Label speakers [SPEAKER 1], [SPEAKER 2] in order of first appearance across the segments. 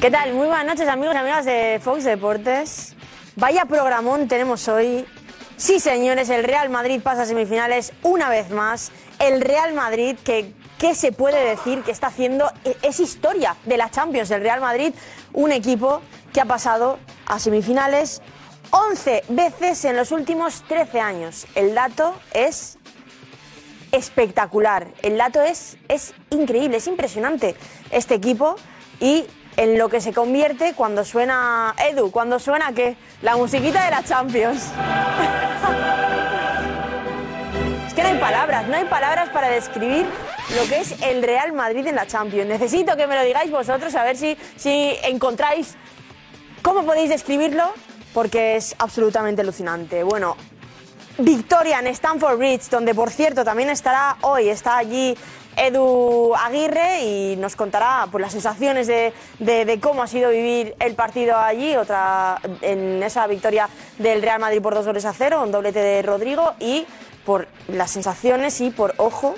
[SPEAKER 1] ¿Qué tal? Muy buenas noches, amigos y amigas de Fox Deportes. Vaya programón tenemos hoy. Sí, señores, el Real Madrid pasa a semifinales una vez más. El Real Madrid que ¿qué se puede decir que está haciendo? E, Es historia de la Champions, el Real Madrid, un equipo que ha pasado a semifinales 11 veces en los últimos 13 años. El dato es espectacular, el dato es, es increíble, es impresionante este equipo y en lo que se convierte cuando suena Edu, cuando suena que la musiquita de la Champions. Es que no hay palabras, no hay palabras para describir lo que es el Real Madrid en la Champions. Necesito que me lo digáis vosotros, a ver si, si encontráis cómo podéis describirlo, porque es absolutamente alucinante. Bueno, victoria en Stamford Bridge, donde por cierto también estará hoy, está allí Edu Aguirre y nos contará pues, las sensaciones de, de- de cómo ha sido vivir el partido allí, otra en esa victoria del Real Madrid por dos goles a cero, un doblete de Rodrigo y por las sensaciones y por ojo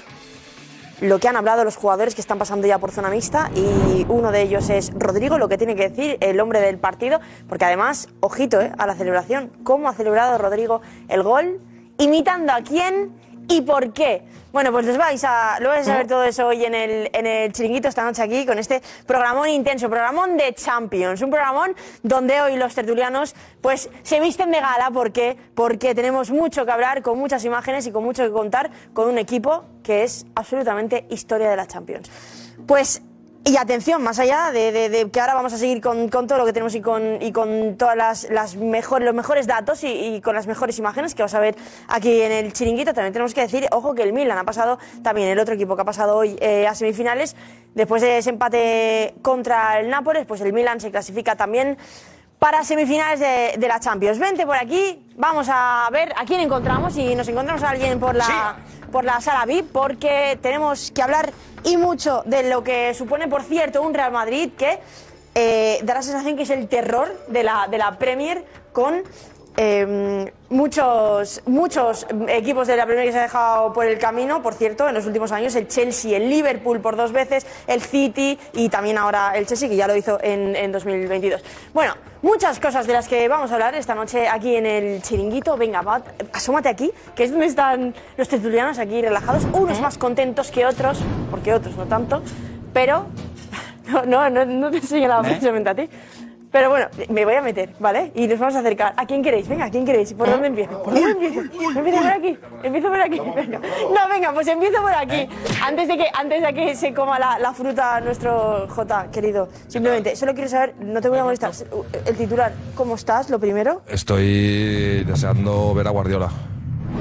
[SPEAKER 1] lo que han hablado los jugadores que están pasando ya por zona mixta y uno de ellos es Rodrigo, lo que tiene que decir el hombre del partido, porque además, ojito eh, a la celebración, cómo ha celebrado Rodrigo el gol, imitando a quién y por qué. Bueno, pues los vais a, lo vais a saber todo eso hoy en el, en el chiringuito esta noche aquí con este programón intenso, programón de Champions, un programón donde hoy los tertulianos pues se visten de gala porque, porque tenemos mucho que hablar, con muchas imágenes y con mucho que contar con un equipo que es absolutamente historia de la Champions. Pues, y atención, más allá de, de- de que ahora vamos a seguir con, con todo lo que tenemos y con, y con todas las, las mejores, los mejores datos y, y con las mejores imágenes que vas a ver aquí en el chiringuito, también tenemos que decir, ojo, que el Milan ha pasado también, el otro equipo que ha pasado hoy eh, a semifinales, después de ese empate contra el Nápoles, pues el Milan se clasifica también para semifinales de, de la Champions. Vente por aquí, vamos a ver a quién encontramos y nos encontramos a alguien por la, por la sala VIP porque tenemos que hablar y mucho de lo que supone, por cierto, un Real Madrid que eh, da la sensación que es el terror de la, de la Premier con eh, muchos, muchos equipos de la Premier que se han dejado por el camino, por cierto, en los últimos años, el Chelsea, el Liverpool por dos veces, el City y también ahora el Chelsea, que ya lo hizo en, en 2022. Bueno, muchas cosas de las que vamos a hablar esta noche aquí en el chiringuito. Venga, va, asómate aquí, que es donde están los tertulianos aquí relajados, unos más contentos que otros, porque otros no tanto, pero no, no, no, no te he señalado precisamente a ti. Pero bueno, me voy a meter, ¿vale? Y nos vamos a acercar. ¿A quién queréis? Venga, ¿a quién queréis? ¿Por dónde empiezo? ¿Por dónde empiezo? Empiezo por aquí. Empiezo por aquí. Venga. No, venga, pues empiezo por aquí. Antes de que, antes de que se coma la, la fruta nuestro J, querido. Simplemente, solo quiero saber, no te voy a molestar. El titular, ¿cómo estás? Lo primero.
[SPEAKER 2] Estoy deseando ver a Guardiola.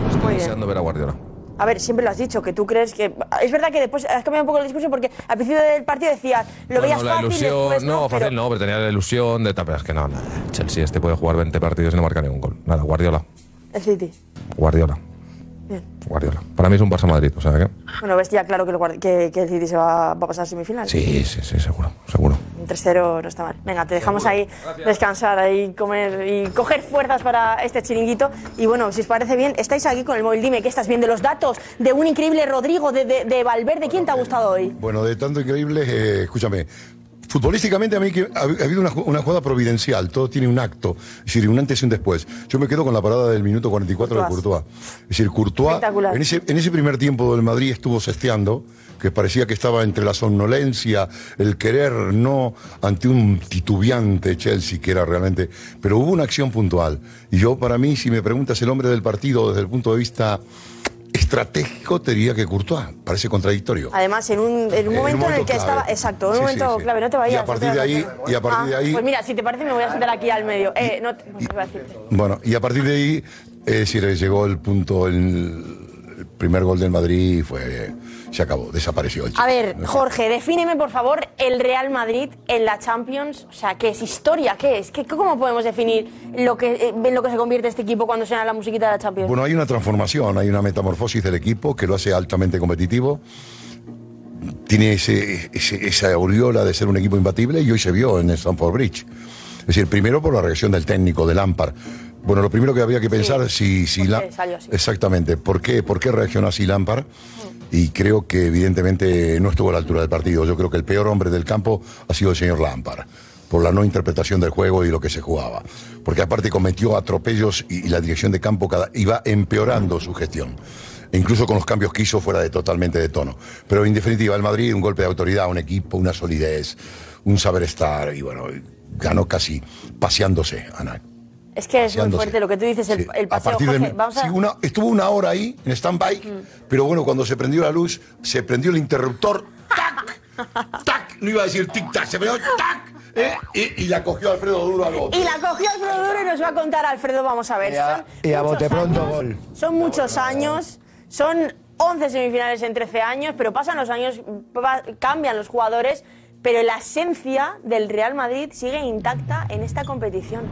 [SPEAKER 2] Estoy
[SPEAKER 1] Muy bien.
[SPEAKER 2] deseando ver a Guardiola.
[SPEAKER 1] A ver, siempre lo has dicho, que tú crees que... Es verdad que después has cambiado un poco el discurso porque al principio del partido decías, lo
[SPEAKER 2] Bueno,
[SPEAKER 1] veías
[SPEAKER 2] la
[SPEAKER 1] fácil,
[SPEAKER 2] ilusión,
[SPEAKER 1] después
[SPEAKER 2] no, fácil no, pero tenía la ilusión de tapar. Es que no, no, Chelsea este puede jugar 20 partidos y no marca ningún gol. Nada, Guardiola,
[SPEAKER 1] el City.
[SPEAKER 2] Guardiola,
[SPEAKER 1] Bien.
[SPEAKER 2] Guardiola. Para mí es un Barça Madrid, o sea que.
[SPEAKER 1] Bueno, ves ya claro que, el guardi- que, que el City se va, va a pasar a semifinales.
[SPEAKER 2] Sí, sí, sí, seguro, seguro.
[SPEAKER 1] Un 3-0 no está mal. Venga, te dejamos ahí descansar, ahí comer y coger fuerzas para este chiringuito. Y bueno, si os parece bien, estáis aquí con el móvil. Dime, ¿qué estás viendo? Los datos de un increíble Rodrigo de, de, de Valverde. ¿Quién te ha gustado hoy?
[SPEAKER 3] Bueno, de tanto increíble, eh, escúchame. Futbolísticamente a mí que ha, ha habido una, ju- una jugada providencial, todo tiene un acto, es decir, un antes y un después. Yo me quedo con la parada del minuto 44
[SPEAKER 1] Courtois.
[SPEAKER 3] de Courtois. Es decir, Courtois,
[SPEAKER 1] Espectacular.
[SPEAKER 3] en ese, en ese primer tiempo del Madrid estuvo sesteando, que parecía que estaba entre la somnolencia, el querer no ante un titubeante Chelsea, que era realmente, pero hubo una acción puntual. Y yo para mí, si me preguntas el hombre del partido desde el punto de vista estratégico, te diría que Courtois, parece contradictorio.
[SPEAKER 1] Además, en un, en un
[SPEAKER 3] En un
[SPEAKER 1] momento en el
[SPEAKER 3] momento
[SPEAKER 1] que
[SPEAKER 3] clave.
[SPEAKER 1] estaba. Exacto, en un
[SPEAKER 3] Sí, sí,
[SPEAKER 1] momento
[SPEAKER 3] sí.
[SPEAKER 1] clave, no te vayas.
[SPEAKER 3] Y a
[SPEAKER 1] no te
[SPEAKER 3] partir de
[SPEAKER 1] vayas.
[SPEAKER 3] ahí- y a partir de ahí-
[SPEAKER 1] Pues mira, si te parece, me voy a sentar aquí al medio. Eh, no, te- no te iba a decir.
[SPEAKER 3] Bueno, y a partir de ahí, es decir, llegó el punto, el, el primer gol del Madrid y fue, se acabó, desapareció el chico.
[SPEAKER 1] A ver, Jorge, defíneme por favor el Real Madrid en la Champions. O sea, ¿qué es historia? ¿Qué es? ¿Qué, ¿Cómo podemos definir lo que, eh, en lo que se convierte este equipo cuando suena la musiquita de la Champions?
[SPEAKER 3] Bueno, hay una transformación, hay una metamorfosis del equipo que lo hace altamente competitivo. Tiene ese- ese- esa aureola de ser un equipo imbatible y hoy se vio en el Stamford Bridge. Es decir, primero por la reacción del técnico, de Lampard. Bueno, lo primero que había que pensar si, si
[SPEAKER 1] ¿Por
[SPEAKER 3] la-
[SPEAKER 1] qué salió así?
[SPEAKER 3] Exactamente. ¿Por qué, ¿Por qué reaccionó así Lampard? Y creo que evidentemente no estuvo a la altura del partido. Yo creo que el peor hombre del campo ha sido el señor Lampard. por la no interpretación del juego y lo que se jugaba. Porque aparte cometió atropellos y, y la dirección de campo cada, iba empeorando su gestión. E incluso con los cambios que hizo fuera de totalmente de tono. Pero en definitiva, el Madrid, un golpe de autoridad, un equipo, una solidez, un saber estar. Y bueno, ganó casi paseándose, Ana.
[SPEAKER 1] Es que es muy
[SPEAKER 3] Paseándose.
[SPEAKER 1] fuerte lo que tú dices, el,
[SPEAKER 3] Sí,
[SPEAKER 1] el
[SPEAKER 3] a
[SPEAKER 1] paseo,
[SPEAKER 3] partir
[SPEAKER 1] Jorge.
[SPEAKER 3] del-
[SPEAKER 1] Vamos a... Mm.
[SPEAKER 3] sí, una- estuvo una hora ahí, en stand-by, pero bueno, cuando se prendió la luz, se prendió el interruptor, ¡tac! ¡tac! No iba a decir tic-tac, se prendió ¡tac! ¿eh? Y, y la cogió Alfredo Duro al otro.
[SPEAKER 1] Y la cogió Alfredo Duro y nos va a contar Alfredo, vamos a ver.
[SPEAKER 4] Y a-
[SPEAKER 1] Son
[SPEAKER 5] Eh,
[SPEAKER 4] y a
[SPEAKER 1] muchos
[SPEAKER 4] bote pronto,
[SPEAKER 1] años,
[SPEAKER 4] gol.
[SPEAKER 1] Son muchos años, son 11 semifinales en 13 años, pero pasan los años, va- cambian los jugadores, pero la esencia del Real Madrid sigue intacta en esta competición.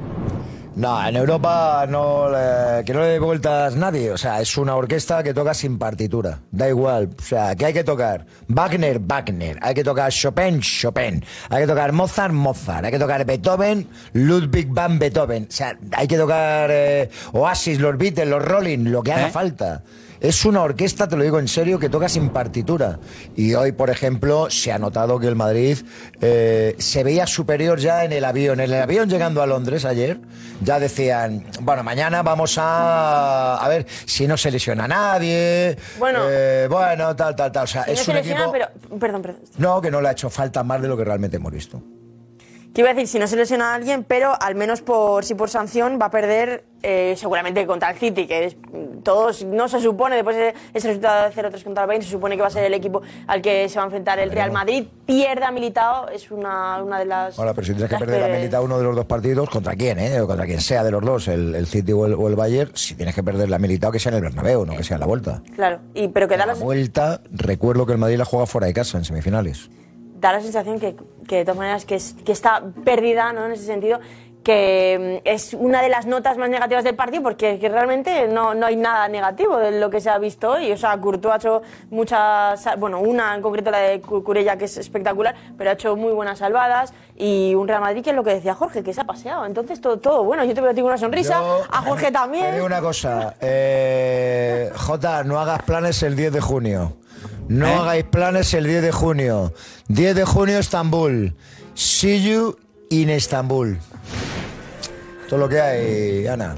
[SPEAKER 4] No, en Europa no le- que no le dé vueltas nadie. O sea, es una orquesta que toca sin partitura. Da igual. O sea, que hay que tocar Wagner, Wagner. Hay que tocar Chopin, Chopin. Hay que tocar Mozart, Mozart. Hay que tocar Beethoven, Ludwig van Beethoven. O sea, hay que tocar eh, Oasis, los Beatles, los Rolling, lo que haga falta. Es una orquesta, te lo digo en serio, que toca sin partitura. Y hoy, por ejemplo, se ha notado que el Madrid eh, se veía superior ya en el avión. En el avión llegando a Londres ayer, ya decían, bueno, mañana vamos a... A ver si no se lesiona nadie.
[SPEAKER 1] Bueno.
[SPEAKER 4] eh, bueno, tal, tal, tal. O sea,
[SPEAKER 1] Si
[SPEAKER 4] Ah, es
[SPEAKER 1] no se
[SPEAKER 4] un
[SPEAKER 1] lesiona,
[SPEAKER 4] equipo...
[SPEAKER 1] pero. Perdón, perdón.
[SPEAKER 4] No, que no le ha hecho falta más de lo que realmente hemos visto.
[SPEAKER 1] Que iba a decir, si no se lesiona a alguien, pero al menos por si por sanción va a perder eh, seguramente contra el City, que es, todos no se supone, después de ese resultado de 0-3 contra el Bayern, se supone que va a ser el equipo al que se va a enfrentar el Real Madrid. Pierda Militao, es una, una de las...
[SPEAKER 4] Ahora, pero si tienes que
[SPEAKER 1] las
[SPEAKER 4] perder a
[SPEAKER 1] peores.
[SPEAKER 4] Militao uno de los dos partidos, ¿contra quién, eh? O contra quien sea de los dos, el, el City o el, o el Bayern, si tienes que perder la Militao, que sea en el Bernabéu, no que sea en la vuelta.
[SPEAKER 1] Claro, y, pero que da la,
[SPEAKER 4] La vuelta, recuerdo que el Madrid la juega fuera de casa en semifinales.
[SPEAKER 1] da la sensación que, que de todas maneras que, es- que está perdida ¿no? en ese sentido que mm, es una de las notas más negativas del partido porque que realmente no, no hay nada negativo de lo que se ha visto hoy. O sea, Courtois ha hecho muchas, sal- bueno, una en concreto la de Cu- Cucurella que es espectacular, pero ha hecho muy buenas salvadas y un Real Madrid que es lo que decía Jorge, que se ha paseado. Entonces todo, todo bueno, yo te veo a ti con una sonrisa,
[SPEAKER 4] Yo-
[SPEAKER 1] a Jorge
[SPEAKER 4] Te digo
[SPEAKER 1] también.
[SPEAKER 4] una cosa, eh, Jota, no hagas planes el 10 de junio. No hagáis planes el 10 de junio. 10 de junio, Estambul. See you in Estambul. Todo lo que hay, Ana.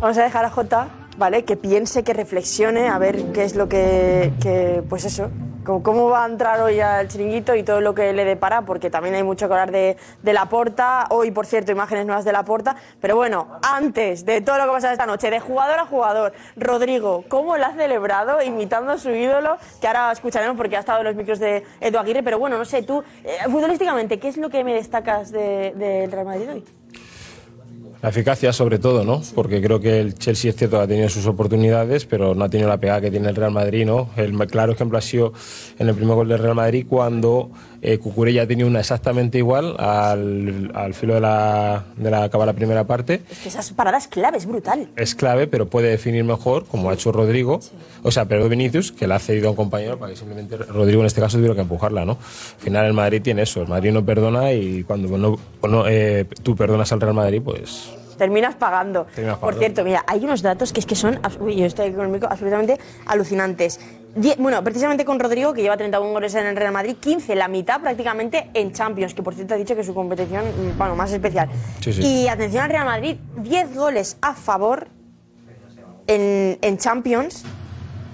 [SPEAKER 1] Vamos a dejar a Jota, ¿vale? Que piense, que reflexione, a ver qué es lo que, que, pues eso, cómo, cómo va a entrar hoy al chiringuito y todo lo que le depara, porque también hay mucho que hablar de, de la porta. Hoy, por cierto, imágenes nuevas de la porta. Pero bueno, antes de todo lo que pasa esta noche, de jugador a jugador, Rodrigo, ¿cómo lo has celebrado imitando a su ídolo? Que ahora escucharemos porque ha estado en los micros de Edu Aguirre, pero bueno, no sé, tú, eh, futbolísticamente, ¿qué es lo que me destacas de- del Real Madrid hoy?
[SPEAKER 6] La eficacia sobre todo, ¿no? Porque creo que el Chelsea es cierto que ha tenido sus oportunidades, pero no ha tenido la pegada que tiene el Real Madrid, ¿no? El ma- claro ejemplo ha sido en el primer gol del Real Madrid cuando eh, Cucurella ha tenido una exactamente igual al, al filo de la, de la acaba la primera parte.
[SPEAKER 1] Es que esas paradas claves, brutal.
[SPEAKER 6] Es clave, pero puede definir mejor, como ha hecho Rodrigo, o sea, pero Vinicius, que la ha cedido a un compañero para que simplemente Rodrigo en este caso tuviera que empujarla, ¿no? Al final el Madrid tiene eso, el Madrid no perdona y cuando no, no, eh, tú perdonas al Real Madrid, pues
[SPEAKER 1] Terminas pagando.
[SPEAKER 6] Terminas
[SPEAKER 1] Por
[SPEAKER 6] pagando.
[SPEAKER 1] cierto, mira, hay unos datos que es que son, abs- uy, yo estoy aquí con el micro, absolutamente alucinantes. Die- bueno, precisamente con Rodrigo, que lleva 31 goles en el Real Madrid, 15, la mitad prácticamente en Champions, que por cierto ha dicho que es su competición, mm, bueno, más especial.
[SPEAKER 6] Sí, sí.
[SPEAKER 1] Y atención al Real Madrid, 10 goles a favor en, en Champions,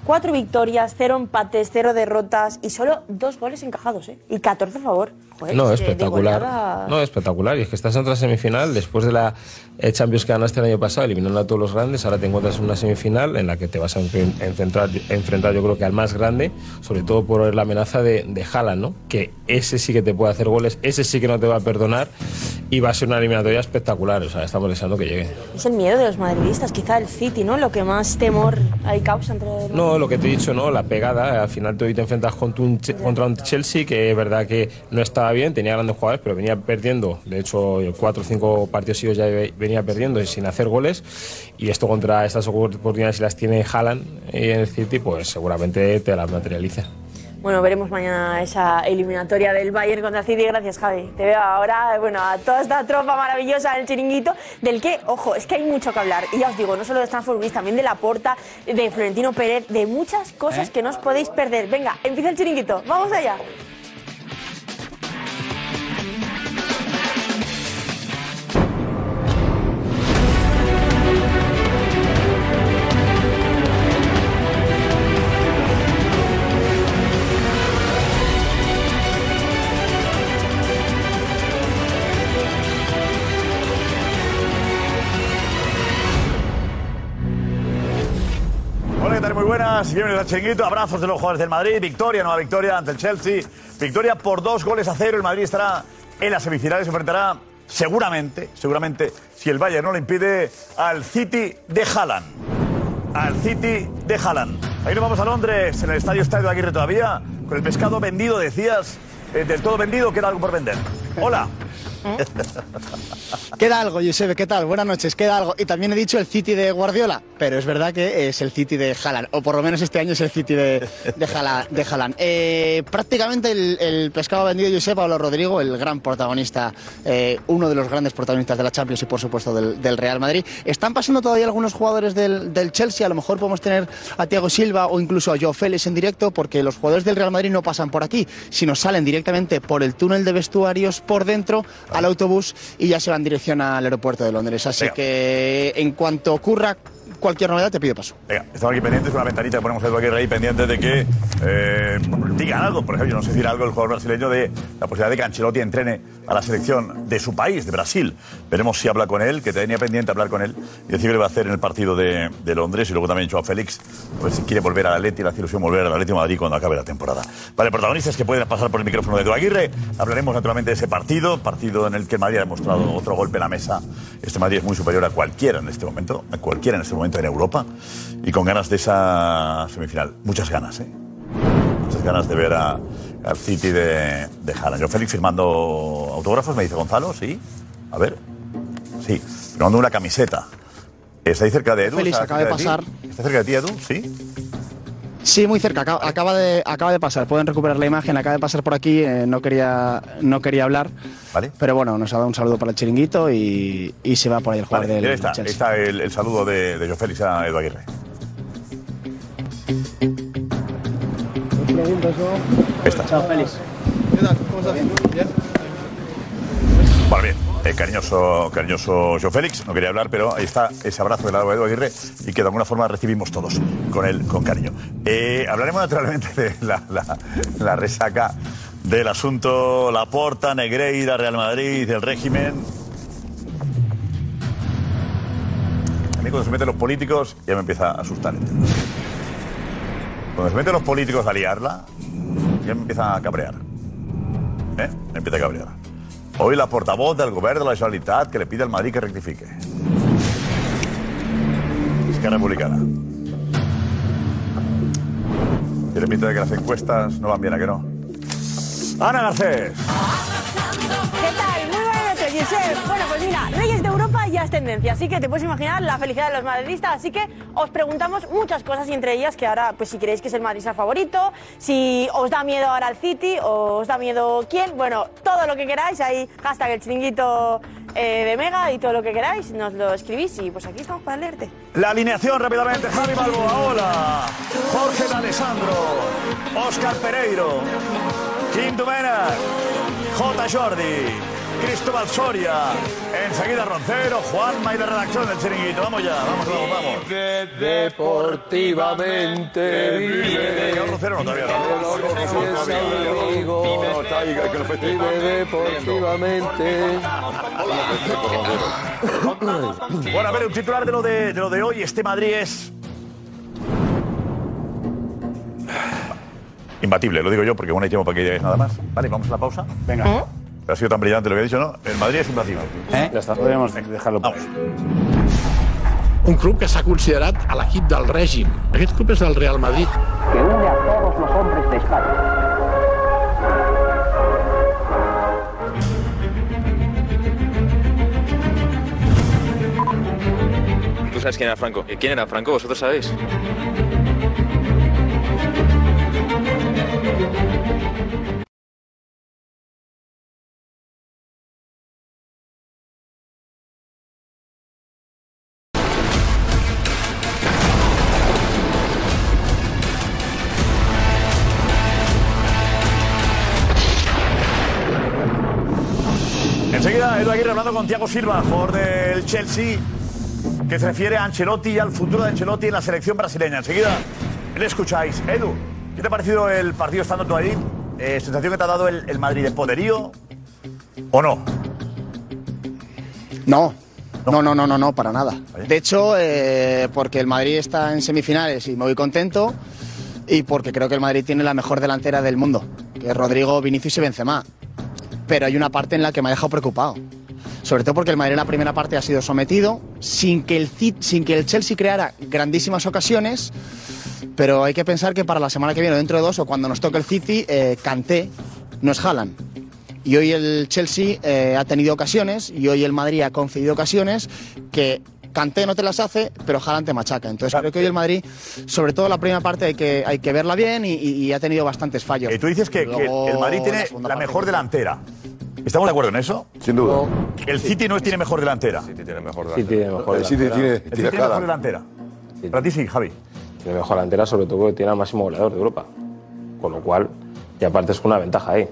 [SPEAKER 1] 4 victorias, 0 empates, 0 derrotas y solo 2 goles encajados, ¿eh? Y 14 a favor. Joder,
[SPEAKER 6] No,
[SPEAKER 1] es que de
[SPEAKER 6] espectacular.
[SPEAKER 1] goleada-
[SPEAKER 6] No, espectacular. Y es que estás en otra semifinal después de la eh, Champions que ganaste el año pasado, eliminando a todos los grandes. Ahora te encuentras en una semifinal en la que te vas a enfren- enfrentar, enfrentar, yo creo que al más grande, sobre todo por la amenaza de, de Haaland, ¿no? Que ese sí que te puede hacer goles, ese sí que no te va a perdonar y va a ser una eliminatoria espectacular. O sea, estamos deseando que llegue.
[SPEAKER 1] Es el miedo de los madridistas, quizá el City, ¿no? Lo que más temor hay causa entre...
[SPEAKER 6] No, lo que te he dicho, no, la pegada. Al final tú hoy te enfrentas contra un, Che- contra un Chelsea que es verdad que no estaba bien, tenía grandes jugadores, pero venía perdiendo. De hecho, cuatro o cinco partidos seguidos ya ve- venía perdiendo y sin hacer goles. Y esto contra estas oportunidades, si las tiene Haaland y en el City, pues seguramente te las materializa.
[SPEAKER 1] Bueno, veremos mañana esa eliminatoria del Bayern contra el City. Gracias, Javi. Te veo ahora, bueno, a toda esta tropa maravillosa del chiringuito, del que, ojo, es que hay mucho que hablar. Y ya os digo, no solo de Stanford Bridge, también de la Porta, de Florentino Pérez, de muchas cosas que no os podéis perder. Venga, empieza el chiringuito. ¡Vamos allá!
[SPEAKER 5] más. Bienvenidos a Chinguito. Abrazos de los jugadores del Madrid. Victoria, nueva victoria ante el Chelsea. Victoria por dos goles a cero. El Madrid estará en las semifinales. Se enfrentará seguramente, seguramente, si el Bayern no lo impide, al City de Haaland. Al City de Haaland. Ahí nos vamos a Londres, en el estadio Estadio Aguirre todavía. Con el pescado vendido, decías. eh, del todo vendido, queda algo por vender. Hola.
[SPEAKER 7] Queda algo, Giuseppe, ¿qué tal? Buenas noches, queda algo. Y también he dicho el City de Guardiola, pero es verdad que es el City de Haaland, o por lo menos este año es el City de, de Hala- de Haaland. Eh, prácticamente el, el pescado vendido, Giuseppe Pablo Rodrigo, el gran protagonista, eh, uno de los grandes protagonistas de la Champions y por supuesto del, del Real Madrid. Están pasando todavía algunos jugadores del, del Chelsea, a lo mejor podemos tener a Thiago Silva o incluso a Joe Félix en directo, porque los jugadores del Real Madrid no pasan por aquí, sino salen directamente por el túnel de vestuarios por dentro al autobús y ya se van en dirección al aeropuerto de Londres. Así que en cuanto ocurra cualquier novedad, te pido paso.
[SPEAKER 5] Venga, estamos aquí pendientes, una ventanita que ponemos a Edu Aguirre ahí pendientes de que eh, digan algo, por ejemplo, yo no sé decir algo el jugador brasileño de la posibilidad de que Ancelotti entrene a la selección de su país, de Brasil. Veremos si habla con él, que tenía pendiente hablar con él y decir qué le va a hacer en el partido de, de Londres y luego también Joao Félix, a ver si quiere volver al Atleti, le hace ilusión volver al Atleti de Madrid cuando acabe la temporada. Vale, protagonistas que pueden pasar por el micrófono de Edu Aguirre, hablaremos naturalmente de ese partido, partido en el que el Madrid ha demostrado otro golpe en la mesa. Este Madrid es muy superior a cualquiera en este momento, a cualquiera en este momento en Europa y con ganas de esa semifinal. Muchas ganas, ¿eh? Muchas ganas de ver a- al City de, de Haaland. Yo, Félix, firmando autógrafos, me dice Gonzalo, sí. A ver. Sí, firmando una camiseta. ¿Está ahí cerca de Edu?
[SPEAKER 7] Félix,
[SPEAKER 5] ¿Está
[SPEAKER 7] acaba de
[SPEAKER 5] cerca ti? ¿Está cerca de ti, Edu? Sí.
[SPEAKER 7] Sí, muy cerca. Acaba, acaba de, acaba de pasar. Pueden recuperar la imagen. Acaba de pasar por aquí. eh, no, quería, no quería hablar. Pero bueno, nos ha dado un saludo para el chiringuito y, y se va por ahí el jugador
[SPEAKER 5] Vale,
[SPEAKER 7] del
[SPEAKER 5] ahí está, ahí
[SPEAKER 7] Chelsea.
[SPEAKER 5] está el, el saludo de, de Joe Félix a Edu Aguirre.
[SPEAKER 7] Chao, Félix.
[SPEAKER 5] Vale, bien. Eh, cariñoso, cariñoso Joe Félix, no quería hablar, pero ahí está ese abrazo del lado de Edu Aguirre y que de alguna forma recibimos todos con él, con cariño. Eh, hablaremos naturalmente de la, la- la resaca del asunto Laporta, Negreira, Real Madrid, del régimen. A mí cuando se meten los políticos ya me empieza a asustar. ¿entiendes? Cuando se meten los políticos a liarla, ya me empieza a cabrear. ¿Eh? Me empieza a cabrear. Hoy la portavoz del govern de la Generalitat que le pide al Madrid que rectifique. Esquerra Republicana. Tiene pinta de que las encuestas no van bien, ¿a que no? Ana Garcés.
[SPEAKER 1] ¿Qué tal? Muy buenas noches, Josep. Bueno, pues mira, Reyes de Europa ya es tendencia, así que te puedes imaginar la felicidad de los madridistas. Así que os preguntamos muchas cosas y entre ellas que ahora, pues si creéis que es el madridista favorito, si os da miedo ahora el City, o os da miedo quién, bueno, todo lo que queráis, ahí hashtag el chiringuito eh, de Mega y todo lo que queráis, nos lo escribís y pues aquí estamos para leerte.
[SPEAKER 5] La alineación rápidamente. Javi Balboa, hola. Jorge D'Alessandro. Óscar Pereiro. Quinto Mena. J. Jordi. Cristóbal Soria. Enseguida Roncero, Juanma y la redacción del chiringuito. Vamos ya, vamos, vamos, vamos.
[SPEAKER 8] Deportivamente vive.
[SPEAKER 5] Señor Roncero, no, todavía no. este
[SPEAKER 8] Vive deportivamente.
[SPEAKER 5] Bueno, a ver, un titular de lo de, de lo de hoy. Este Madrid es. Imbatible, lo digo yo porque bueno, hay tiempo para que digáis nada más. Vale, vamos a la pausa.
[SPEAKER 2] Eh,
[SPEAKER 5] Venga. Ha sido tan brillante lo que he dicho, ¿no? El Madrid es imbatible.
[SPEAKER 9] Ya está, podríamos dejarlo.
[SPEAKER 5] Vamos.
[SPEAKER 10] un club que s'ha considerat a l'equip del règim. Aquest club és el Real Madrid.
[SPEAKER 11] que une a todos los hombres de España.
[SPEAKER 12] ¿Tú sabes quién era Franco? ¿Y ¿Quién era Franco? ¿Vosotros sabéis?
[SPEAKER 5] Enseguida, Edu Aguirre hablando con Thiago Silva, jugador del Chelsea, que se refiere a Ancelotti y al futuro de Ancelotti en la selección brasileña. Enseguida le escucháis. Edu, ¿qué te ha parecido el partido estando tú ahí? Eh, ¿Sensación que te ha dado el, el Madrid de poderío o no?
[SPEAKER 7] No, No, no, no, no, no, para nada. De hecho, eh, porque el Madrid está en semifinales y me voy contento, y porque creo que el Madrid tiene la mejor delantera del mundo, que es Rodrigo, Vinicius y Benzema. Pero hay una parte en la que me ha dejado preocupado. Sobre todo porque el Madrid en la primera parte ha sido sometido, sin que el, Cit- sin que el Chelsea creara grandísimas ocasiones, pero hay que pensar que para la semana que viene, o dentro de dos, o cuando nos toque el City, eh, Kanté no es Haaland. Y hoy el Chelsea eh, ha tenido ocasiones y hoy el Madrid ha concedido ocasiones que Kanté no te las hace, pero Haaland te machaca. Entonces creo que hoy el Madrid, sobre todo la primera parte, hay que, hay que verla bien y, y- y ha tenido bastantes fallos.
[SPEAKER 5] Y tú dices que, que
[SPEAKER 7] Luego,
[SPEAKER 5] el Madrid
[SPEAKER 7] la
[SPEAKER 5] tiene
[SPEAKER 7] segunda
[SPEAKER 5] la,
[SPEAKER 7] parte
[SPEAKER 5] mejor
[SPEAKER 7] que-
[SPEAKER 5] delantera. ¿Estamos de acuerdo en eso?
[SPEAKER 13] Sin duda.
[SPEAKER 5] El City no es- tiene mejor delantera. Sí,
[SPEAKER 14] tiene mejor
[SPEAKER 13] City tiene delantera. mejor El City delantera. tiene-
[SPEAKER 5] El City
[SPEAKER 13] tiene
[SPEAKER 5] tiene mejor
[SPEAKER 13] Haaland.
[SPEAKER 5] delantera. Para ti sí, Javi.
[SPEAKER 6] Tiene mejor delantera, sobre todo porque tiene al máximo goleador de Europa. Con lo cual, y aparte es una ventaja ahí.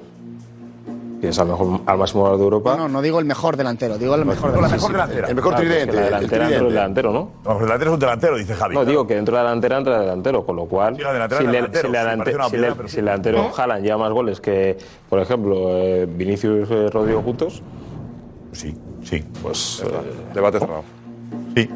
[SPEAKER 6] Tienes al, mejor, al máximo goleador de Europa.
[SPEAKER 7] No, no digo el mejor delantero, digo el mejor delantero.
[SPEAKER 6] Claro, porque La delantera entra el delantero, ¿no?
[SPEAKER 5] El delantero es un delantero, dice Javi.
[SPEAKER 6] No, digo que dentro de la delantera entra el delantero, con lo cual.
[SPEAKER 5] la delantera
[SPEAKER 6] si
[SPEAKER 5] es
[SPEAKER 6] le-
[SPEAKER 5] delantero,
[SPEAKER 6] si le
[SPEAKER 5] sí,
[SPEAKER 6] delante-
[SPEAKER 5] parece una
[SPEAKER 6] si le-
[SPEAKER 5] obviedad, pero
[SPEAKER 6] si
[SPEAKER 5] sí.
[SPEAKER 6] el delantero
[SPEAKER 5] ¿Eh?
[SPEAKER 6] Haaland lleva más goles que, por ejemplo, eh, Vinicius eh, Rodrigo juntos.
[SPEAKER 5] Sí, sí.
[SPEAKER 6] Pues.
[SPEAKER 14] Debate cerrado.
[SPEAKER 5] Sí.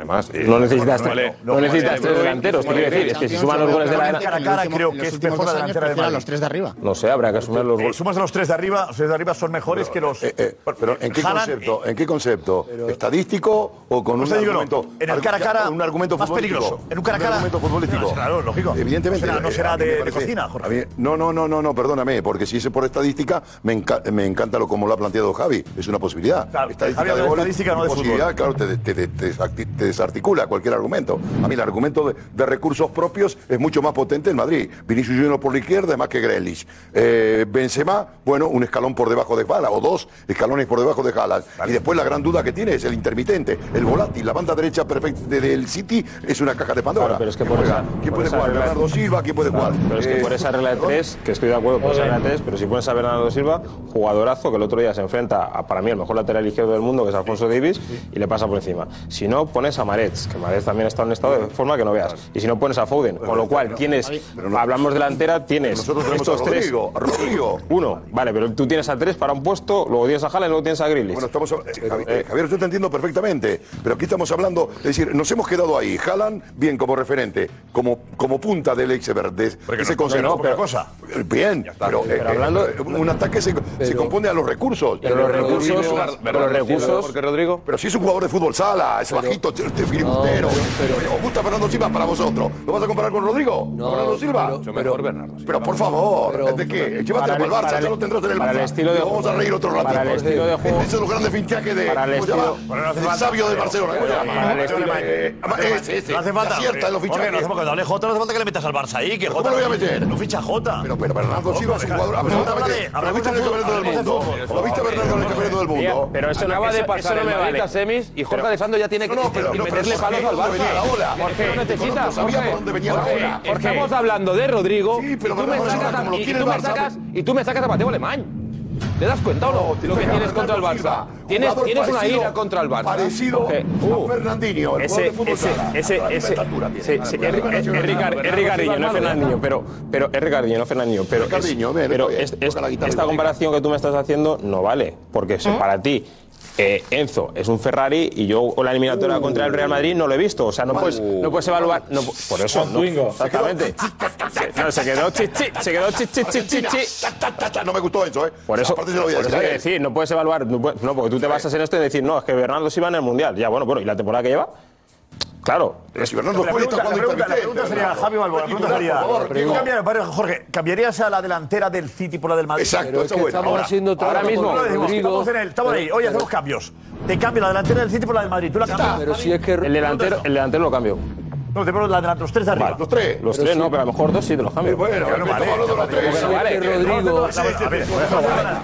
[SPEAKER 14] Además,
[SPEAKER 6] No necesitas- no necesitas tres delanteros, te quiero decir, es que si suman los goles de la-
[SPEAKER 5] cara a cara,
[SPEAKER 6] en los
[SPEAKER 5] creo
[SPEAKER 6] últimos
[SPEAKER 5] que es
[SPEAKER 6] dos
[SPEAKER 5] mejor la
[SPEAKER 6] años
[SPEAKER 5] delantera de
[SPEAKER 6] prefiero a
[SPEAKER 5] Madrid.
[SPEAKER 6] los tres
[SPEAKER 7] de arriba.
[SPEAKER 6] No sé, habrá que asumir los
[SPEAKER 5] Eh,
[SPEAKER 6] goles.
[SPEAKER 5] sumas a los tres de arriba, los tres de arriba son mejores que los.
[SPEAKER 13] eh,
[SPEAKER 3] Pero ¿en qué
[SPEAKER 5] Haaland,
[SPEAKER 3] concepto?
[SPEAKER 1] eh.
[SPEAKER 3] ¿En qué concepto? ¿Estadístico o con
[SPEAKER 5] No
[SPEAKER 3] un
[SPEAKER 5] sé, digo, no.
[SPEAKER 3] argumento?
[SPEAKER 5] En el cara a
[SPEAKER 3] ya,
[SPEAKER 5] cara,
[SPEAKER 3] con un argumento
[SPEAKER 5] más
[SPEAKER 3] futbolístico.
[SPEAKER 5] peligroso. En un cara a cara-
[SPEAKER 3] argumento futbolístico.
[SPEAKER 5] No, claro, lógico.
[SPEAKER 3] Evidentemente.
[SPEAKER 5] No será- no
[SPEAKER 3] eh,
[SPEAKER 5] será
[SPEAKER 3] a mí
[SPEAKER 5] de-
[SPEAKER 3] me
[SPEAKER 5] de
[SPEAKER 3] parece-
[SPEAKER 5] cocina, Jorge.
[SPEAKER 3] a mí- no, no, no, no, no, perdóname, porque si es por estadística, me, enca- me encanta lo como lo ha planteado Javi. Es una posibilidad.
[SPEAKER 5] Claro,
[SPEAKER 3] estadística
[SPEAKER 5] Javi habla
[SPEAKER 3] de
[SPEAKER 5] de
[SPEAKER 3] goles,
[SPEAKER 5] estadística, no de
[SPEAKER 3] posibilidad, claro,
[SPEAKER 5] fútbol.
[SPEAKER 3] te, te- te- te desacti- te desarticula cualquier argumento. A mí el argumento de, de recursos propios es mucho más potente en Madrid. Vinicius Junior por la izquierda es más que Grealish. Eh, Benzema, bueno, un escalón por debajo de Haaland, o dos escalones por debajo de Haaland. Y después la gran duda que tiene es el intermitente, el volátil. La banda derecha perfecta de- del City es una caja de Pandora.
[SPEAKER 6] Claro, pero es que
[SPEAKER 3] ¿Quién
[SPEAKER 6] por
[SPEAKER 3] juega?
[SPEAKER 6] esa-
[SPEAKER 3] ¿Quién
[SPEAKER 6] por
[SPEAKER 3] puede
[SPEAKER 6] esa
[SPEAKER 3] jugar?
[SPEAKER 6] regla-
[SPEAKER 3] Bernardo Silva, ¿quién puede jugar?
[SPEAKER 6] Pero es que
[SPEAKER 3] Eh,
[SPEAKER 6] por esa regla de tres, que estoy de acuerdo por esa regla de tres, pero si pones a Bernardo Silva, jugadorazo que el otro día se enfrenta a, para mí, el mejor lateral izquierdo del mundo, que es Alfonso Davis, y le pasa por encima. Si no, pones a Marets, que Marets también está en un estado de forma que no veas. Y si no, pones a Foden. Con lo cual, tienes, hablamos delantera, tienes
[SPEAKER 3] Nosotros tenemos
[SPEAKER 6] estos
[SPEAKER 3] a
[SPEAKER 6] tres.
[SPEAKER 3] Rodrigo, a Rodrigo.
[SPEAKER 6] Uno, vale, pero tú tienes a tres para un puesto, luego tienes a Jala y luego tienes a Grilis.
[SPEAKER 3] Bueno, estamos. eh, Javi- eh, Javier, yo te entiendo perfectamente, pero aquí estamos hablando. Es decir, nos hemos quedado ahí. Jalan, bien como referente, como, como punta del iceberg, de ese
[SPEAKER 5] no,
[SPEAKER 3] concepto.
[SPEAKER 5] no, no, pero-
[SPEAKER 3] cosa. Bien, pero, eh,
[SPEAKER 6] Pero hablando-
[SPEAKER 3] eh, un ataque se, se compone a los recursos.
[SPEAKER 6] Pero los recursos- pero los recursos-
[SPEAKER 3] Porque Rodrigo. Pero si es un jugador de fútbol sala, es bajito, te- te filibustero. Os gusta Fernando Silva para vosotros. ¿Lo vas a comparar con Rodrigo? No, Fernando Silva. Pero, mejor Bernardo. Pero por favor, ¿de qué?
[SPEAKER 6] para
[SPEAKER 3] Llévatelo para
[SPEAKER 6] el-
[SPEAKER 3] el Barça,
[SPEAKER 6] para
[SPEAKER 3] ya
[SPEAKER 6] el-
[SPEAKER 3] lo tendrás en el
[SPEAKER 6] para el
[SPEAKER 3] Barça.
[SPEAKER 6] estilo de
[SPEAKER 3] Y vamos a reír otro ratito.
[SPEAKER 6] para el estilo de juego-
[SPEAKER 3] Ese es el grande finchaje de.
[SPEAKER 6] Para el
[SPEAKER 3] ¿cómo se llama?
[SPEAKER 6] estilo- Bueno, no hace
[SPEAKER 3] El
[SPEAKER 6] falta.
[SPEAKER 3] sabio del Barcelona. ¿Cómo se llama?
[SPEAKER 6] Para el estilo-
[SPEAKER 3] Eh, Ese, ese.
[SPEAKER 5] No hace falta.
[SPEAKER 3] Acierta en los
[SPEAKER 5] Jorge,
[SPEAKER 3] fichajes.
[SPEAKER 5] no hace falta. Cuando hable Jota, no hace falta que le metas al Barça ahí. Que
[SPEAKER 3] ¿Pero
[SPEAKER 5] Jota
[SPEAKER 3] cómo lo voy a meter?
[SPEAKER 5] No ficha Jota.
[SPEAKER 3] Pero, pero Bernardo Silva es un jugador absolutamente. ¿Lo viste en el campeonato del mundo? ¿Lo viste a Bernardo en el campeonato del mundo?
[SPEAKER 2] Pero eso acaba de pasar el Madrid a semis y Jorge Alessandro ya tiene que
[SPEAKER 3] No, no, pero-
[SPEAKER 2] que
[SPEAKER 3] no, pero
[SPEAKER 2] meterle
[SPEAKER 3] sabía
[SPEAKER 2] palos al
[SPEAKER 3] dónde venía la
[SPEAKER 2] Barça.
[SPEAKER 3] ola.
[SPEAKER 2] Jorge,
[SPEAKER 3] Te
[SPEAKER 2] no necesita.
[SPEAKER 3] conozco, sabía por dónde venía la
[SPEAKER 2] Jorge,
[SPEAKER 3] ola.
[SPEAKER 2] Jorge, estamos hablando de Rodrigo y
[SPEAKER 3] pero
[SPEAKER 2] tú me
[SPEAKER 3] Bernardo Silva, como
[SPEAKER 2] sacas
[SPEAKER 3] lo
[SPEAKER 2] a- y
[SPEAKER 3] tiene
[SPEAKER 2] tú
[SPEAKER 3] el
[SPEAKER 2] me
[SPEAKER 3] Barça-
[SPEAKER 2] sacas y tú me sacas a Mateo Alemán. ¿Te das cuenta o no? lo que tienes contra el Barça. Tienes,
[SPEAKER 3] Jugador
[SPEAKER 2] tienes una
[SPEAKER 3] parecido-
[SPEAKER 2] ira contra el Barça.
[SPEAKER 3] Parecido
[SPEAKER 15] Eh,
[SPEAKER 2] Jorge.
[SPEAKER 3] a Fernandinho, el
[SPEAKER 2] Ese,
[SPEAKER 3] jugador de
[SPEAKER 2] ese,
[SPEAKER 3] fútbol sala.
[SPEAKER 2] uh. ese,
[SPEAKER 3] A la
[SPEAKER 2] ese.
[SPEAKER 3] misma altura tiene.
[SPEAKER 2] Sí,
[SPEAKER 3] A la
[SPEAKER 2] sí,
[SPEAKER 3] misma
[SPEAKER 2] es-
[SPEAKER 3] altura.
[SPEAKER 2] es- es Ricard- es Ricardinho, no es Fernandinho, pero, pero es Ricardinho, no Fernandinho. Pero, es-
[SPEAKER 3] Ricardinho, bien,
[SPEAKER 6] pero
[SPEAKER 3] está bien.
[SPEAKER 6] es- es-
[SPEAKER 3] Toca la guitarra y
[SPEAKER 6] esta
[SPEAKER 3] lo
[SPEAKER 6] comparación que tú me estás haciendo no vale, porque si para ti eh, Enzo es un Ferrari y yo la eliminatoria
[SPEAKER 3] Uh.
[SPEAKER 6] contra el Real Madrid no lo he visto. O sea, no, puedes, no puedes evaluar. no pu- por eso, no, exactamente. Se- no, se quedó chi, chi, se quedó chi, chi, chi, chi, chi.
[SPEAKER 3] No me gustó eso, ¿eh?
[SPEAKER 6] Por eso,
[SPEAKER 3] Aparte se lo voy a
[SPEAKER 6] por eso
[SPEAKER 3] decir.
[SPEAKER 6] hay que
[SPEAKER 3] ¿eh?
[SPEAKER 6] decir, no puedes evaluar, no, puedes- no, porque tú te basas en esto y decir, no, es que Bernardo Silva en el Mundial. Ya, bueno, bueno, ¿y la temporada que lleva? Claro.
[SPEAKER 3] Pero si Bernardo
[SPEAKER 5] La
[SPEAKER 3] Juan
[SPEAKER 5] pregunta,
[SPEAKER 3] está jugando
[SPEAKER 5] la pregunta- la
[SPEAKER 3] intermitente.
[SPEAKER 5] pregunta sería, Javi Balboa, la pregunta
[SPEAKER 3] Titular,
[SPEAKER 5] sería,
[SPEAKER 3] por favor,
[SPEAKER 5] ¿tú
[SPEAKER 3] Rodrigo.
[SPEAKER 5] cambiarías- para- Jorge, ¿cambiarías a la delantera del City por la del Madrid?
[SPEAKER 3] Exacto, Pero es está que bueno. estamos
[SPEAKER 5] Ahora,
[SPEAKER 3] haciendo
[SPEAKER 5] ahora
[SPEAKER 3] trabajo
[SPEAKER 5] mismo,
[SPEAKER 3] con
[SPEAKER 5] lo decimos,
[SPEAKER 3] Rodrigo.
[SPEAKER 5] estamos, en el, estamos ahí, hoy hacemos cambios. Te cambio la delantera del City por la del Madrid, tú la cambias.
[SPEAKER 6] Pero
[SPEAKER 5] Javi?
[SPEAKER 6] si es que el delantero, el delantero lo cambio.
[SPEAKER 5] No, te pongo la delantera, los tres Eh, de arriba.
[SPEAKER 6] Vale. Los tres no, pero a lo mejor dos sí te los cambio.
[SPEAKER 3] Bueno,
[SPEAKER 6] Pero
[SPEAKER 3] pero
[SPEAKER 6] no
[SPEAKER 3] estamos
[SPEAKER 6] vale.
[SPEAKER 3] hablando de los tres.
[SPEAKER 6] Porque no vale. eh,
[SPEAKER 5] Rodrigo. A ver,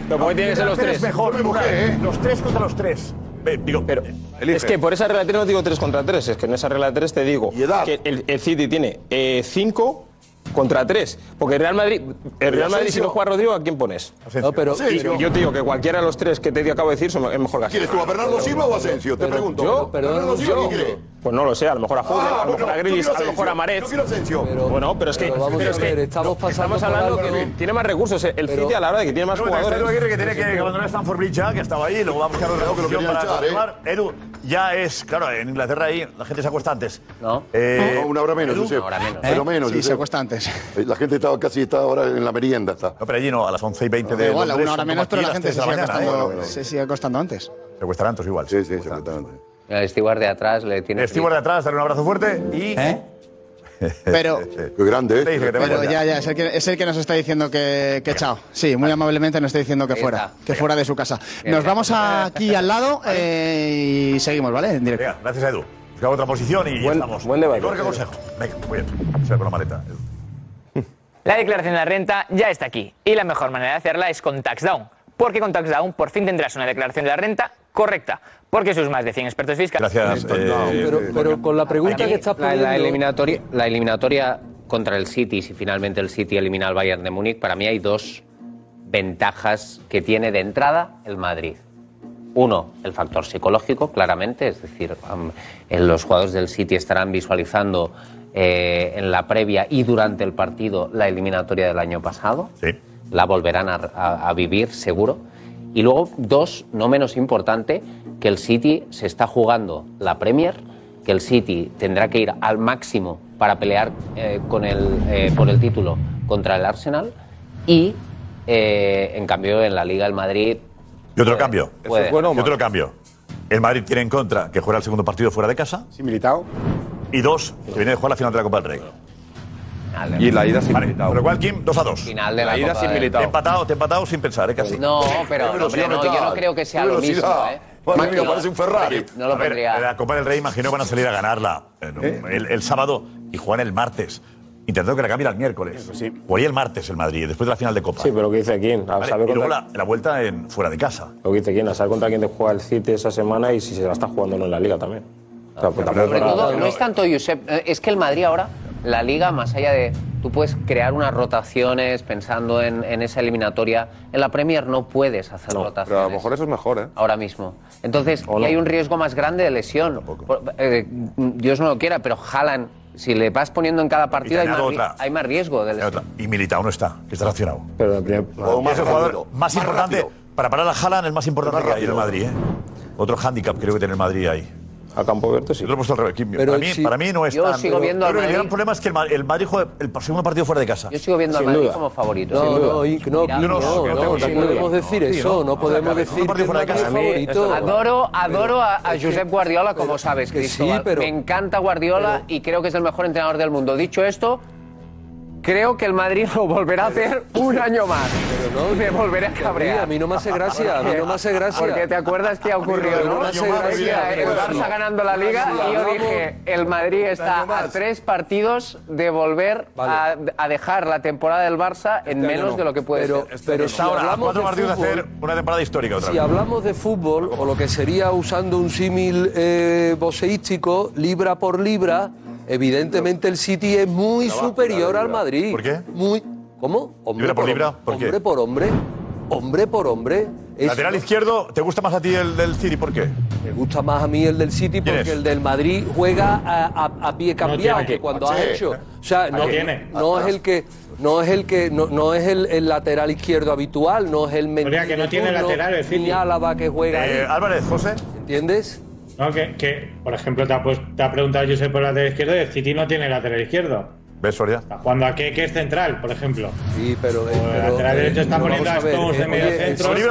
[SPEAKER 6] Pero ¿por qué tienen que ser los
[SPEAKER 5] delantera es
[SPEAKER 6] tres?
[SPEAKER 5] mejor, una- los tres contra los tres. Ve, Digo, pero,
[SPEAKER 6] Es que por esa regla de tres no digo tres contra tres, es que en esa regla de tres te digo que el, el City tiene eh, cinco contra tres. Porque el Real Madrid, el Real Madrid si
[SPEAKER 5] Asensio.
[SPEAKER 6] no juega Rodrigo, ¿a quién pones? No, pero
[SPEAKER 5] Asensio.
[SPEAKER 6] yo te digo que cualquiera de los tres que te acabo de decir son- es mejor Gasol.
[SPEAKER 5] ¿Quieres tú a Bernardo Silva o a Asensio? Te pregunto.
[SPEAKER 6] Yo,
[SPEAKER 5] ¿A Bernardo Silva quién crees?
[SPEAKER 6] Pues no lo sé, a lo mejor a Foden,
[SPEAKER 5] Ah,
[SPEAKER 6] a lo mejor
[SPEAKER 5] bueno,
[SPEAKER 6] a
[SPEAKER 5] yo
[SPEAKER 6] Grilis,
[SPEAKER 5] quiero
[SPEAKER 6] a lo mejor a
[SPEAKER 5] Asensio,
[SPEAKER 6] Maret.
[SPEAKER 5] yo quiero Asensio.
[SPEAKER 6] Bueno, pero es que.
[SPEAKER 5] Pero vamos
[SPEAKER 6] pero es
[SPEAKER 5] a ver,
[SPEAKER 6] que
[SPEAKER 5] estamos pasando por
[SPEAKER 6] hablando
[SPEAKER 5] algo
[SPEAKER 6] que
[SPEAKER 5] bien.
[SPEAKER 6] tiene más recursos. El City a la hora de que tiene más
[SPEAKER 5] No, está
[SPEAKER 6] jugadores.
[SPEAKER 5] Edu Aguirre que tiene que abandonar Stanford Bridge ya, que estaba ahí, luego va a buscar otra
[SPEAKER 6] Creo que lo
[SPEAKER 5] opción
[SPEAKER 6] querían
[SPEAKER 5] para
[SPEAKER 6] echar, ¿eh?
[SPEAKER 5] continuar. Edu, ya es, claro, en Inglaterra ahí la gente se acuesta antes.
[SPEAKER 3] No.
[SPEAKER 5] Eh,
[SPEAKER 3] una hora menos,
[SPEAKER 5] Edu.
[SPEAKER 3] Josep.
[SPEAKER 5] Una hora menos.
[SPEAKER 3] Pero
[SPEAKER 5] ¿Eh?
[SPEAKER 3] menos,
[SPEAKER 5] Sí,
[SPEAKER 3] Josep.
[SPEAKER 5] se acuesta
[SPEAKER 7] antes.
[SPEAKER 3] La gente está casi está ahora en la merienda. Está.
[SPEAKER 5] No, pero allí no, a las 11 y 20
[SPEAKER 7] Da
[SPEAKER 5] de
[SPEAKER 7] igual, a
[SPEAKER 5] Londres
[SPEAKER 7] una hora
[SPEAKER 5] son
[SPEAKER 7] menos,
[SPEAKER 5] como
[SPEAKER 7] pero
[SPEAKER 5] aquí
[SPEAKER 7] la
[SPEAKER 5] las
[SPEAKER 7] gente se
[SPEAKER 5] tres de
[SPEAKER 7] sigue,
[SPEAKER 5] la mañana, ¿eh?
[SPEAKER 7] acostando, se sigue acostando antes.
[SPEAKER 5] Se acuestan antes igual. Sí, sí, se acuestan antes.
[SPEAKER 16] El Steward de atrás le tiene.
[SPEAKER 5] El Steward de atrás, dale un abrazo fuerte y.
[SPEAKER 7] Pero.
[SPEAKER 3] Qué grande, ¿eh?
[SPEAKER 5] Te dice que te
[SPEAKER 7] Pero
[SPEAKER 5] vayas
[SPEAKER 7] ya, ya, es el que, es el que nos está diciendo que, que chao. Sí, muy amablemente nos está diciendo que fuera, que fuera de su casa. Nos vamos aquí al lado eh, y seguimos, ¿vale? En directo.
[SPEAKER 5] Venga, gracias, Edu. Buscamos otra posición y ya estamos. Buen debate. Jorge Consejo. Venga, muy bien. Se va con la maleta. Edu.
[SPEAKER 11] La declaración de la renta ya está aquí y la mejor manera de hacerla es con Taxdown, porque con Taxdown por fin tendrás una declaración de la renta correcta, porque sus más de 100 expertos fiscales.
[SPEAKER 8] pero, pero con la pregunta
[SPEAKER 16] Aquí,
[SPEAKER 8] que estás
[SPEAKER 16] la,
[SPEAKER 8] poniendo.
[SPEAKER 16] la eliminatoria, la eliminatoria contra el City, si finalmente el City elimina al Bayern de Múnich, para mí hay dos ventajas que tiene de entrada el Madrid. Uno, el factor psicológico, claramente, es decir, am, eh, los jugadores del City estarán visualizando eh, en la previa y durante el partido la eliminatoria del año pasado. La volverán a, a- a vivir, seguro. Y luego, dos, no menos importante, que el City se está jugando la Premier, que el City tendrá que ir al máximo para pelear eh, con el, eh, por el título contra el Arsenal y, eh, en cambio, en la Liga del Madrid
[SPEAKER 5] Yo te lo cambio.
[SPEAKER 16] Puede. ¿Eso es bueno o
[SPEAKER 5] Yo te
[SPEAKER 16] malo?
[SPEAKER 5] lo cambio. El Madrid tiene en contra que juega el segundo partido fuera de casa. Sí, militado. Y dos, que viene de jugar la final de la Copa del Rey.
[SPEAKER 6] Y la ida sin
[SPEAKER 5] vale, militado. Con lo cual, Kim, dos a dos. Final
[SPEAKER 16] de la La ida Copa sin del- militado.
[SPEAKER 5] Te he empatado, te he empatado sin pensar, ¿eh? Casi.
[SPEAKER 16] No, pero
[SPEAKER 5] Qué velocidad,
[SPEAKER 16] hombre, no, yo no creo que sea
[SPEAKER 5] qué
[SPEAKER 16] lo mismo,
[SPEAKER 5] velocidad.
[SPEAKER 16] ¿eh?
[SPEAKER 5] Madre
[SPEAKER 16] Máquina.
[SPEAKER 5] mía, parece un Ferrari.
[SPEAKER 16] No lo
[SPEAKER 5] A ver,
[SPEAKER 16] pondría.
[SPEAKER 5] La Copa del Rey, imagino, van a salir a ganarla eh, no, el, el sábado y juegan el martes. Intentando que la cambien al miércoles. O ahí el martes el Madrid, después de la final de Copa.
[SPEAKER 17] Sí, pero ¿qué dice quién? A
[SPEAKER 5] Vale,
[SPEAKER 17] saber
[SPEAKER 5] y luego
[SPEAKER 17] contra-
[SPEAKER 5] la, la vuelta en, fuera de casa.
[SPEAKER 17] Lo que dice quién, a saber contra quién te juega el City esa semana y si se la está jugando o no en la liga también. O sea, pues tampoco
[SPEAKER 16] Sobre
[SPEAKER 17] para-
[SPEAKER 16] todo, no es tanto Josep, eh, es que el Madrid ahora, la liga, más allá de. Tú puedes crear unas rotaciones pensando en, en esa eliminatoria. En la Premier no puedes hacer rotaciones. Pero a lo mejor eso es mejor, ¿eh? Ahora mismo. Entonces, y hay un riesgo más grande de lesión. Por- eh, Dios no lo quiera, pero jalan. Si le vas poniendo en cada partido, hay más,
[SPEAKER 5] añado
[SPEAKER 16] ri-
[SPEAKER 5] otra.
[SPEAKER 16] hay más riesgo de lesión.
[SPEAKER 5] Y Militao no está, que está sancionado.
[SPEAKER 17] Pero el primer.
[SPEAKER 5] O más el jugador
[SPEAKER 16] rápido,
[SPEAKER 5] más importante para parar a Haaland, el más importante que hay en el Madrid. ¿eh? Otro hándicap creo que tiene el Madrid ahí.
[SPEAKER 17] A Campo Verde sí.
[SPEAKER 5] Lo he puesto al revés. Kim.
[SPEAKER 16] Pero
[SPEAKER 5] para, mí,
[SPEAKER 16] si-
[SPEAKER 5] para mí no es
[SPEAKER 16] Yo
[SPEAKER 5] tan-
[SPEAKER 16] sigo viendo al
[SPEAKER 5] creo que El gran
[SPEAKER 16] Madrid-
[SPEAKER 5] problema es que el Ma- el Madrid juega el segundo partido fuera de casa.
[SPEAKER 16] Yo sigo viendo al Madrid como favorito.
[SPEAKER 8] No, no, y- no, no, no, no, podemos decir eso, no podemos decir que el Madrid es favorito.
[SPEAKER 16] Adoro, adoro a, a
[SPEAKER 8] Es que-
[SPEAKER 16] Josep Guardiola, como
[SPEAKER 8] pero-
[SPEAKER 16] sabes,
[SPEAKER 8] que sí,
[SPEAKER 16] Cristóbal.
[SPEAKER 8] pero-
[SPEAKER 16] Me encanta Guardiola y creo que es el mejor entrenador del mundo. Dicho esto, creo que el Madrid lo volverá a hacer un año más. Pero me volveré a cabrear.
[SPEAKER 8] a mí no me hace gracia, a mí no me hace gracia.
[SPEAKER 16] Porque te acuerdas que ha ocurrido,
[SPEAKER 8] no
[SPEAKER 16] ¿no?
[SPEAKER 8] me hace
[SPEAKER 16] Decía,
[SPEAKER 8] gracia,
[SPEAKER 16] El
[SPEAKER 8] pero sí.
[SPEAKER 16] Barça ganando la Liga y yo
[SPEAKER 8] Vamos.
[SPEAKER 16] dije, el Madrid está a tres partidos de volver a, a dejar la temporada del Barça en
[SPEAKER 8] Este año
[SPEAKER 16] menos
[SPEAKER 8] no. Este
[SPEAKER 16] de lo que puede
[SPEAKER 17] Este-
[SPEAKER 8] Pero-
[SPEAKER 16] ser.
[SPEAKER 8] pero si
[SPEAKER 5] Ahora, a
[SPEAKER 8] hablamos
[SPEAKER 5] cuatro
[SPEAKER 8] de
[SPEAKER 5] partidos de
[SPEAKER 8] fútbol-
[SPEAKER 5] hacer una temporada histórica otra
[SPEAKER 8] Si
[SPEAKER 5] vez.
[SPEAKER 8] hablamos de fútbol, o lo que sería usando un símil eh, boxeístico, libra por libra, evidentemente el City es muy superior al Madrid. ¿Por qué? Muy, ¿Cómo? Hombre
[SPEAKER 5] Libra por libra,
[SPEAKER 8] hom-
[SPEAKER 5] ¿por qué?
[SPEAKER 8] Hombre por hombre. Hombre por hombre. Es-
[SPEAKER 5] Lateral izquierdo, ¿te gusta más a ti el del City? ¿Por qué?
[SPEAKER 8] Me gusta más a mí el del City porque el del Madrid juega a, a- a pie cambiado,
[SPEAKER 5] tiene.
[SPEAKER 8] que cuando
[SPEAKER 5] Ah, Sí.
[SPEAKER 8] has hecho. O sea,
[SPEAKER 5] No
[SPEAKER 8] no,
[SPEAKER 5] tiene.
[SPEAKER 8] no es el que. No es el que no, no es el, el lateral izquierdo habitual, no es el Mendy
[SPEAKER 18] Oiga, que no
[SPEAKER 8] de
[SPEAKER 18] tiene
[SPEAKER 8] turno,
[SPEAKER 18] lateral el City.
[SPEAKER 8] ni Álava que juega ahí.
[SPEAKER 5] Eh, Álvarez, José.
[SPEAKER 8] ¿Entiendes?
[SPEAKER 18] No, que, que, por ejemplo, te ha, pues- te ha preguntado Josep por el lateral izquierdo y el City no tiene lateral izquierdo.
[SPEAKER 5] ¿Ves, Soria?
[SPEAKER 18] Cuando a que es central, por ejemplo.
[SPEAKER 8] Sí, pero.
[SPEAKER 18] o el lateral derecho está poniendo a Stones
[SPEAKER 8] eh,
[SPEAKER 18] de medio centro.
[SPEAKER 8] coger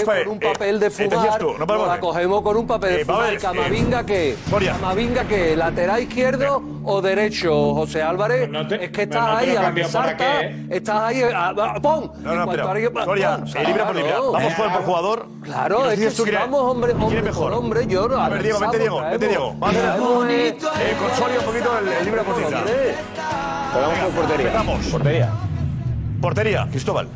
[SPEAKER 8] con
[SPEAKER 5] eh,
[SPEAKER 8] un papel de fumar, nos la cogemos con un papel de
[SPEAKER 18] Eh, vamos a
[SPEAKER 8] fumar.
[SPEAKER 18] ver,
[SPEAKER 8] ¿Camavinga qué? ¿Camavinga qué? ¿Lateral izquierdo o derecho, José Álvarez? es que estás
[SPEAKER 18] Pues no te
[SPEAKER 8] ahí
[SPEAKER 18] lo
[SPEAKER 8] a la
[SPEAKER 18] cambio
[SPEAKER 8] que
[SPEAKER 18] por ¿eh?
[SPEAKER 8] salta, estás ahí, a- a- ¡pum!
[SPEAKER 5] No, no,
[SPEAKER 8] Y cuando
[SPEAKER 5] pero,
[SPEAKER 8] alguien- ¡pum!
[SPEAKER 5] Soria, eh, libra por libra.
[SPEAKER 8] Claro.
[SPEAKER 5] Vamos jugador por jugador. Y
[SPEAKER 8] Claro,
[SPEAKER 5] nos
[SPEAKER 8] es que
[SPEAKER 5] dices tú
[SPEAKER 8] si
[SPEAKER 5] quién es-
[SPEAKER 8] vamos hombre,
[SPEAKER 5] quién
[SPEAKER 8] hombre
[SPEAKER 5] es
[SPEAKER 8] por
[SPEAKER 5] mejor.
[SPEAKER 8] hombre, yo no
[SPEAKER 5] A ver, Diego, vente, Diego, vente, Diego. Vamos a hacer- Eh, con Soria un poquito el, el libra por libra.
[SPEAKER 17] Pero vamos por portería.
[SPEAKER 5] Vamos. Portería. Portería, Cristóbal.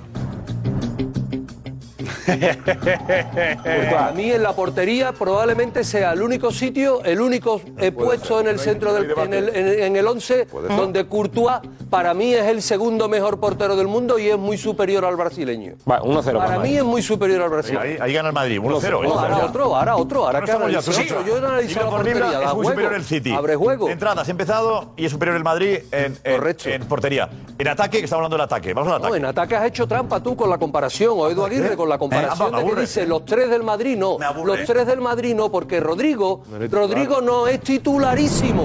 [SPEAKER 8] Para mí en la portería probablemente sea el único sitio, el único eh, puesto en el centro del en el, en, en el once
[SPEAKER 19] ser.
[SPEAKER 8] donde Courtois para mí es el segundo mejor portero del mundo y es muy superior al brasileño.
[SPEAKER 5] Va, 1-0
[SPEAKER 8] Para
[SPEAKER 5] para
[SPEAKER 8] mí
[SPEAKER 5] Madrid.
[SPEAKER 8] es muy superior al brasileño.
[SPEAKER 5] Ahí, ahí gana el Madrid, 1-0. ¿eh?
[SPEAKER 8] No, ahora otro, ahora otro, ahora
[SPEAKER 5] No
[SPEAKER 8] que
[SPEAKER 5] estamos ya,
[SPEAKER 8] analizo.
[SPEAKER 5] Suso.
[SPEAKER 8] Yo no analizo
[SPEAKER 5] Libra
[SPEAKER 8] la
[SPEAKER 5] por libra,
[SPEAKER 8] portería, da
[SPEAKER 5] es muy
[SPEAKER 8] juego.
[SPEAKER 5] superior el City.
[SPEAKER 8] Abre
[SPEAKER 5] juego. Entradas, empezado y es superior el Madrid en, en- en portería. En ataque, que estamos hablando del ataque. Vamos al ataque.
[SPEAKER 8] No, en ataque has hecho trampa tú con la comparación, o Edu Aguirre con la
[SPEAKER 5] Eh,
[SPEAKER 8] comparación
[SPEAKER 5] me
[SPEAKER 8] de que
[SPEAKER 5] aburre.
[SPEAKER 8] dice los tres del Madrid no.
[SPEAKER 5] aburre.
[SPEAKER 8] Los tres del Madrid no, porque Rodrigo,
[SPEAKER 5] No eres
[SPEAKER 8] Rodrigo
[SPEAKER 5] titular.
[SPEAKER 8] no es titularísimo.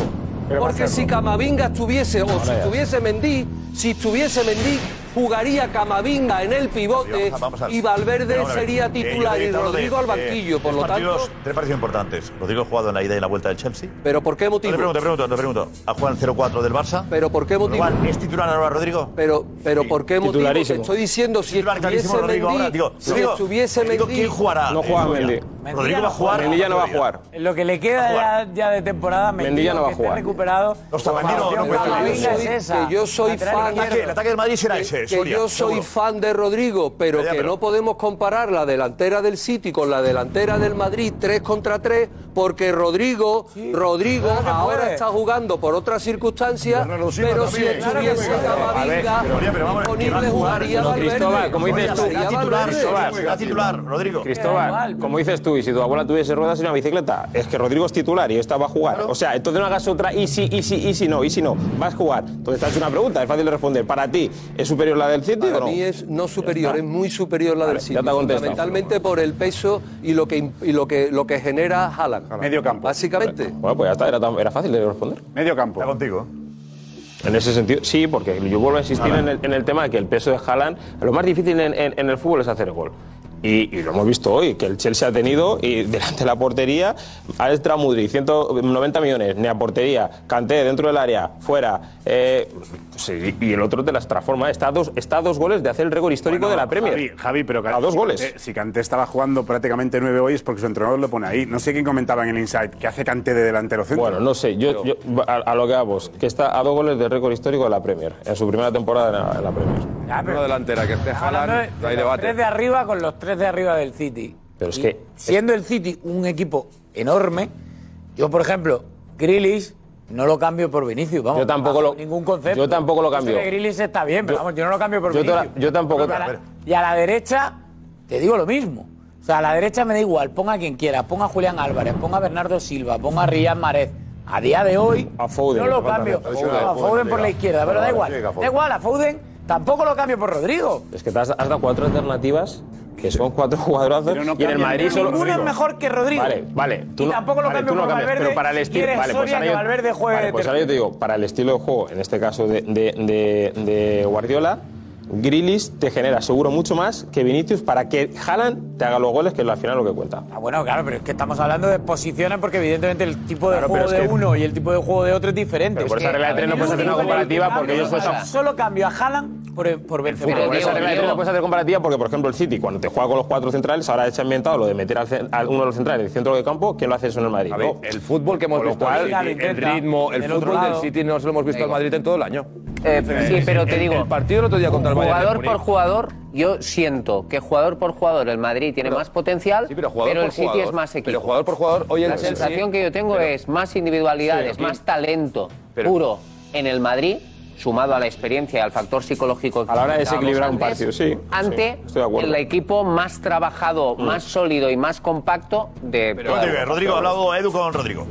[SPEAKER 5] Pero
[SPEAKER 8] Porque
[SPEAKER 5] Marcelo.
[SPEAKER 8] si Camavinga estuviese, o si
[SPEAKER 5] ya.
[SPEAKER 8] estuviese Mendy, si estuviese Mendy, jugaría Camavinga en el pivote
[SPEAKER 5] Vamos a-
[SPEAKER 8] y
[SPEAKER 5] Pero
[SPEAKER 8] Valverde
[SPEAKER 5] vamos a ver.
[SPEAKER 8] sería
[SPEAKER 5] Eh, yo
[SPEAKER 8] titular
[SPEAKER 5] te
[SPEAKER 8] y
[SPEAKER 5] hablo de,
[SPEAKER 8] Rodrigo al
[SPEAKER 5] eh,
[SPEAKER 8] banquillo. Por
[SPEAKER 5] tres
[SPEAKER 8] lo tanto,
[SPEAKER 5] partidos- Tres partidos importantes. Rodrigo ha jugado en la ida y en la vuelta del Chelsea.
[SPEAKER 8] ¿Pero por qué motivo?
[SPEAKER 5] Te pregunto, te pregunto, te pregunto. Ha jugado en 0-4 del Barça.
[SPEAKER 8] ¿Pero por qué motivo?
[SPEAKER 5] ¿Es titular ahora Rodrigo?
[SPEAKER 8] Pero, pero ¿por qué motivo? Te
[SPEAKER 5] Titularísimo.
[SPEAKER 8] estoy diciendo si
[SPEAKER 5] Titular
[SPEAKER 8] estuviese
[SPEAKER 5] clarísimo, Rodrigo,
[SPEAKER 8] Mendy,
[SPEAKER 5] ahora, digo,
[SPEAKER 8] si
[SPEAKER 5] Rodrigo,
[SPEAKER 8] estuviese
[SPEAKER 5] Rodrigo,
[SPEAKER 8] Mendy,
[SPEAKER 5] ¿quién jugará?
[SPEAKER 6] No
[SPEAKER 18] Eh,
[SPEAKER 6] juega Mendy.
[SPEAKER 5] Rodrigo va a jugar.
[SPEAKER 6] Mendy ya no va a jugar.
[SPEAKER 18] En lo que le queda ya, ya de temporada, Mendy,
[SPEAKER 6] Mendy ya no va a
[SPEAKER 18] aunque esté
[SPEAKER 6] jugar.
[SPEAKER 18] recuperado.
[SPEAKER 5] No está,
[SPEAKER 18] la
[SPEAKER 5] Mendy no- no
[SPEAKER 18] opción
[SPEAKER 5] cuenta.
[SPEAKER 18] para la
[SPEAKER 5] Yo
[SPEAKER 18] Liga
[SPEAKER 5] soy-
[SPEAKER 18] es esa.
[SPEAKER 8] que yo soy
[SPEAKER 18] Lateral
[SPEAKER 8] fan
[SPEAKER 18] izquierdo.
[SPEAKER 5] El ataque del Madrid será
[SPEAKER 8] que-
[SPEAKER 5] ese,
[SPEAKER 8] que
[SPEAKER 5] Soria,
[SPEAKER 8] yo soy
[SPEAKER 5] seguro.
[SPEAKER 8] fan de Rodrigo, pero
[SPEAKER 5] Ya, ya,
[SPEAKER 8] que
[SPEAKER 5] pero-
[SPEAKER 8] no podemos comparar la delantera del City con la delantera del Madrid 3 contra 3 porque Rodrigo, Rodrigo
[SPEAKER 5] Claro que
[SPEAKER 8] ahora
[SPEAKER 5] puede.
[SPEAKER 8] está jugando por otras circunstancias,
[SPEAKER 5] Silva
[SPEAKER 8] pero si
[SPEAKER 5] también. Claro que
[SPEAKER 8] estuviese
[SPEAKER 5] puede. A ver,
[SPEAKER 8] Camavinga
[SPEAKER 5] pero, oye, pero vamos a ver, ¿quién va a
[SPEAKER 8] disponible
[SPEAKER 5] jugar?
[SPEAKER 8] jugaría
[SPEAKER 5] No,
[SPEAKER 8] Valverde.
[SPEAKER 5] Cristóbal, como dices tú,
[SPEAKER 8] Jugaría
[SPEAKER 5] titular,
[SPEAKER 8] Valverde.
[SPEAKER 5] Cristóbal, será titular, Rodrigo.
[SPEAKER 6] Cristóbal, como dices tú, y si tu abuela tuviese ruedas y una bicicleta, es que Rodrigo es titular y esta va a jugar. O sea, entonces no hagas otra y si, y si, y si no, y si no, vas a jugar. Entonces te haces una pregunta, es fácil de responder. ¿Para ti es superior la del City o
[SPEAKER 8] Para
[SPEAKER 6] no?
[SPEAKER 8] mí es no superior, es muy superior la del
[SPEAKER 6] Vale,
[SPEAKER 8] City.
[SPEAKER 6] ya te ha contestado.
[SPEAKER 8] fundamentalmente por el peso y lo que, imp- y lo que, lo que genera Haaland. Medio campo. Básicamente.
[SPEAKER 6] Bueno, pues ya está, era, tan- era fácil de responder.
[SPEAKER 5] Medio campo. Está contigo.
[SPEAKER 6] En ese sentido, sí, porque yo vuelvo a insistir en el, en el tema de que el peso de Haaland, lo más difícil en, en- en el fútbol es hacer gol. Y, y lo hemos visto hoy, que el Chelsea ha tenido y delante de la portería a extra Mudri, 190 millones, ni a portería, Kanté dentro del área, fuera. eh, sí, y el otro te las transforma. Está a dos, está a dos goles de hacer el récord histórico de la Premier.
[SPEAKER 15] Javi, Javi, eh, pero
[SPEAKER 6] A dos goles.
[SPEAKER 15] Kanté- si Kanté estaba jugando prácticamente nueve hoy es porque su entrenador lo pone ahí. No sé quién comentaba en el Inside que hace Kanté de delantero centro.
[SPEAKER 6] Bueno, no sé, yo, yo- a, a lo que vamos, que está a dos goles de récord histórico de la Premier, en su primera temporada en la, en la Premier.
[SPEAKER 18] pero-
[SPEAKER 2] Una delantera que esté
[SPEAKER 18] Hablando de-
[SPEAKER 2] Haaland, no
[SPEAKER 18] de
[SPEAKER 2] hay
[SPEAKER 18] los
[SPEAKER 2] debate.
[SPEAKER 18] tres de arriba con los tres de arriba del City.
[SPEAKER 6] Pero es
[SPEAKER 18] Y
[SPEAKER 6] que-
[SPEAKER 18] Siendo el City un equipo enorme, yo, por ejemplo, Grealish no lo cambio por Vinicius. Vamos,
[SPEAKER 6] Yo tampoco
[SPEAKER 18] bajo
[SPEAKER 6] lo-
[SPEAKER 18] ningún concepto.
[SPEAKER 6] yo tampoco lo cambio.
[SPEAKER 18] Yo sé que Grealish está bien, pero
[SPEAKER 6] Yo-
[SPEAKER 18] vamos, yo no lo cambio por
[SPEAKER 6] yo te la-
[SPEAKER 18] Vinicius.
[SPEAKER 6] yo tampoco-
[SPEAKER 18] Y a,
[SPEAKER 6] A
[SPEAKER 18] la,
[SPEAKER 6] ver.
[SPEAKER 18] y a la derecha, te digo lo mismo. O sea, a la derecha me da igual, ponga a quien quiera, ponga a Julián Álvarez, ponga a Bernardo Silva, ponga a Riyad Mahrez. A día de hoy,
[SPEAKER 6] A Foden.
[SPEAKER 18] no lo cambio.
[SPEAKER 6] A Foden.
[SPEAKER 18] No, a Foden por la izquierda, pero da igual. Da igual, a Foden tampoco lo cambio por Rodrigo.
[SPEAKER 6] Es que te has, has dado cuatro alternativas, que son cuatro jugadorazos,
[SPEAKER 18] Pero
[SPEAKER 6] y en
[SPEAKER 18] no
[SPEAKER 6] el
[SPEAKER 18] cambian
[SPEAKER 6] Madrid
[SPEAKER 18] ni
[SPEAKER 6] solo...
[SPEAKER 18] ninguno es mejor que Rodrigo.
[SPEAKER 6] Vale, vale.
[SPEAKER 18] Y tampoco lo
[SPEAKER 6] vale,
[SPEAKER 18] cambio
[SPEAKER 6] tú no
[SPEAKER 18] por
[SPEAKER 6] cambias,
[SPEAKER 18] Valverde,
[SPEAKER 6] pero para el
[SPEAKER 18] y
[SPEAKER 6] estilo...
[SPEAKER 18] eres
[SPEAKER 6] Vale, pues
[SPEAKER 18] Soria
[SPEAKER 6] ahora
[SPEAKER 18] que
[SPEAKER 6] yo-
[SPEAKER 18] Valverde juegue
[SPEAKER 6] vale,
[SPEAKER 18] de
[SPEAKER 6] pues ahora yo te
[SPEAKER 18] tercero.
[SPEAKER 6] digo, para el estilo de juego, en este caso de, de- de- de Guardiola, Grilis te genera seguro mucho más que Vinicius para que Haaland te haga los goles, que es al final lo que cuenta.
[SPEAKER 18] Ah, bueno, claro, pero es que estamos hablando de posiciones porque evidentemente el tipo de
[SPEAKER 6] Claro,
[SPEAKER 18] juego
[SPEAKER 6] pero es
[SPEAKER 18] de
[SPEAKER 6] que-
[SPEAKER 18] uno y el tipo de juego de otro es diferente.
[SPEAKER 6] Pero por
[SPEAKER 18] Es
[SPEAKER 6] esa
[SPEAKER 18] que-
[SPEAKER 6] regla de tres no
[SPEAKER 18] a ver,
[SPEAKER 6] puedes hacer una
[SPEAKER 18] Liverpool,
[SPEAKER 6] comparativa porque ellos
[SPEAKER 18] Liverpool,
[SPEAKER 6] están-
[SPEAKER 18] Solo cambio a Haaland por, e, por Benzema.
[SPEAKER 6] Pero por esa regla de tres no puedes hacer comparativa porque, por ejemplo, el City, cuando te juega con los cuatro centrales, ahora se ha inventado lo de meter al, cen- al uno de los centrales en el centro de campo. ¿Quién lo hace eso en el Madrid? No.
[SPEAKER 2] El fútbol que hemos
[SPEAKER 6] Con lo
[SPEAKER 2] visto,
[SPEAKER 6] cual,
[SPEAKER 2] al City, el
[SPEAKER 6] intenta.
[SPEAKER 2] ritmo, el
[SPEAKER 6] Del otro
[SPEAKER 2] fútbol del
[SPEAKER 6] lado.
[SPEAKER 2] City no se lo hemos visto al Madrid en todo el año.
[SPEAKER 16] Eh, pero sí, pero te
[SPEAKER 2] El-
[SPEAKER 16] digo,
[SPEAKER 2] El partido el otro día contra el Bayern. de
[SPEAKER 16] Jugador por
[SPEAKER 2] Múnich.
[SPEAKER 16] jugador, yo siento que jugador por jugador el Madrid tiene más potencial, pero,
[SPEAKER 2] jugador por
[SPEAKER 16] el City
[SPEAKER 2] jugador.
[SPEAKER 16] es más equipo.
[SPEAKER 2] Pero jugador por jugador, hoy el
[SPEAKER 16] La
[SPEAKER 2] Chelsea-
[SPEAKER 16] sensación que yo tengo es más individualidades,
[SPEAKER 2] Sí,
[SPEAKER 16] más talento puro en el Madrid, sumado a la experiencia y al factor psicológico. que
[SPEAKER 6] A la hora de
[SPEAKER 16] comentábamos
[SPEAKER 6] desequilibrar un
[SPEAKER 16] antes,
[SPEAKER 6] partido, sí,
[SPEAKER 16] Ante
[SPEAKER 6] sí, estoy de acuerdo.
[SPEAKER 16] el equipo más trabajado,
[SPEAKER 2] Mm.
[SPEAKER 16] más sólido y más compacto de. toda
[SPEAKER 5] Rodrigo,
[SPEAKER 16] Europa.
[SPEAKER 5] Rodrigo, ha hablado Edu con Rodrigo.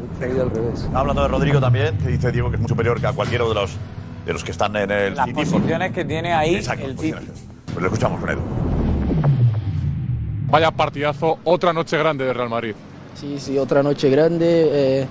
[SPEAKER 5] Ha hablando de Rodrigo también, te dice Diego que es muy superior que a cualquiera de los, de los que están en el
[SPEAKER 18] Las
[SPEAKER 5] City.
[SPEAKER 18] posiciones que tiene ahí
[SPEAKER 5] Exacto,
[SPEAKER 18] el City.
[SPEAKER 5] posiciones. Pues lo escuchamos con Edu.
[SPEAKER 10] Vaya partidazo, otra noche grande de Real Madrid.
[SPEAKER 20] Sí, sí, otra noche grande. eh,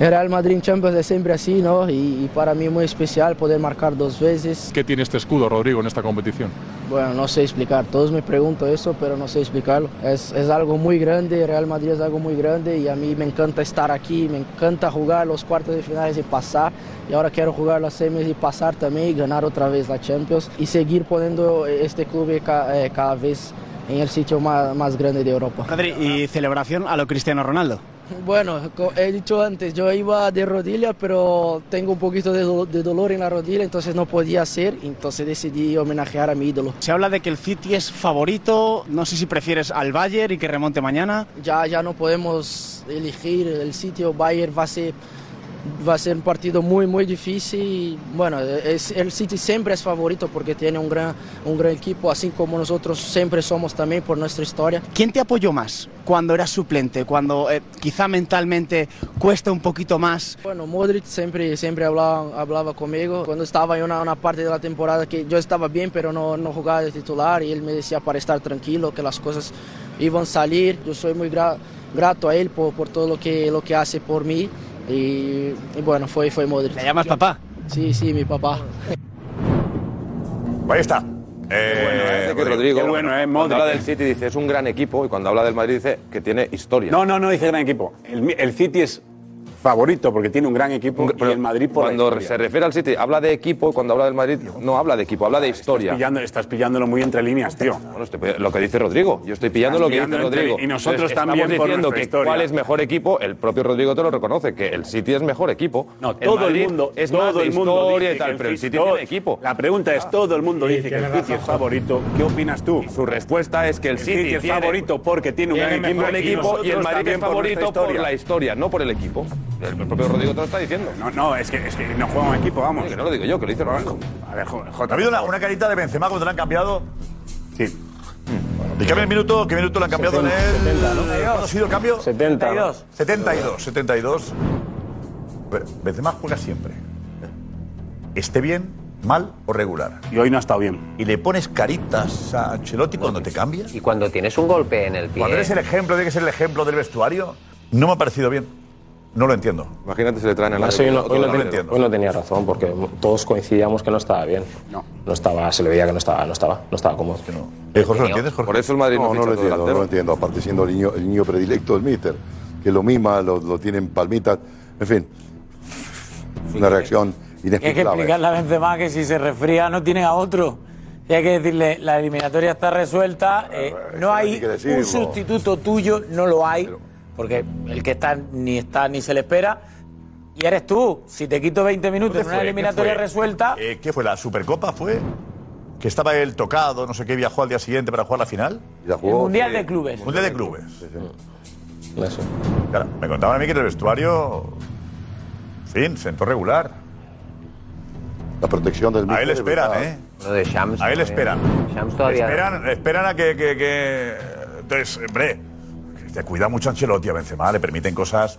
[SPEAKER 20] el Real Madrid Champions es siempre así, ¿no? Y, y para mí muy especial poder marcar dos veces.
[SPEAKER 10] ¿Qué tiene este escudo, Rodrigo, en esta competición?
[SPEAKER 20] Bueno, no sé explicar. Todos me preguntan eso, pero no sé explicarlo. Es, es algo muy grande. Real Madrid es algo muy grande y a mí me encanta estar aquí. Me encanta jugar los cuartos de finales y pasar. Y ahora quiero jugar las semis y pasar también y ganar otra vez la Champions y seguir poniendo este club ca- eh, cada vez en el sitio más, más grande de Europa.
[SPEAKER 7] Rodri, ¿y celebración a lo Cristiano Ronaldo?
[SPEAKER 20] Bueno, co- he dicho antes, yo iba de rodilla, pero tengo un poquito de, do- de dolor en la rodilla, entonces no podía hacer, entonces decidí homenajear a mi ídolo.
[SPEAKER 21] Se habla de que el City es favorito, no sé si prefieres al Bayern y que remonte mañana.
[SPEAKER 20] Ya, ya no podemos elegir el sitio, Bayern va a ser, va a ser un partido muy, muy difícil. y, Bueno, es- el City siempre es favorito porque tiene un gran, un gran equipo, así como nosotros siempre somos también por nuestra historia.
[SPEAKER 21] ¿Quién te apoyó más cuando eras suplente, cuando eh, quizá mentalmente cuesta un poquito más?
[SPEAKER 20] Bueno, Modric siempre, siempre hablaba, hablaba conmigo. Cuando estaba en una, una parte de la temporada que yo estaba bien, pero no, no jugaba de titular, y él me decía para estar tranquilo, que las cosas iban a salir. Yo soy muy gra- grato a él por, por todo lo que, lo que hace por mí. Y, y bueno, fue, fue Modric. ¿Le
[SPEAKER 21] llamas papá?
[SPEAKER 20] Sí, sí, mi papá.
[SPEAKER 5] Ahí está.
[SPEAKER 2] Dice que ¿eh? Rodrigo,
[SPEAKER 15] Eh, Qué bueno, eh,
[SPEAKER 2] cuando
[SPEAKER 15] Modric.
[SPEAKER 2] habla del City dice es un gran equipo y cuando habla del Madrid dice que tiene historia.
[SPEAKER 15] No, no, no dije gran equipo. El, el City es favorito porque tiene un gran equipo y el Madrid por la
[SPEAKER 2] Cuando
[SPEAKER 15] historia.
[SPEAKER 2] se refiere al City habla de equipo y cuando habla del Madrid no habla de equipo, habla de historia.
[SPEAKER 15] Pillando- estás pillándolo muy entre líneas, tío.
[SPEAKER 2] Bueno, estoy pi- lo que dice Rodrigo, yo estoy pillando lo que dice
[SPEAKER 15] Estás pillando entre-
[SPEAKER 2] Rodrigo.
[SPEAKER 15] y nosotros
[SPEAKER 2] Entonces, estamos
[SPEAKER 15] también por
[SPEAKER 2] diciendo
[SPEAKER 15] nuestra
[SPEAKER 2] que
[SPEAKER 15] historia.
[SPEAKER 2] cuál es mejor equipo, el propio Rodrigo te lo reconoce, que el City es mejor equipo. No,
[SPEAKER 15] todo el mundo,
[SPEAKER 2] es
[SPEAKER 15] todo
[SPEAKER 2] más de
[SPEAKER 15] el mundo
[SPEAKER 2] historia
[SPEAKER 15] dice
[SPEAKER 2] y
[SPEAKER 15] que
[SPEAKER 2] tal,
[SPEAKER 15] el
[SPEAKER 2] pero el
[SPEAKER 15] City-
[SPEAKER 2] City
[SPEAKER 15] todo-
[SPEAKER 2] tiene equipo.
[SPEAKER 15] La pregunta es, todo el mundo dice que
[SPEAKER 2] tiene
[SPEAKER 15] el City es favorito. ¿Qué opinas tú?
[SPEAKER 2] Su respuesta es que el City
[SPEAKER 15] es
[SPEAKER 2] tiene-
[SPEAKER 15] favorito porque tiene un gran
[SPEAKER 2] Tiene
[SPEAKER 15] equipo,
[SPEAKER 2] mejor equipo y el
[SPEAKER 15] nosotros
[SPEAKER 2] Madrid es
[SPEAKER 15] también por nuestra
[SPEAKER 2] favorito por
[SPEAKER 15] historia.
[SPEAKER 2] la historia, no por el equipo. El propio Rodrigo te lo está diciendo.
[SPEAKER 15] No, no, es que, es que no juega un equipo, vamos.
[SPEAKER 2] que no lo digo yo, que lo dice Rodrigo.
[SPEAKER 15] A ver, jo- Jota,
[SPEAKER 5] ¿Ha
[SPEAKER 15] por
[SPEAKER 5] habido una,
[SPEAKER 15] favor.
[SPEAKER 5] una carita de Benzema cuando la han cambiado?
[SPEAKER 15] Sí.
[SPEAKER 5] ¿Y qué minuto, qué minuto la han cambiado en él?
[SPEAKER 15] 70, ¿no?
[SPEAKER 5] ¿Cuándo ha sido el cambio?
[SPEAKER 15] 72.
[SPEAKER 5] 72, 72. Pero Benzema juega siempre. Esté bien, mal o regular.
[SPEAKER 15] Y hoy no ha estado bien.
[SPEAKER 5] Y le pones caritas a Ancelotti cuando te cambia.
[SPEAKER 16] Y cuando tienes un golpe en el pie.
[SPEAKER 5] Cuando eres el ejemplo, tiene que ser el ejemplo del vestuario. No me ha parecido bien. No lo entiendo.
[SPEAKER 2] Imagínate si le traen
[SPEAKER 5] la
[SPEAKER 6] Además, hoy, no, hoy no tenía- hoy no tenía razón porque todos coincidíamos que no estaba bien. No. estaba, se le veía que no estaba, no estaba, no estaba cómodo.
[SPEAKER 3] Eh,
[SPEAKER 6] Eh,
[SPEAKER 2] Por eso el Madrid
[SPEAKER 3] no,
[SPEAKER 2] no, ficha
[SPEAKER 3] lo
[SPEAKER 2] otro
[SPEAKER 3] entiendo, no
[SPEAKER 2] delantero.
[SPEAKER 3] lo entiendo. Aparte siendo el niño, el niño predilecto del míster, que lo mima, lo, lo tienen palmitas. En fin, una reacción
[SPEAKER 18] Y hay e, que
[SPEAKER 3] inexplicable.
[SPEAKER 18] explicarle a Benzema que si se resfría no tiene a otro. Y hay que decirle, la eliminatoria está resuelta, eh, no hay
[SPEAKER 3] que decirlo.
[SPEAKER 18] un sustituto tuyo, no lo hay, porque el que está ni está ni se le espera. Y eres tú, si te quito 20 minutos en una eliminatoria resuelta.
[SPEAKER 5] Eh, ¿Qué fue? ¿La Supercopa fue? ¿Que estaba él tocado, no sé qué, viajó al día siguiente para jugar la final?
[SPEAKER 18] jugó, El Mundial sí. de Clubes.
[SPEAKER 5] Mundial de Clubes. Claro, me contaban a mí que en el vestuario. en Fin, sentó regular.
[SPEAKER 3] La protección del
[SPEAKER 5] A
[SPEAKER 3] míster.
[SPEAKER 5] él
[SPEAKER 3] es
[SPEAKER 5] esperan,
[SPEAKER 3] verdad.
[SPEAKER 5] ¿eh?
[SPEAKER 16] Shams
[SPEAKER 5] a él
[SPEAKER 16] todavía.
[SPEAKER 5] esperan.
[SPEAKER 16] Shams todavía-
[SPEAKER 5] Esperan, esperan a que, que- que- Entonces, hombre, que te cuida mucho Ancelotti a Benzema, le permiten cosas.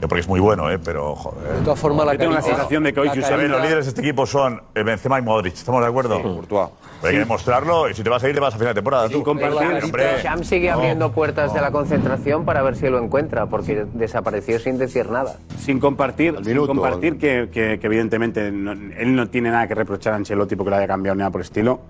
[SPEAKER 5] Yo porque es muy bueno, ¿eh? Pero, joder.
[SPEAKER 22] De todas formas, la
[SPEAKER 5] Yo tengo la
[SPEAKER 22] carita-
[SPEAKER 5] sensación de que hoy,
[SPEAKER 22] la
[SPEAKER 5] Josep,
[SPEAKER 22] carita-
[SPEAKER 5] los líderes de este equipo son eh, Benzema y Modric. ¿Estamos de acuerdo? Courtois. Hay que demostrarlo y si te vas a ir, te vas a final de temporada. tú. Hombre, hombre.
[SPEAKER 16] Shams sigue
[SPEAKER 5] No.
[SPEAKER 16] abriendo puertas de la concentración para ver si lo encuentra, porque desapareció sin decir nada.
[SPEAKER 15] Sin compartir, sin
[SPEAKER 16] minuto,
[SPEAKER 15] compartir que, que- que evidentemente no- él no tiene nada que reprochar a Ancelotti porque lo haya cambiado ni nada por el estilo.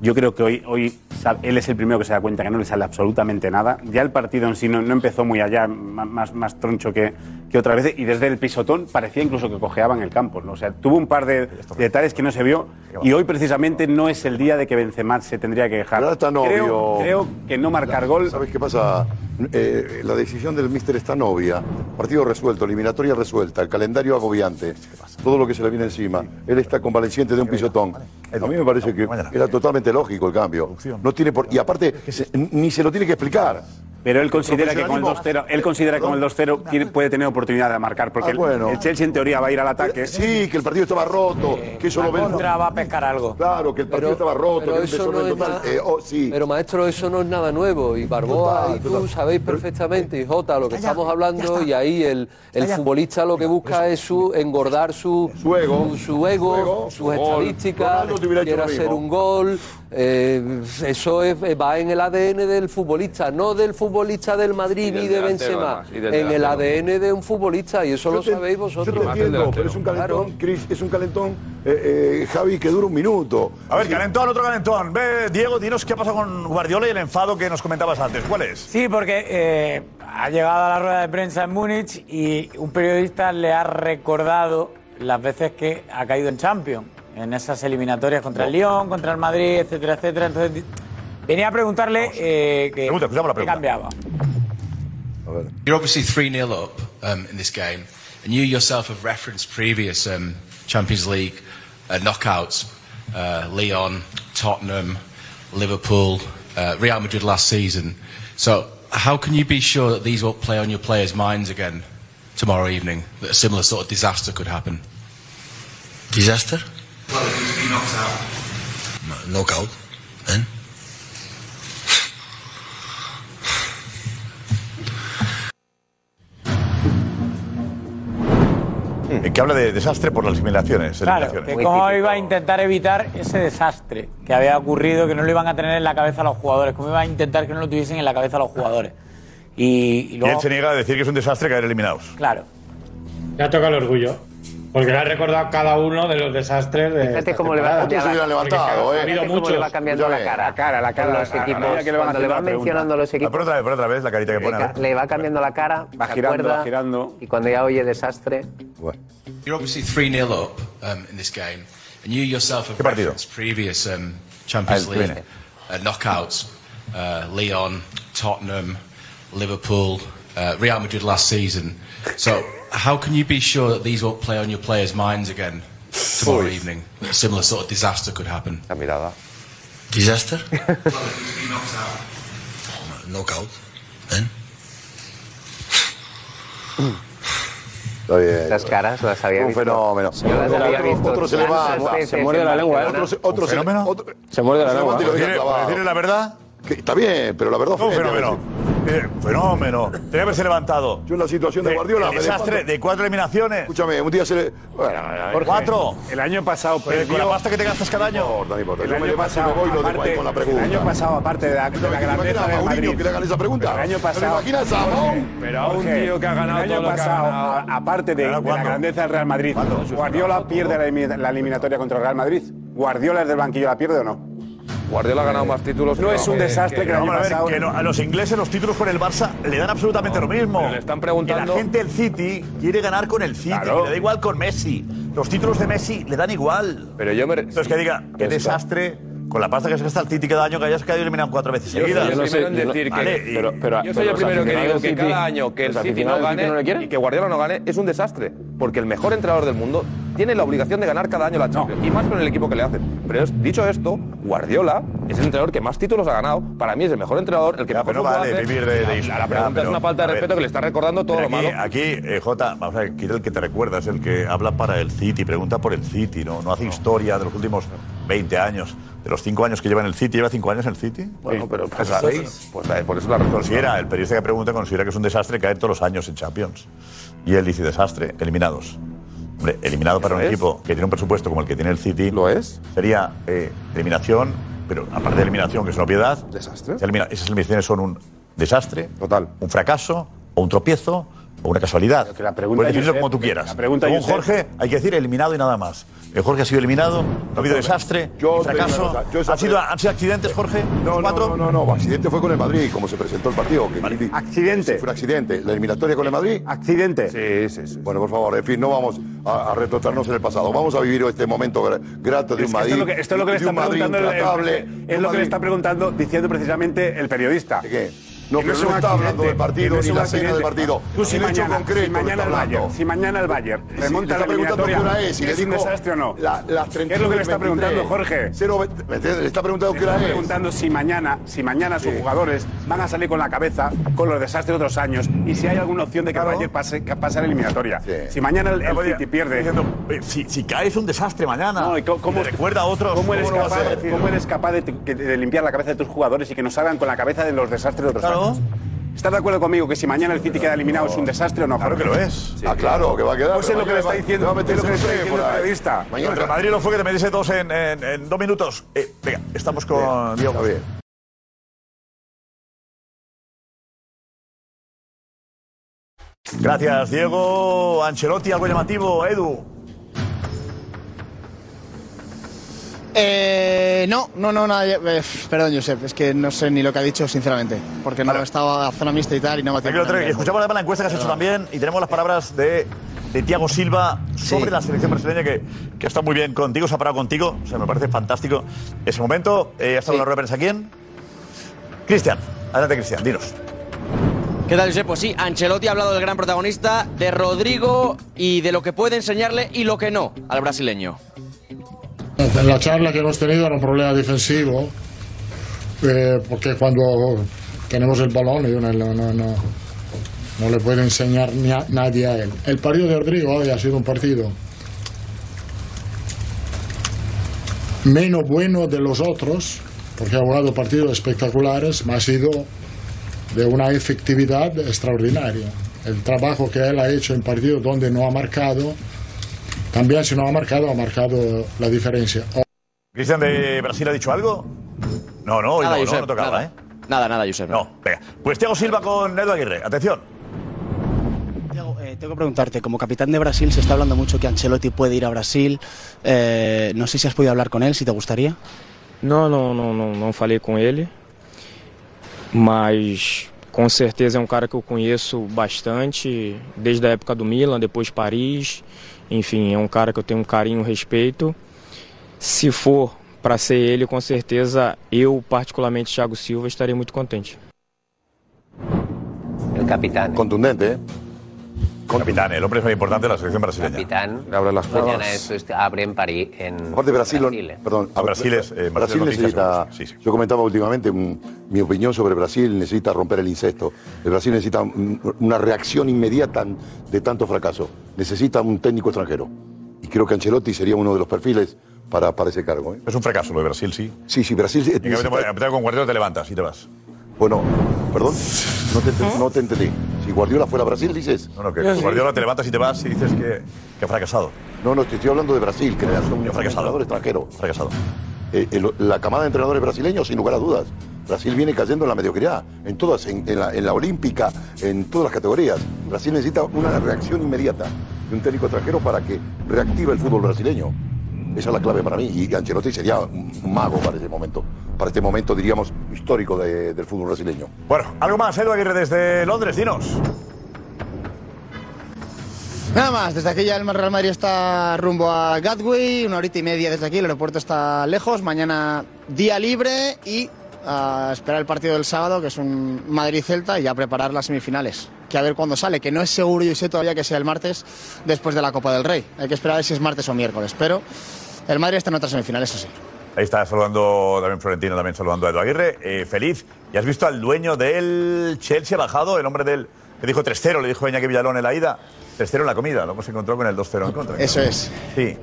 [SPEAKER 15] Yo creo que hoy, hoy sa- él es el primero que se da cuenta que no le sale absolutamente nada. Ya el partido en sí no, no empezó muy allá, ma- más, más troncho que, que otra vez. Y desde el pisotón parecía incluso que cojeaban el campo. ¿no? O sea, tuvo un par de detalles que no se vio. Y hoy precisamente no es el día de que Benzema se tendría que dejar. creo,
[SPEAKER 3] obvio.
[SPEAKER 15] creo que no marcar gol.
[SPEAKER 3] ¿Sabes qué pasa? Eh, la decisión del míster está novia. Partido resuelto, eliminatoria resuelta, el calendario agobiante, todo lo que se le viene encima. Él está convaleciente de un pisotón. A mí me parece que era totalmente lógico el cambio. No tiene por... Y aparte, se- ni se lo tiene que explicar.
[SPEAKER 15] Pero él considera que con el
[SPEAKER 3] profesionalismo-
[SPEAKER 15] 2-0, él considera que con el 2-0 tiene- puede tener oportunidad de marcar, porque
[SPEAKER 3] Ah,
[SPEAKER 15] el-
[SPEAKER 3] bueno. Eh,
[SPEAKER 15] el Chelsea en teoría va a ir al ataque.
[SPEAKER 3] Sí, que el partido estaba roto, que eso
[SPEAKER 15] la
[SPEAKER 3] lo ven.
[SPEAKER 15] contra
[SPEAKER 18] va a pescar algo.
[SPEAKER 3] Claro, que el partido estaba roto, que
[SPEAKER 22] pero
[SPEAKER 3] era un
[SPEAKER 22] eso
[SPEAKER 3] desorden
[SPEAKER 22] no es
[SPEAKER 3] total.
[SPEAKER 22] nada-
[SPEAKER 3] Eh, oh, sí.
[SPEAKER 22] Pero maestro, eso no es nada nuevo y Barboa
[SPEAKER 3] Total,
[SPEAKER 22] y tú
[SPEAKER 3] total. eh,
[SPEAKER 22] sabéis perfectamente y Jota lo que
[SPEAKER 3] Está ya,
[SPEAKER 22] estamos hablando
[SPEAKER 3] ya está.
[SPEAKER 22] y ahí el, el
[SPEAKER 3] ya.
[SPEAKER 22] futbolista lo que busca es su engordar su,
[SPEAKER 3] ego,
[SPEAKER 22] su,
[SPEAKER 3] su
[SPEAKER 22] su ego,
[SPEAKER 3] ego,
[SPEAKER 22] sus
[SPEAKER 3] gol.
[SPEAKER 22] estadísticas,
[SPEAKER 3] Ronaldo te hubiera hecho
[SPEAKER 22] quiere
[SPEAKER 3] lo mismo.
[SPEAKER 22] hacer un gol, eh, eso es, va en el ADN del futbolista, no del futbolista del Madrid
[SPEAKER 3] Y del
[SPEAKER 22] ni de
[SPEAKER 3] delantero,
[SPEAKER 22] Benzema,
[SPEAKER 3] además, y del
[SPEAKER 22] en el
[SPEAKER 3] delantero.
[SPEAKER 22] ADN de un futbolista y eso
[SPEAKER 3] Yo
[SPEAKER 22] lo
[SPEAKER 3] te-
[SPEAKER 22] sabéis
[SPEAKER 3] Yo
[SPEAKER 22] vosotros.
[SPEAKER 3] te entiendo, pero es un calentón, Chris, es un calentón, eh, eh, Javi, que dura un minuto.
[SPEAKER 5] A ver, calentón, otro calentón. Ve, Diego, dinos qué ha pasado con Guardiola y el enfado que nos comentabas antes. ¿Cuál es?
[SPEAKER 18] Sí, porque eh, ha llegado a la rueda de prensa en Múnich y un periodista le ha recordado las veces que ha caído en Champions, en esas eliminatorias contra el Lyon, contra el Madrid, etcétera, etcétera. Entonces di- venía a preguntarle eh, que,
[SPEAKER 5] Pregunta, escuchamos la
[SPEAKER 18] qué
[SPEAKER 5] pregunta.
[SPEAKER 18] cambiaba.
[SPEAKER 23] You're obviously 3 0 up um, in this game, and you yourself have referenced previous um, Champions League uh, knockouts uh, Leon, Tottenham, Liverpool, uh, Real Madrid last season. So, how can you be sure that these won't play on your players' minds again tomorrow evening, that a similar sort of disaster could happen?
[SPEAKER 24] Disaster?
[SPEAKER 23] Well, if you be knocked out.
[SPEAKER 24] Knockout. Then?
[SPEAKER 3] Hmm.
[SPEAKER 5] Eh, Que habla de desastre por las eliminaciones.
[SPEAKER 18] Claro,
[SPEAKER 5] eliminaciones.
[SPEAKER 18] que cómo iba a intentar evitar ese desastre que había ocurrido, que no lo iban a tener en la cabeza los jugadores, cómo iba a intentar que no lo tuviesen en la cabeza los jugadores.
[SPEAKER 3] eh,
[SPEAKER 18] Y, y
[SPEAKER 5] Y
[SPEAKER 18] luego,
[SPEAKER 5] él se niega a decir que es un desastre caer eliminados.
[SPEAKER 18] claro,
[SPEAKER 25] Le ha tocado el orgullo. Porque le ha recordado cada uno de los desastres de.
[SPEAKER 16] Fíjate
[SPEAKER 25] esta
[SPEAKER 16] cómo le va
[SPEAKER 25] temporada.
[SPEAKER 16] cambiando, la-
[SPEAKER 25] Porque
[SPEAKER 16] fíjate
[SPEAKER 25] ha habido
[SPEAKER 16] cómo le va
[SPEAKER 25] muchos.
[SPEAKER 16] cambiando la cara. La cara, la cara. Los equipos, cuando le van mencionando los equipos.
[SPEAKER 5] Ah, Pero otra vez, pero otra vez, la carita que
[SPEAKER 16] Le,
[SPEAKER 5] pone. a ver.
[SPEAKER 16] ca- le va cambiando la cara,
[SPEAKER 5] Va
[SPEAKER 16] se
[SPEAKER 5] girando,
[SPEAKER 16] acuerda,
[SPEAKER 5] va girando.
[SPEAKER 16] Y cuando ya oye desastre,
[SPEAKER 23] You're obviously 3 0 up um, in this game, and you yourself have
[SPEAKER 16] ¿Qué partido?
[SPEAKER 23] referenced previous um,
[SPEAKER 16] Ah,
[SPEAKER 23] Champions
[SPEAKER 16] el que
[SPEAKER 23] League
[SPEAKER 16] viene.
[SPEAKER 23] uh, knockouts uh, Leon, Tottenham, Liverpool, uh, Real Madrid last season. So, how can you be sure that these won't play on your players' minds again tomorrow evening, that a similar sort of disaster could happen?
[SPEAKER 24] Disaster?
[SPEAKER 23] Knockout.
[SPEAKER 3] Está bien.
[SPEAKER 16] las caras las había
[SPEAKER 3] Un
[SPEAKER 16] visto.
[SPEAKER 3] fenómeno.
[SPEAKER 16] Yo las había
[SPEAKER 3] Otro-
[SPEAKER 16] visto.
[SPEAKER 3] otro se le va,
[SPEAKER 16] tantas
[SPEAKER 3] va,
[SPEAKER 16] veces
[SPEAKER 3] se muerde la
[SPEAKER 16] en
[SPEAKER 3] lengua, ¿eh?
[SPEAKER 16] Barcelona.
[SPEAKER 3] Otro se- otro ¿Un se- fenómeno?
[SPEAKER 26] Se muerde la
[SPEAKER 3] Ese
[SPEAKER 26] lengua.
[SPEAKER 3] guante lo tiene
[SPEAKER 5] ¿Quiere-
[SPEAKER 3] clavado.
[SPEAKER 5] decirle la verdad?
[SPEAKER 3] Que está bien, pero la verdad
[SPEAKER 5] Un
[SPEAKER 3] fue-
[SPEAKER 5] fenómeno. Eh, Fenómeno. Tenía que haberse levantado. Yo
[SPEAKER 3] en la situación de Guardiola, me
[SPEAKER 5] desastre
[SPEAKER 3] levanto.
[SPEAKER 5] de cuatro eliminaciones.
[SPEAKER 3] Escúchame, un día se le. Bueno, eh,
[SPEAKER 5] Jorge,
[SPEAKER 3] cuatro.
[SPEAKER 15] El año pasado
[SPEAKER 5] Pero
[SPEAKER 15] perdió.
[SPEAKER 5] con la pasta que te gastas cada año.
[SPEAKER 3] Pues No importa, no importa.
[SPEAKER 15] El
[SPEAKER 3] Yo me
[SPEAKER 15] año
[SPEAKER 3] levanto y me
[SPEAKER 15] pasado,
[SPEAKER 3] voy y lo dejo ahí
[SPEAKER 15] aparte-
[SPEAKER 3] con la pregunta.
[SPEAKER 15] El año pasado, aparte de la, de la grandeza del Madrid.
[SPEAKER 3] que le hagan esa pregunta?
[SPEAKER 15] El año
[SPEAKER 3] ¿Te
[SPEAKER 15] pasado.
[SPEAKER 3] imaginas a Bob?
[SPEAKER 15] Pero a un tío que ha ganado el año
[SPEAKER 3] todo lo que ha
[SPEAKER 15] pasado, a- aparte de, de la grandeza del Real Madrid, Guardiola pierde la, elimi- la eliminatoria contra el Real Madrid. ¿Guardiola es del banquillo la pierde o no?
[SPEAKER 2] Guardiola ha ganado más títulos.
[SPEAKER 15] No
[SPEAKER 2] que-
[SPEAKER 15] es un desastre que el año
[SPEAKER 5] Vamos a ver,
[SPEAKER 15] pasado-
[SPEAKER 5] que no- a los ingleses los títulos con el Barça le dan absolutamente lo mismo. Le están
[SPEAKER 2] preguntando-
[SPEAKER 5] La gente del City quiere ganar con el City,
[SPEAKER 2] Claro.
[SPEAKER 5] que le da igual con Messi. Los títulos de Messi le dan igual.
[SPEAKER 2] Pero yo me...
[SPEAKER 5] Entonces que diga, qué desastre con la pasta que se gasta el City cada año que hayas caído eliminado cuatro veces
[SPEAKER 2] Yo soy
[SPEAKER 5] seguidas.
[SPEAKER 2] el primero en decir que-
[SPEAKER 5] Vale, y-
[SPEAKER 2] pero- pero- yo soy el primero que digo que cada año que el City no gane y que Guardiola no gane es un desastre, porque el mejor entrenador del mundo tiene la obligación de ganar cada año la Champions y más con el equipo que le hacen. Pero es- dicho esto, Guardiola es el entrenador que más títulos ha ganado. Para mí es el mejor entrenador, el que mejor
[SPEAKER 5] pero no
[SPEAKER 2] fútbol
[SPEAKER 5] vale
[SPEAKER 2] hace.
[SPEAKER 5] vivir de- de
[SPEAKER 2] La-
[SPEAKER 5] isla.
[SPEAKER 2] La pregunta
[SPEAKER 5] Ya, pero,
[SPEAKER 2] es una falta
[SPEAKER 5] a
[SPEAKER 2] de
[SPEAKER 5] ver.
[SPEAKER 2] respeto que le está recordando todo
[SPEAKER 5] Pero
[SPEAKER 2] lo malo.
[SPEAKER 5] Aquí, aquí, eh, Jota, vamos a ver, quita el que te recuerda, es el que habla para el City, pregunta por el City, ¿no? No hace historia de los últimos 20 años, de los 5 años que lleva en el City. ¿Lleva 5 años en el City?
[SPEAKER 2] Bueno, pero-
[SPEAKER 5] Pues, la-
[SPEAKER 2] seis. eh,
[SPEAKER 5] pues la- por eso la Considera, el periodista que pregunta considera que es un desastre caer todos los años en Champions. Y él dice desastre, eliminados. Hombre, eliminado para un
[SPEAKER 2] es?
[SPEAKER 5] equipo que tiene un presupuesto como el que tiene el City.
[SPEAKER 2] ¿Lo es?
[SPEAKER 5] Sería eh, eliminación, pero aparte de eliminación, que es una obviedad.
[SPEAKER 2] Desastre.
[SPEAKER 5] Se elimina- Esas eliminaciones son un desastre, total, un fracaso, o un tropiezo, o una casualidad.
[SPEAKER 15] pregunta,
[SPEAKER 5] Puedes decirlo
[SPEAKER 15] Josep,
[SPEAKER 5] como tú quieras.
[SPEAKER 15] la pregunta,
[SPEAKER 5] Según
[SPEAKER 15] Josep-
[SPEAKER 5] Jorge, hay que decir eliminado y nada más. El Jorge ha sido eliminado, no ha habido
[SPEAKER 3] Yo
[SPEAKER 5] desastre, ni
[SPEAKER 3] te digo
[SPEAKER 5] fracaso.
[SPEAKER 3] una cosa, yo esa
[SPEAKER 5] ¿Han sido,
[SPEAKER 3] pre-
[SPEAKER 5] ¿Han sido accidentes, Jorge?
[SPEAKER 3] No, no, no, no, accidente fue con el Madrid, como se presentó el partido. que City
[SPEAKER 15] Accidente.
[SPEAKER 3] Fue un accidente. La eliminatoria con el Madrid.
[SPEAKER 15] Accidente.
[SPEAKER 3] Sí, sí, sí. Bueno, por favor, en fin, no vamos a, a retrotarnos en el pasado. Vamos a vivir este momento gra- grato de
[SPEAKER 15] Es
[SPEAKER 3] un
[SPEAKER 15] que
[SPEAKER 3] Madrid.
[SPEAKER 15] esto es lo que, esto es lo que le
[SPEAKER 3] de
[SPEAKER 15] está
[SPEAKER 3] un Madrid
[SPEAKER 15] preguntando el- el-
[SPEAKER 3] intratable, de
[SPEAKER 15] es
[SPEAKER 3] un
[SPEAKER 15] lo que le
[SPEAKER 3] Madrid-
[SPEAKER 15] está preguntando diciendo precisamente el periodista. ¿De qué?
[SPEAKER 3] No, pero no está hablando del partido, ni la cena del partido.
[SPEAKER 15] Ah, Tú si
[SPEAKER 3] El hecho
[SPEAKER 15] mañana,
[SPEAKER 3] concreto
[SPEAKER 15] si
[SPEAKER 3] lo
[SPEAKER 15] mañana
[SPEAKER 3] está
[SPEAKER 15] el
[SPEAKER 3] hablando.
[SPEAKER 15] Bayern, si mañana el Bayern
[SPEAKER 3] Sí,
[SPEAKER 15] remonta
[SPEAKER 3] le
[SPEAKER 15] la
[SPEAKER 3] está preguntando qué hora
[SPEAKER 15] eliminatoria,
[SPEAKER 3] es, y le
[SPEAKER 15] ¿es un
[SPEAKER 3] digo
[SPEAKER 15] desastre o no?
[SPEAKER 3] la- las
[SPEAKER 15] ¿Qué es lo que le
[SPEAKER 3] 39,
[SPEAKER 15] está preguntando Jorve.
[SPEAKER 3] Cero ve- ¿me entiendes? le está preguntando
[SPEAKER 15] Se
[SPEAKER 3] qué hora
[SPEAKER 15] está
[SPEAKER 3] es.
[SPEAKER 15] preguntando si mañana, si mañana sus jugadores van a salir con la cabeza con los desastres de otros años y si hay alguna opción de que el Bayern pase, que pase a la eliminatoria. Si mañana el, el City pierde.
[SPEAKER 5] eh, Si, si caes un desastre mañana.
[SPEAKER 15] No, y co- ¿cómo,
[SPEAKER 5] Le recuerda a otros,
[SPEAKER 15] ¿Cómo eres
[SPEAKER 5] ¿cómo no va a
[SPEAKER 15] capaz,
[SPEAKER 5] ser?
[SPEAKER 15] cómo eres capaz de, que- de limpiar la cabeza de tus jugadores y que no salgan con la cabeza de los desastres de otros años? ¿Estás de acuerdo conmigo que si mañana el City queda eliminado es un desastre o no? Claro
[SPEAKER 5] que lo es.
[SPEAKER 3] Ah, claro, que va a quedar.
[SPEAKER 15] Pues es lo que le está diciendo,
[SPEAKER 3] Va a meter
[SPEAKER 15] es lo que le está
[SPEAKER 3] seis
[SPEAKER 15] diciendo
[SPEAKER 3] por
[SPEAKER 15] el
[SPEAKER 3] ahí.
[SPEAKER 15] periodista.
[SPEAKER 3] Mañana
[SPEAKER 5] Contra Madrid lo fue que te metiste dos en, en- en dos minutos. Eh, venga, estamos con Diego. Gracias, Diego. Ancelotti, algo llamativo. Edu.
[SPEAKER 7] Eh, no, no, no, nada. eh, perdón, Josep, es que no sé ni lo que ha dicho, sinceramente. Porque no estaba a zona mixta y tal, y no me ha
[SPEAKER 5] Aquí lo
[SPEAKER 7] tenido.
[SPEAKER 5] tenemos. Escuchamos además la encuesta que has hecho también y tenemos las palabras de, de Tiago Silva sobre la selección brasileña que, que está muy bien contigo, se ha parado contigo. O sea, me parece fantástico ese momento. Eh, ¿Ha estado en la rueda de prensa quién? Cristian. Adelante, Cristian, dinos.
[SPEAKER 18] ¿Qué tal, Josep? Pues sí, Ancelotti ha hablado del gran protagonista, de Rodrigo y de lo que puede enseñarle y lo que no al brasileño.
[SPEAKER 27] En la charla que hemos tenido era un problema defensivo, eh, porque cuando tenemos el balón yo no, no, no, no, no le puede enseñar ni a nadie a él. El partido de Rodrigo hoy ha sido un partido menos bueno de los otros, porque ha jugado partidos espectaculares, pero ha sido de una efectividad extraordinaria. El trabajo que él ha hecho en partidos donde no ha marcado, también si no ha marcado, ha marcado la diferencia.
[SPEAKER 5] ¿Cristian de Brasil ha dicho algo? No, no, hoy
[SPEAKER 18] Nada,
[SPEAKER 5] no, no,
[SPEAKER 18] Josep,
[SPEAKER 5] no tocaba,
[SPEAKER 18] nada.
[SPEAKER 5] ¿eh?
[SPEAKER 18] Nada, nada, Josep.
[SPEAKER 5] No, venga. Pues Thiago Silva con Edu Aguirre. Atención.
[SPEAKER 7] Eh, tengo que preguntarte, como capitán de Brasil se está hablando mucho que Ancelotti puede ir a Brasil. Eh, no sé si has podido hablar con él, si te gustaría.
[SPEAKER 28] Não, não, não, não, não falei com ele. Mas com certeza é um cara que eu conheço bastante, desde a época do Milan, depois Paris. Enfim, é um cara que eu tenho um carinho, um respeito. Se for para ser ele, com certeza eu, particularmente Thiago Silva, estarei muito contente.
[SPEAKER 16] El capitán.
[SPEAKER 5] Contundente, ¿eh? Capitán, el hombre es muy importante de la selección brasileña.
[SPEAKER 16] Capitán.
[SPEAKER 5] abre las puertas.
[SPEAKER 16] Mañana es- es- abre en París. En
[SPEAKER 5] Aparte,
[SPEAKER 3] Brasil,
[SPEAKER 16] Brasil. eh.
[SPEAKER 3] Perdón,
[SPEAKER 5] A Brasil es, eh, Brasil
[SPEAKER 3] Brasil
[SPEAKER 5] es noticia,
[SPEAKER 3] necesita. Yo comentaba últimamente mm, mi opinión sobre Brasil necesita romper el incesto. El Brasil necesita mm, una reacción inmediata de tanto fracaso. Necesita un técnico extranjero. Y creo que Ancelotti sería uno de los perfiles para, para ese cargo. ¿eh?
[SPEAKER 5] Es un fracaso lo de Brasil, sí.
[SPEAKER 3] Sí, sí, Brasil. eh,
[SPEAKER 5] Y que
[SPEAKER 3] necesita-
[SPEAKER 5] apetece- apetece con Guardiola te levantas y te vas.
[SPEAKER 3] Bueno, perdón, no te, ent- no te entendí. Si Guardiola fuera a Brasil, dices.
[SPEAKER 5] No, no, que Yo sí. Guardiola te levantas y te vas y dices que, ha fracasado.
[SPEAKER 3] No, no, te estoy hablando de Brasil, que es un
[SPEAKER 5] fracasado.
[SPEAKER 3] entrenador extranjero. Eh,
[SPEAKER 5] Fracasado.
[SPEAKER 3] la camada de entrenadores brasileños, sin lugar a dudas. Brasil viene cayendo en la mediocridad, en todas, en, en la, en la olímpica, en todas las categorías. Brasil necesita una reacción inmediata de un técnico extranjero para que reactive el fútbol brasileño. Esa es la clave para mí. Y Ancelotti sería un mago para ese momento, para este momento, diríamos, histórico de- del fútbol brasileño.
[SPEAKER 5] Bueno, algo más, Edu Aguirre, desde Londres, dinos.
[SPEAKER 7] Nada más, desde aquí ya el Real Madrid está rumbo a Gatwick, una horita y media desde aquí, el aeropuerto está lejos, mañana día libre y a esperar el partido del sábado, que es un Madrid-Celta, y ya preparar las semifinales, que a ver cuándo sale, que no es seguro, yo sé todavía que sea el martes después de la Copa del Rey, hay que esperar a ver si es martes o miércoles, pero el Madrid está en otras semifinales, eso sí.
[SPEAKER 5] Ahí está saludando también Florentino, también saludando a Edu Aguirre. Eh, feliz. ¿Y has visto al dueño del Chelsea bajado? El hombre del. Le dijo 3-0, le dijo Iñaki Villalón en la ida. 3-0 en la comida, luego se encontró con el 2-0 en contra.
[SPEAKER 7] Eso es.
[SPEAKER 5] Sí.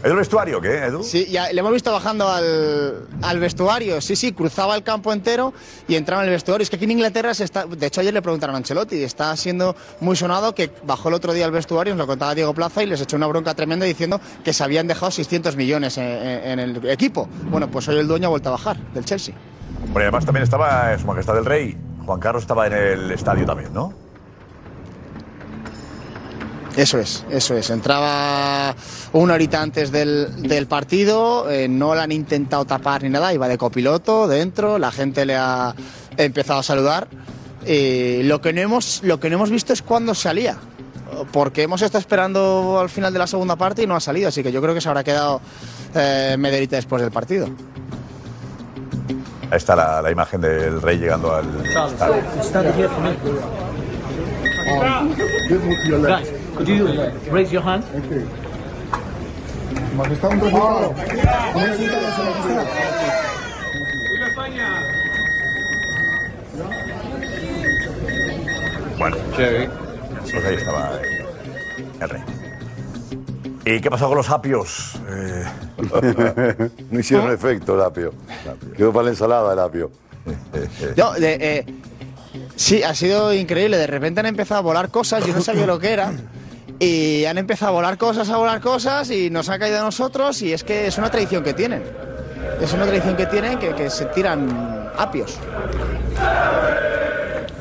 [SPEAKER 5] ¿Es el vestuario qué, Edu?
[SPEAKER 7] Sí, ya le hemos visto bajando al, al vestuario. Sí, sí, cruzaba el campo entero y entraba en el vestuario. Es que aquí en Inglaterra se está. De hecho, ayer le preguntaron a Ancelotti. Está siendo muy sonado que bajó el otro día al vestuario, nos lo contaba Diego Plaza, y les echó una bronca tremenda diciendo que se habían dejado 600 millones en, en- en el equipo. Bueno, pues hoy el dueño ha vuelto a bajar del Chelsea.
[SPEAKER 5] Bueno, y además también estaba eh, Su Majestad del Rey. Juan Carlos estaba en el estadio también, ¿no?
[SPEAKER 7] Eso es, eso es. Entraba una horita antes del, del partido, eh, no la han intentado tapar ni nada, iba de copiloto dentro, la gente le ha empezado a saludar. Eh, lo, que no hemos, lo que no hemos visto es cuándo salía, porque hemos estado esperando al final de la segunda parte y no ha salido, así que yo creo que se habrá quedado eh, media horita después del partido.
[SPEAKER 5] Ahí está la, la imagen del rey llegando al estadio.
[SPEAKER 29] Guys, could you raise your hand?
[SPEAKER 5] Bueno, pues ahí estaba eh, el rey. ¿Y qué pasó con los apios? Eh,
[SPEAKER 3] no hicieron efecto el apio. Quedó para la ensalada el apio.
[SPEAKER 7] No, de, eh, sí, ha sido increíble. De repente han empezado a volar cosas, yo no sabía lo que era. Y han empezado a volar cosas, a volar cosas, y nos ha caído a nosotros. Y es que es una tradición que tienen. Es una tradición que tienen que, que se tiran apios.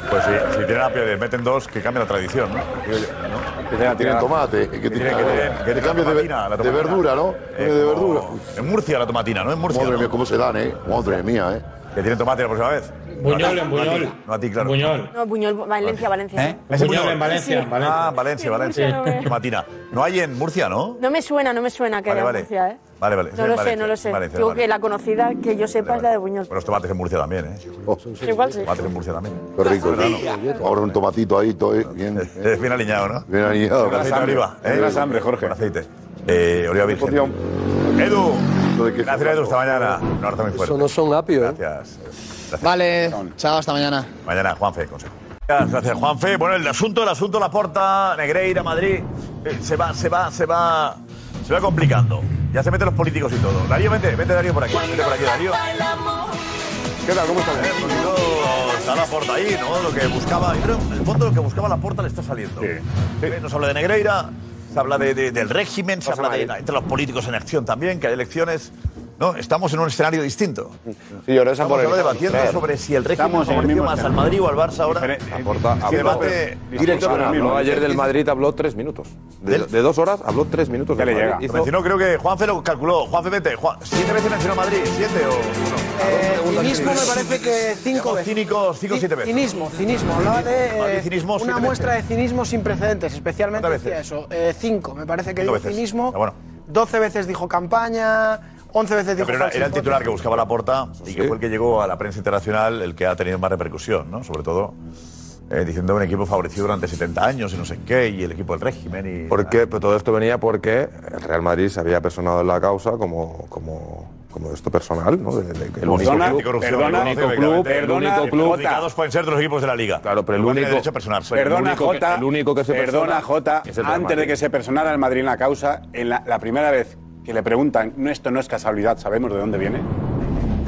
[SPEAKER 5] Pues sí, si tienen apio, le meten dos, que cambia la tradición, ¿no? Digo yo, ¿no?
[SPEAKER 3] Que tienen tomate, que tienen- que
[SPEAKER 5] cambie
[SPEAKER 3] cambie de- de verdura, ¿no? Viene de verdura.
[SPEAKER 5] Eh, En Murcia la tomatina, ¿no? En Murcia.
[SPEAKER 3] Madre
[SPEAKER 5] ¿no?
[SPEAKER 3] mía, cómo se dan, ¿eh? Madre mía, ¿eh?
[SPEAKER 5] Que tienen tomate la próxima vez.
[SPEAKER 6] Buñol,
[SPEAKER 5] No a ti,
[SPEAKER 6] en
[SPEAKER 5] no a
[SPEAKER 6] Buñol.
[SPEAKER 5] ti, No a ti, claro.
[SPEAKER 1] No, Buñol, Valencia, Valencia.
[SPEAKER 5] ¿Eh? ¿Es en
[SPEAKER 6] Buñol, en Valencia, en Valencia.
[SPEAKER 5] Ah, Valencia,
[SPEAKER 1] Sí, en
[SPEAKER 5] Valencia.
[SPEAKER 1] Murcia no es.
[SPEAKER 5] Tomatina. No hay en Murcia, ¿no?
[SPEAKER 1] No me suena, no me suena que
[SPEAKER 5] Vale,
[SPEAKER 1] haya
[SPEAKER 5] vale.
[SPEAKER 1] Murcia, ¿eh?
[SPEAKER 5] Vale, vale.
[SPEAKER 30] No lo sé, no lo sé.
[SPEAKER 5] Valencia,
[SPEAKER 30] Digo
[SPEAKER 5] vale.
[SPEAKER 30] que la conocida que yo sepa es la de Buñol.
[SPEAKER 5] Bueno, los tomates en Murcia también, ¿eh?
[SPEAKER 30] Igual sí.
[SPEAKER 5] Tomates en Murcia también.
[SPEAKER 3] Qué rico, hermano. Ahora un tomatito ahí, todo eh, bien.
[SPEAKER 5] Bien aliñado, ¿no?
[SPEAKER 3] Bien aliñado.
[SPEAKER 5] Con aceite de oliva. ¿eh?
[SPEAKER 3] Tendrás
[SPEAKER 5] hambre, Jorge. Con aceite. Eh, oliva virgen. Edu. Gracias, Edu. Hasta mañana. Un abrazo muy fuerte.
[SPEAKER 22] Eso no son apios. ¿eh?
[SPEAKER 5] Gracias.
[SPEAKER 21] Vale, chao, hasta mañana.
[SPEAKER 5] Mañana, Juanfe, consejo. Gracias, gracias, Juanfe. Bueno, el asunto, el asunto la porta Negreira, Madrid, eh, se va, se va, se va, se va complicando. Ya se meten los políticos y todo. Darío, vete, vete Darío por aquí, vete por aquí, Darío. ¿Qué tal? ¿Cómo estás? está la porta ahí, ¿no? Lo que buscaba, yo creo, en el fondo lo que buscaba la porta le está saliendo. Eh, Nos habla de Negreira, se habla de- de- del régimen, se habla de, entre los políticos en acción también, que hay elecciones. No, estamos en un escenario distinto.
[SPEAKER 31] Sí, ahora esa
[SPEAKER 5] Estamos ahora
[SPEAKER 31] polarización.
[SPEAKER 5] debatiendo
[SPEAKER 31] Claro.
[SPEAKER 5] sobre si el régimen
[SPEAKER 31] Estamos en el
[SPEAKER 5] favoreció
[SPEAKER 31] mismo
[SPEAKER 5] más al
[SPEAKER 31] escenario.
[SPEAKER 5] Madrid o al Barça ahora.
[SPEAKER 2] Aporta,
[SPEAKER 5] Sí, debate directo.
[SPEAKER 2] ayer del Madrid habló tres minutos. De, de dos horas habló tres minutos. del Madrid. Hizo-
[SPEAKER 5] Mencionó, creo que Juanfe lo calculó. Juanfe, vete. Juan, ¿Siete veces mencionó Madrid? ¿Siete o uno?
[SPEAKER 12] Eh, Cinismo me parece que cinco
[SPEAKER 5] Digamos
[SPEAKER 12] veces.
[SPEAKER 5] Cínico, cinco o siete veces.
[SPEAKER 12] Cinismo, cinismo. Hablaba de
[SPEAKER 5] Madrid,
[SPEAKER 12] eh,
[SPEAKER 5] cinismo, siete
[SPEAKER 12] una
[SPEAKER 5] veces.
[SPEAKER 12] muestra de cinismo sin precedentes, especialmente
[SPEAKER 5] ¿Cuántas
[SPEAKER 12] decía
[SPEAKER 5] veces?
[SPEAKER 12] eso. Eh, cinco, me parece que
[SPEAKER 5] Cinco
[SPEAKER 12] dijo
[SPEAKER 5] veces.
[SPEAKER 12] cinismo.
[SPEAKER 5] Ah, bueno.
[SPEAKER 12] 12 veces dijo campaña, 11 veces dijo.
[SPEAKER 5] Pero era,
[SPEAKER 12] falsa
[SPEAKER 5] era el
[SPEAKER 12] hipótesis.
[SPEAKER 5] titular que buscaba la porta y que fue el que llegó a la prensa internacional, el que ha tenido más repercusión, ¿no? Sobre todo eh, diciendo un equipo favorecido durante 70 años y no sé qué, y el equipo del régimen y...
[SPEAKER 2] Porque pero todo esto venía porque el Real Madrid se había personado en la causa como, como, como esto personal, ¿no? De- de- que el único
[SPEAKER 5] Perdona,
[SPEAKER 2] club,
[SPEAKER 5] corrupción,
[SPEAKER 2] el
[SPEAKER 5] perdona,
[SPEAKER 2] único club,
[SPEAKER 5] perdona,
[SPEAKER 2] el único
[SPEAKER 5] perdona,
[SPEAKER 2] club,
[SPEAKER 5] Los implicados pueden ser de los equipos de la liga.
[SPEAKER 2] Claro, pero el
[SPEAKER 5] No tiene
[SPEAKER 2] único-
[SPEAKER 5] derecho a personarse.
[SPEAKER 2] Perdona,
[SPEAKER 15] Perdona,
[SPEAKER 2] único que-
[SPEAKER 15] Jota.
[SPEAKER 2] el único que se persona
[SPEAKER 15] Perdona, Jota.
[SPEAKER 2] es el Real
[SPEAKER 15] Antes de
[SPEAKER 2] Madrid.
[SPEAKER 15] que se personara el Madrid en la causa, en la, la primera vez que le preguntan, no, esto no es casualidad, sabemos de dónde viene,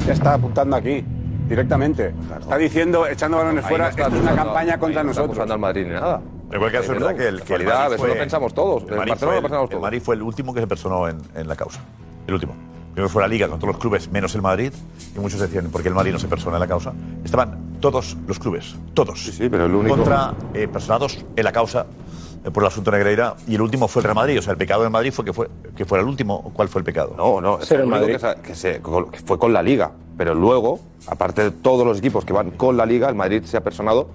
[SPEAKER 15] ya está apuntando aquí, directamente. Está diciendo, echando balones
[SPEAKER 2] Ahí
[SPEAKER 15] fuera,
[SPEAKER 2] no está
[SPEAKER 15] esto es una
[SPEAKER 2] acusando-
[SPEAKER 15] campaña contra
[SPEAKER 2] ahí no está
[SPEAKER 15] nosotros.
[SPEAKER 2] acusando al Madrid ni nada.
[SPEAKER 5] Pero en cualquier caso, es verdad que el, que el
[SPEAKER 2] Casualidad,
[SPEAKER 5] Madrid
[SPEAKER 2] eso lo pensamos todos.
[SPEAKER 5] el
[SPEAKER 2] Pues El
[SPEAKER 5] Madrid
[SPEAKER 2] Barcelona
[SPEAKER 5] fue
[SPEAKER 2] lo pensamos
[SPEAKER 5] el
[SPEAKER 2] todos.
[SPEAKER 5] Madrid fue el último que se personó en, en la causa. El último. Primero fue la Liga con todos los clubes, menos el Madrid. Y muchos decían, ¿por qué el Madrid no se persona en la causa? Estaban todos los clubes, todos.
[SPEAKER 2] pero el único-
[SPEAKER 5] Contra eh, personados en la causa eh, por el asunto Negreira. Y el último fue el Real Madrid. O sea, el pecado del Madrid fue que, fue, que fuera el último. ¿Cuál fue el pecado?
[SPEAKER 2] No, no, es el único que, sa- que se- que fue con la Liga. Pero luego, aparte de todos los equipos que van con la Liga, el Madrid se ha personado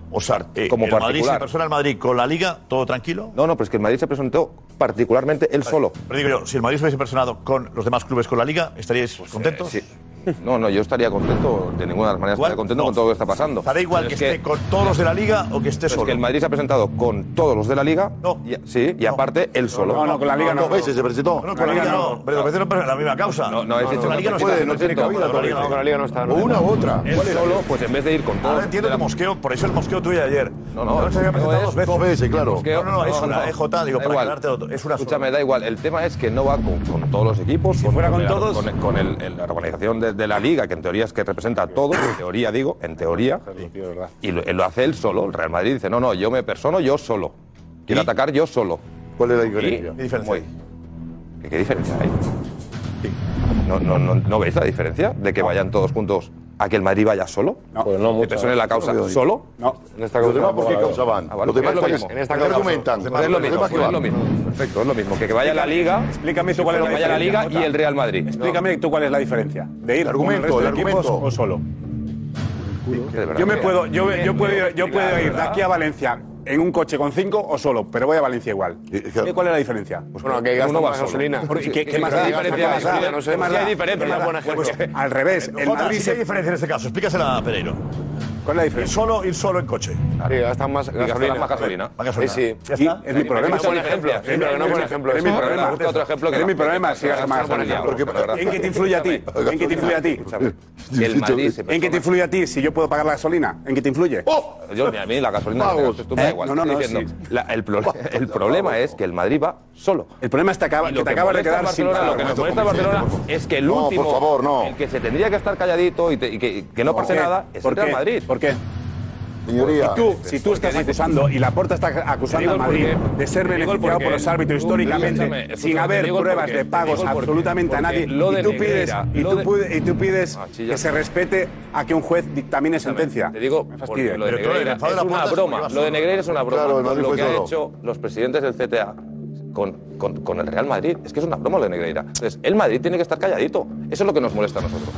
[SPEAKER 5] Eh,
[SPEAKER 2] como
[SPEAKER 5] el Madrid se
[SPEAKER 2] particular.
[SPEAKER 5] persona el Madrid con la Liga, todo tranquilo.
[SPEAKER 2] No, no, pero es que el Madrid se presentó particularmente él solo.
[SPEAKER 5] Pero digo yo, si el Madrid se hubiese personado con los demás clubes con la Liga, ¿estaríais contentos?
[SPEAKER 2] Pues, eh, sí. No, no, yo estaría contento, de ninguna de las maneras estaría contento con todo lo que está pasando.
[SPEAKER 5] da igual
[SPEAKER 2] Pero
[SPEAKER 5] que
[SPEAKER 2] es
[SPEAKER 5] esté con todos los de la Liga o que esté
[SPEAKER 2] pero es
[SPEAKER 5] solo.
[SPEAKER 2] que el Madrid se ha presentado con todos los de la Liga. y- sí, y aparte él solo.
[SPEAKER 3] Dos veces se presentó.
[SPEAKER 5] No, con la Liga no. Pero dos veces no pero la misma causa.
[SPEAKER 2] No, no, es hecho
[SPEAKER 5] con la Liga no
[SPEAKER 2] que
[SPEAKER 5] está.
[SPEAKER 2] puede, no tiene cabida
[SPEAKER 5] con la
[SPEAKER 2] todavía.
[SPEAKER 5] Liga.
[SPEAKER 2] No, con la Liga no está,
[SPEAKER 5] O
[SPEAKER 2] no.
[SPEAKER 5] una u otra.
[SPEAKER 2] Él
[SPEAKER 5] ¿Cuál es?
[SPEAKER 2] solo, pues en vez de ir con todos.
[SPEAKER 5] Ahora entiendo que mosqueo, por eso el mosqueo tuyo de ayer. No,
[SPEAKER 2] no,
[SPEAKER 5] se había
[SPEAKER 2] no
[SPEAKER 5] presentado
[SPEAKER 2] es
[SPEAKER 5] dos veces.
[SPEAKER 2] dos veces, claro.
[SPEAKER 5] No, no, no, es
[SPEAKER 2] No, no,
[SPEAKER 5] una,
[SPEAKER 2] no.
[SPEAKER 5] es J, digo,
[SPEAKER 2] Da
[SPEAKER 5] para
[SPEAKER 2] igual.
[SPEAKER 5] quedarte otro. Es una sola.
[SPEAKER 2] Escúchame, da igual. El tema es que no va con, con todos los equipos. Si
[SPEAKER 5] fuera con
[SPEAKER 2] la,
[SPEAKER 5] todos-
[SPEAKER 2] Con, con el- el- la organización de, de la liga, que en teoría es que representa a todos, en teoría digo, en teoría. Y lo, lo hace él solo. El Real Madrid dice, no, no, yo me persono yo solo. Quiero atacar yo solo.
[SPEAKER 3] ¿Cuál es la
[SPEAKER 2] diferencia? ¿Qué diferencia ¿Qué, qué diferencia hay? ¿No, no, no, ¿No veis la diferencia de que vayan todos juntos a que el Madrid vaya solo? No, pues no ¿Que persone la causa
[SPEAKER 3] No veo.
[SPEAKER 2] solo? No.
[SPEAKER 3] Los demás, ¿por qué causa van?
[SPEAKER 2] Ah, bueno,
[SPEAKER 3] Los demás,
[SPEAKER 2] es lo
[SPEAKER 3] ¿para qué-
[SPEAKER 2] mismo.
[SPEAKER 3] en esta causa argumentan?
[SPEAKER 2] Pues es lo
[SPEAKER 3] Los
[SPEAKER 2] mismo,
[SPEAKER 3] demás, ¿qué
[SPEAKER 2] pues
[SPEAKER 3] van?
[SPEAKER 2] es lo mismo. Perfecto, es lo mismo. Que, que vaya la Liga.
[SPEAKER 15] Explícame tú cuál es la
[SPEAKER 2] que vaya la
[SPEAKER 15] diferencia,
[SPEAKER 2] Liga y
[SPEAKER 15] Jota.
[SPEAKER 2] el Real Madrid.
[SPEAKER 15] Explícame tú cuál es la diferencia. De ir
[SPEAKER 2] El
[SPEAKER 15] con
[SPEAKER 2] argumento,
[SPEAKER 15] resto
[SPEAKER 2] el
[SPEAKER 15] de equipos
[SPEAKER 2] argumento.
[SPEAKER 15] o solo.
[SPEAKER 2] De verdad
[SPEAKER 15] Yo me
[SPEAKER 2] que-
[SPEAKER 15] puedo, yo, yo puedo, yo puedo ir de
[SPEAKER 2] ¿verdad?
[SPEAKER 15] aquí a Valencia en un coche con cinco o solo, pero voy a Valencia igual. ¿Y ¿Cuál es la diferencia?
[SPEAKER 31] bueno, que gastan
[SPEAKER 15] Uno va
[SPEAKER 31] más
[SPEAKER 15] solo.
[SPEAKER 31] gasolina.
[SPEAKER 15] Porque-
[SPEAKER 31] Sí,
[SPEAKER 15] ¿Qué,
[SPEAKER 31] sí,
[SPEAKER 15] qué más
[SPEAKER 31] que
[SPEAKER 15] da?
[SPEAKER 31] gastan
[SPEAKER 15] ¿Qué
[SPEAKER 31] más
[SPEAKER 15] más da?
[SPEAKER 31] gasolina, no sé.
[SPEAKER 15] ¿Qué más
[SPEAKER 31] Sí, hay
[SPEAKER 15] da?
[SPEAKER 31] diferencia,
[SPEAKER 15] ¿Qué más da?
[SPEAKER 31] por ejemplo.
[SPEAKER 15] Pues, al revés, el
[SPEAKER 5] Jota,
[SPEAKER 15] Madrid
[SPEAKER 5] sí que hay
[SPEAKER 15] se...
[SPEAKER 5] diferencia en este caso. Explícasela a Pereiro.
[SPEAKER 15] ¿Cuál es la diferencia?
[SPEAKER 5] solo, ir solo en coche.
[SPEAKER 31] Sí, gastan más
[SPEAKER 5] gastan
[SPEAKER 31] gasolina.
[SPEAKER 5] más gasolina. Más gasolina.
[SPEAKER 31] Sí, sí.
[SPEAKER 5] Ya está.
[SPEAKER 31] Es mi problema. Es un ejemplo. Sí, pero que no por ejemplo.
[SPEAKER 15] Es mi problema.
[SPEAKER 31] Busca otro ejemplo que
[SPEAKER 15] Es
[SPEAKER 31] no.
[SPEAKER 15] mi problema si gastas más
[SPEAKER 31] Por
[SPEAKER 15] gasolina.
[SPEAKER 31] ejemplo, porque-
[SPEAKER 15] ¿En qué te influye a ti? ¿En qué te influye a ti?
[SPEAKER 31] El Madrid se
[SPEAKER 15] ¿En qué te influye a ti si yo puedo pagar la gasolina? ¿En qué te influye?
[SPEAKER 2] Yo, a mí la gasolina
[SPEAKER 15] Vagos.
[SPEAKER 2] me la gastas tú, me da
[SPEAKER 15] Eh,
[SPEAKER 2] igual.
[SPEAKER 15] no, no,
[SPEAKER 2] Estoy
[SPEAKER 15] no,
[SPEAKER 2] diciendo, la- el, prole- el problema es que el Madrid va solo.
[SPEAKER 15] El problema es que, acaba-
[SPEAKER 2] Y
[SPEAKER 15] que
[SPEAKER 2] lo
[SPEAKER 15] te acabas de
[SPEAKER 2] molesta a
[SPEAKER 15] quedar sin
[SPEAKER 2] Barcelona, Lo que nos molesta a Barcelona es que el
[SPEAKER 15] No, por
[SPEAKER 2] último,
[SPEAKER 15] favor, no.
[SPEAKER 2] el que se tendría que estar calladito y, te- y que, y que no,
[SPEAKER 15] ¿Por
[SPEAKER 2] pase
[SPEAKER 15] qué?
[SPEAKER 2] nada, es
[SPEAKER 15] ¿Por
[SPEAKER 2] el Real
[SPEAKER 15] qué?
[SPEAKER 2] Madrid.
[SPEAKER 15] ¿Por qué?
[SPEAKER 2] Señoría.
[SPEAKER 15] Si tú, si tú estás acusando y la porta está acusando a
[SPEAKER 2] Te digo el
[SPEAKER 15] Madrid
[SPEAKER 2] porqué.
[SPEAKER 15] de ser
[SPEAKER 2] Te digo el
[SPEAKER 15] beneficiado
[SPEAKER 2] porqué.
[SPEAKER 15] por los árbitros
[SPEAKER 2] Tú,
[SPEAKER 15] históricamente
[SPEAKER 2] escúchame, escúchame,
[SPEAKER 15] sin
[SPEAKER 2] te
[SPEAKER 15] haber
[SPEAKER 2] digo el
[SPEAKER 15] pruebas
[SPEAKER 2] porqué,
[SPEAKER 15] de
[SPEAKER 2] te
[SPEAKER 15] pagos
[SPEAKER 2] digo el porqué.
[SPEAKER 15] absolutamente a
[SPEAKER 2] Porque
[SPEAKER 15] nadie
[SPEAKER 2] lo
[SPEAKER 15] y
[SPEAKER 2] de
[SPEAKER 15] tú pides,
[SPEAKER 2] Negreira,
[SPEAKER 15] y
[SPEAKER 2] lo
[SPEAKER 15] tú
[SPEAKER 2] de- Ah,
[SPEAKER 15] pude- y tú pides
[SPEAKER 2] chilla.
[SPEAKER 15] que se respete a que un juez dictamine sentencia. Te
[SPEAKER 2] digo,
[SPEAKER 15] me
[SPEAKER 2] Porque
[SPEAKER 15] eh. fastidia.
[SPEAKER 2] lo de Negreira es una broma. Lo de Negreira es una broma.
[SPEAKER 15] Claro, el
[SPEAKER 2] con
[SPEAKER 15] Madrid
[SPEAKER 2] lo
[SPEAKER 15] fue
[SPEAKER 2] que han
[SPEAKER 15] solo.
[SPEAKER 2] hecho los presidentes del CTA con, con- con el Real Madrid es que es una broma lo de Negreira. Entonces, el Madrid tiene que estar calladito. Eso es lo que nos molesta a nosotros.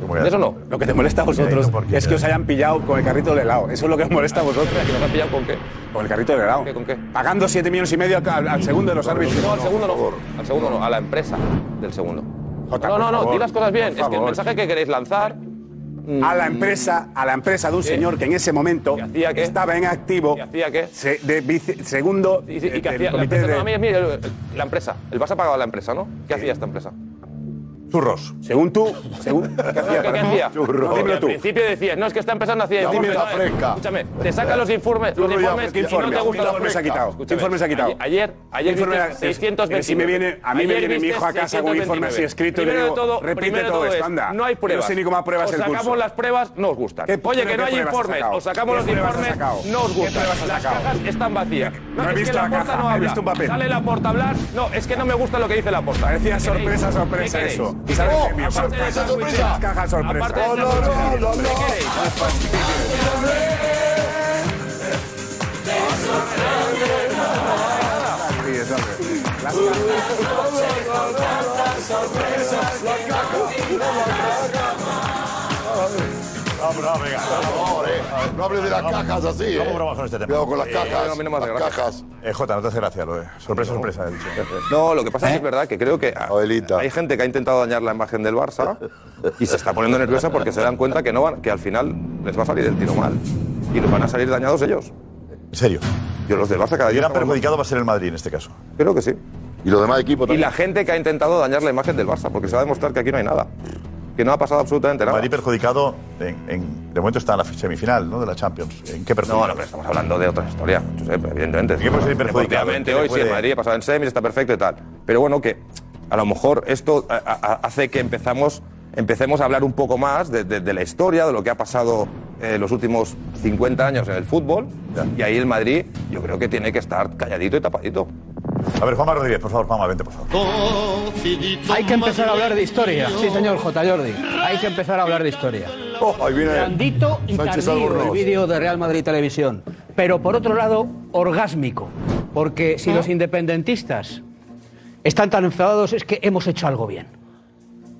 [SPEAKER 5] comunidad.
[SPEAKER 2] De eso no.
[SPEAKER 15] Lo que te molesta a vosotros es que os hayan pillado con el carrito del helado. Eso es lo que os molesta a vosotros. ¿Que nos han pillado con qué? Con el carrito del helado. ¿Con qué? Pagando 7 millones y medio al- al, al segundo de los árbitros.
[SPEAKER 2] Mm. No, al segundo no. Al segundo no, a la empresa del segundo. no,
[SPEAKER 15] por
[SPEAKER 2] no, no,
[SPEAKER 15] favor,
[SPEAKER 2] di las cosas bien.
[SPEAKER 15] por
[SPEAKER 2] Es que el
[SPEAKER 15] favor.
[SPEAKER 2] mensaje que queréis lanzar.
[SPEAKER 15] a la empresa, a la empresa de un señor que en ese momento estaba en este activo.
[SPEAKER 2] hacía qué?
[SPEAKER 15] se- de vice- segundo
[SPEAKER 2] Y,
[SPEAKER 15] eh,
[SPEAKER 2] y- y que
[SPEAKER 15] del
[SPEAKER 2] hacía. La
[SPEAKER 15] comité
[SPEAKER 2] empresa,
[SPEAKER 15] de-
[SPEAKER 2] no, a mí, mira, la empresa. El Barça pagaba a la empresa, ¿no? ¿Qué hacía esta empresa?
[SPEAKER 5] Churros.
[SPEAKER 15] Según tú, según. ¿Qué
[SPEAKER 2] hacía? ¿Qué, hacía?
[SPEAKER 5] Churros.
[SPEAKER 2] No, dímelo
[SPEAKER 5] Al
[SPEAKER 2] tú. Al principio decías, no, es que esta empresa no hacía
[SPEAKER 5] Ya,
[SPEAKER 2] informes.
[SPEAKER 5] dímelo,
[SPEAKER 2] No, eh,
[SPEAKER 5] fresca.
[SPEAKER 2] Escúchame, te sacan los informes, los
[SPEAKER 15] Churros ya,
[SPEAKER 2] informes
[SPEAKER 15] ¿qué
[SPEAKER 2] y
[SPEAKER 15] informe?
[SPEAKER 2] no te
[SPEAKER 15] ¿Qué
[SPEAKER 2] gusta la
[SPEAKER 15] informe se ha
[SPEAKER 2] fresca?
[SPEAKER 15] quitado?
[SPEAKER 2] Escúchame,
[SPEAKER 15] ¿Qué informe se ha quitado?
[SPEAKER 2] Ayer, ayer
[SPEAKER 15] Informe
[SPEAKER 2] viste
[SPEAKER 15] era-
[SPEAKER 2] 629.
[SPEAKER 15] Si me viene- a mí me
[SPEAKER 2] Ayer
[SPEAKER 15] viene mi
[SPEAKER 2] viste
[SPEAKER 15] hijo a casa con un informe así
[SPEAKER 2] 629.
[SPEAKER 15] escrito y le
[SPEAKER 2] primero
[SPEAKER 15] digo,
[SPEAKER 2] de todo,
[SPEAKER 15] repite
[SPEAKER 2] primero de
[SPEAKER 15] todo
[SPEAKER 2] es,
[SPEAKER 15] esto, anda.
[SPEAKER 2] No hay
[SPEAKER 15] Yo
[SPEAKER 2] pruebas.
[SPEAKER 15] no sé ni cómo apruebas
[SPEAKER 2] Os
[SPEAKER 15] el curso.
[SPEAKER 2] sacamos las pruebas, no os gustan. Oye,
[SPEAKER 15] ¿Qué- pero
[SPEAKER 2] que no
[SPEAKER 15] qué
[SPEAKER 2] hay
[SPEAKER 15] pruebas has
[SPEAKER 2] informes.
[SPEAKER 15] sacado?
[SPEAKER 2] Os sacamos
[SPEAKER 15] ¿Qué
[SPEAKER 2] los
[SPEAKER 15] pruebas has
[SPEAKER 2] informes,
[SPEAKER 15] sacado?
[SPEAKER 2] no os
[SPEAKER 15] ¿Qué
[SPEAKER 2] gustan.
[SPEAKER 15] pruebas has
[SPEAKER 2] Las
[SPEAKER 15] sacado?
[SPEAKER 2] cajas están vacías.
[SPEAKER 15] No he
[SPEAKER 2] es
[SPEAKER 15] visto
[SPEAKER 2] que
[SPEAKER 15] la
[SPEAKER 2] Porta
[SPEAKER 15] caja,
[SPEAKER 2] no
[SPEAKER 15] he
[SPEAKER 2] habla.
[SPEAKER 15] visto un papel.
[SPEAKER 2] Sale la porta a hablar. No, es que no me gusta lo que dice la porta.
[SPEAKER 15] Parecía
[SPEAKER 2] ¿Qué
[SPEAKER 15] sorpresa,
[SPEAKER 2] queréis?
[SPEAKER 15] sorpresa
[SPEAKER 2] ¿Qué queréis?
[SPEAKER 15] eso. Y sabes
[SPEAKER 2] No,
[SPEAKER 15] que
[SPEAKER 2] aparte
[SPEAKER 15] mi
[SPEAKER 2] de
[SPEAKER 15] sorpresa,
[SPEAKER 2] esas
[SPEAKER 15] sorpresa,
[SPEAKER 2] cuitas,
[SPEAKER 15] caja sorpresa.
[SPEAKER 2] aparte de
[SPEAKER 15] Oh,
[SPEAKER 2] esas
[SPEAKER 15] no, no,
[SPEAKER 2] cuitas,
[SPEAKER 15] no,
[SPEAKER 2] ¿qué
[SPEAKER 15] no.
[SPEAKER 2] queréis?
[SPEAKER 3] No hables de las cajas así. eh.
[SPEAKER 5] ¿Cómo probamos con este tema?
[SPEAKER 3] Cuidado con las cajas. las cajas.
[SPEAKER 5] Eh, Jota, no te hace gracia lo de. Sorpresa, sorpresa. he dicho.
[SPEAKER 2] No, lo que pasa es que
[SPEAKER 5] ¿Eh?
[SPEAKER 2] es verdad que creo que a- hay gente que ha intentado dañar la imagen del Barça y se está poniendo nerviosa porque se dan cuenta que no van, que al final les va a salir el tiro mal y les van a salir dañados ellos.
[SPEAKER 5] En serio.
[SPEAKER 2] Yo los del Barça cada
[SPEAKER 5] El
[SPEAKER 2] día
[SPEAKER 5] gran
[SPEAKER 2] estamos
[SPEAKER 5] perjudicado va a ser el Madrid en este caso.
[SPEAKER 2] Creo que sí.
[SPEAKER 3] Y los demás equipos
[SPEAKER 2] más. Y la gente que ha intentado dañar la imagen del Barça porque se va a demostrar que aquí no hay nada, que no ha pasado absolutamente
[SPEAKER 5] El
[SPEAKER 2] nada.
[SPEAKER 5] Madrid perjudicado, en, en- de momento está en la semifinal ¿no? de la Champions. ¿En qué perjudicado?
[SPEAKER 2] No, no, pero estamos hablando de otra historia, Josep, evidentemente.
[SPEAKER 5] ¿Qué puede ser perjudicado?
[SPEAKER 2] Deportivamente,
[SPEAKER 5] ¿Qué le
[SPEAKER 2] hoy sí,
[SPEAKER 5] puede-
[SPEAKER 2] el Madrid ha pasado en semis, está perfecto y tal. Pero bueno, que a lo mejor esto a- a- hace que empezamos, empecemos a hablar un poco más de, de- de la historia, de lo que ha pasado eh, los últimos 50 años en el fútbol. Y ahí el Madrid, yo creo que tiene que estar calladito y tapadito.
[SPEAKER 5] A ver, Juanma Rodríguez, por favor, Juanma, vente, por favor.
[SPEAKER 11] Hay que empezar a hablar de historia. Sí, señor J. Jordi. Hay que empezar a hablar de historia.
[SPEAKER 10] Oh,
[SPEAKER 3] ahí viene
[SPEAKER 11] Grandito y
[SPEAKER 3] Sánchez
[SPEAKER 11] tardío
[SPEAKER 3] Albornoz.
[SPEAKER 11] el vídeo de Real Madrid Televisión. Pero por otro lado, orgásmico. Porque si los independentistas están tan enfadados, es que hemos hecho algo bien.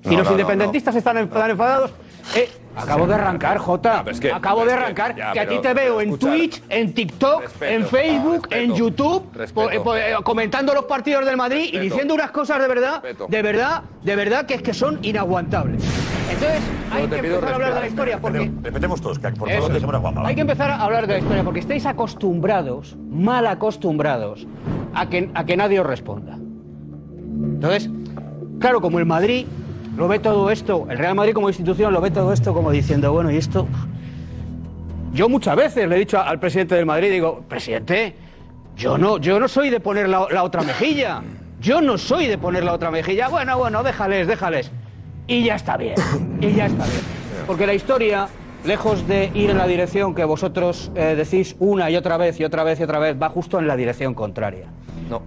[SPEAKER 11] Si
[SPEAKER 10] No,
[SPEAKER 11] los
[SPEAKER 10] no, no,
[SPEAKER 11] independentistas están enf- tan enfadados. eh, acabo de arrancar, Jota.
[SPEAKER 10] pero es que-
[SPEAKER 11] acabo de
[SPEAKER 10] es que-
[SPEAKER 11] arrancar.
[SPEAKER 10] ya,
[SPEAKER 11] que a ti
[SPEAKER 10] pero-
[SPEAKER 11] te veo en
[SPEAKER 10] escuchar.
[SPEAKER 11] Twitch, en TikTok,
[SPEAKER 10] Respeto,
[SPEAKER 11] en Facebook, en YouTube,
[SPEAKER 10] respeto.
[SPEAKER 11] po- eh, po- eh, comentando los partidos del Madrid y diciendo unas cosas de verdad,
[SPEAKER 10] Respeto.
[SPEAKER 11] de verdad, de verdad que es que son inaguantables. Entonces, hay que empezar a hablar de la historia porque
[SPEAKER 5] Respetemos todos, que por
[SPEAKER 11] Eso
[SPEAKER 5] favor,
[SPEAKER 11] es.
[SPEAKER 5] dejemos a Juanma.
[SPEAKER 11] hay que empezar a hablar de la historia porque estáis acostumbrados, mal acostumbrados, a que, a que nadie os responda. Entonces, claro, como el Madrid lo ve todo esto, el Real Madrid como institución lo ve todo esto como diciendo, bueno, y esto. Yo muchas veces le he dicho al presidente del Madrid, digo, presidente, yo no, yo no soy de poner la, la otra mejilla. Yo no soy de poner la otra mejilla. Bueno, bueno, déjales, déjales. Y ya está bien. Y ya está bien. Porque la historia, lejos de ir en la dirección que vosotros eh, decís una y otra vez y otra vez y otra vez, va justo en la dirección contraria.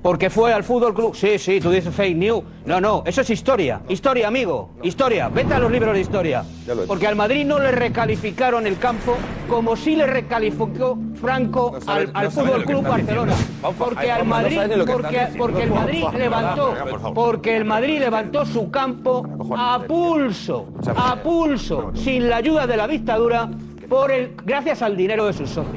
[SPEAKER 11] Porque fue al fútbol club. Sí, sí, tú dices fake news. No, no, eso es historia. Historia, amigo. Historia. Vete a los libros de historia.
[SPEAKER 10] Ya lo he hecho.
[SPEAKER 11] Porque al Madrid no le recalificaron el campo como sí le recalificó Franco al, al Fútbol Club Barcelona. Porque al
[SPEAKER 10] Juanma, no
[SPEAKER 11] Madrid,
[SPEAKER 10] sabes ni lo que
[SPEAKER 11] porque,
[SPEAKER 10] estás diciendo,
[SPEAKER 11] porque el
[SPEAKER 10] Juanma.
[SPEAKER 11] Madrid
[SPEAKER 10] Por favor,
[SPEAKER 11] levantó,
[SPEAKER 10] venga, por favor.
[SPEAKER 11] porque el Madrid levantó su campo a pulso, a pulso, sin la ayuda de la dictadura, por el, gracias al dinero de sus socios.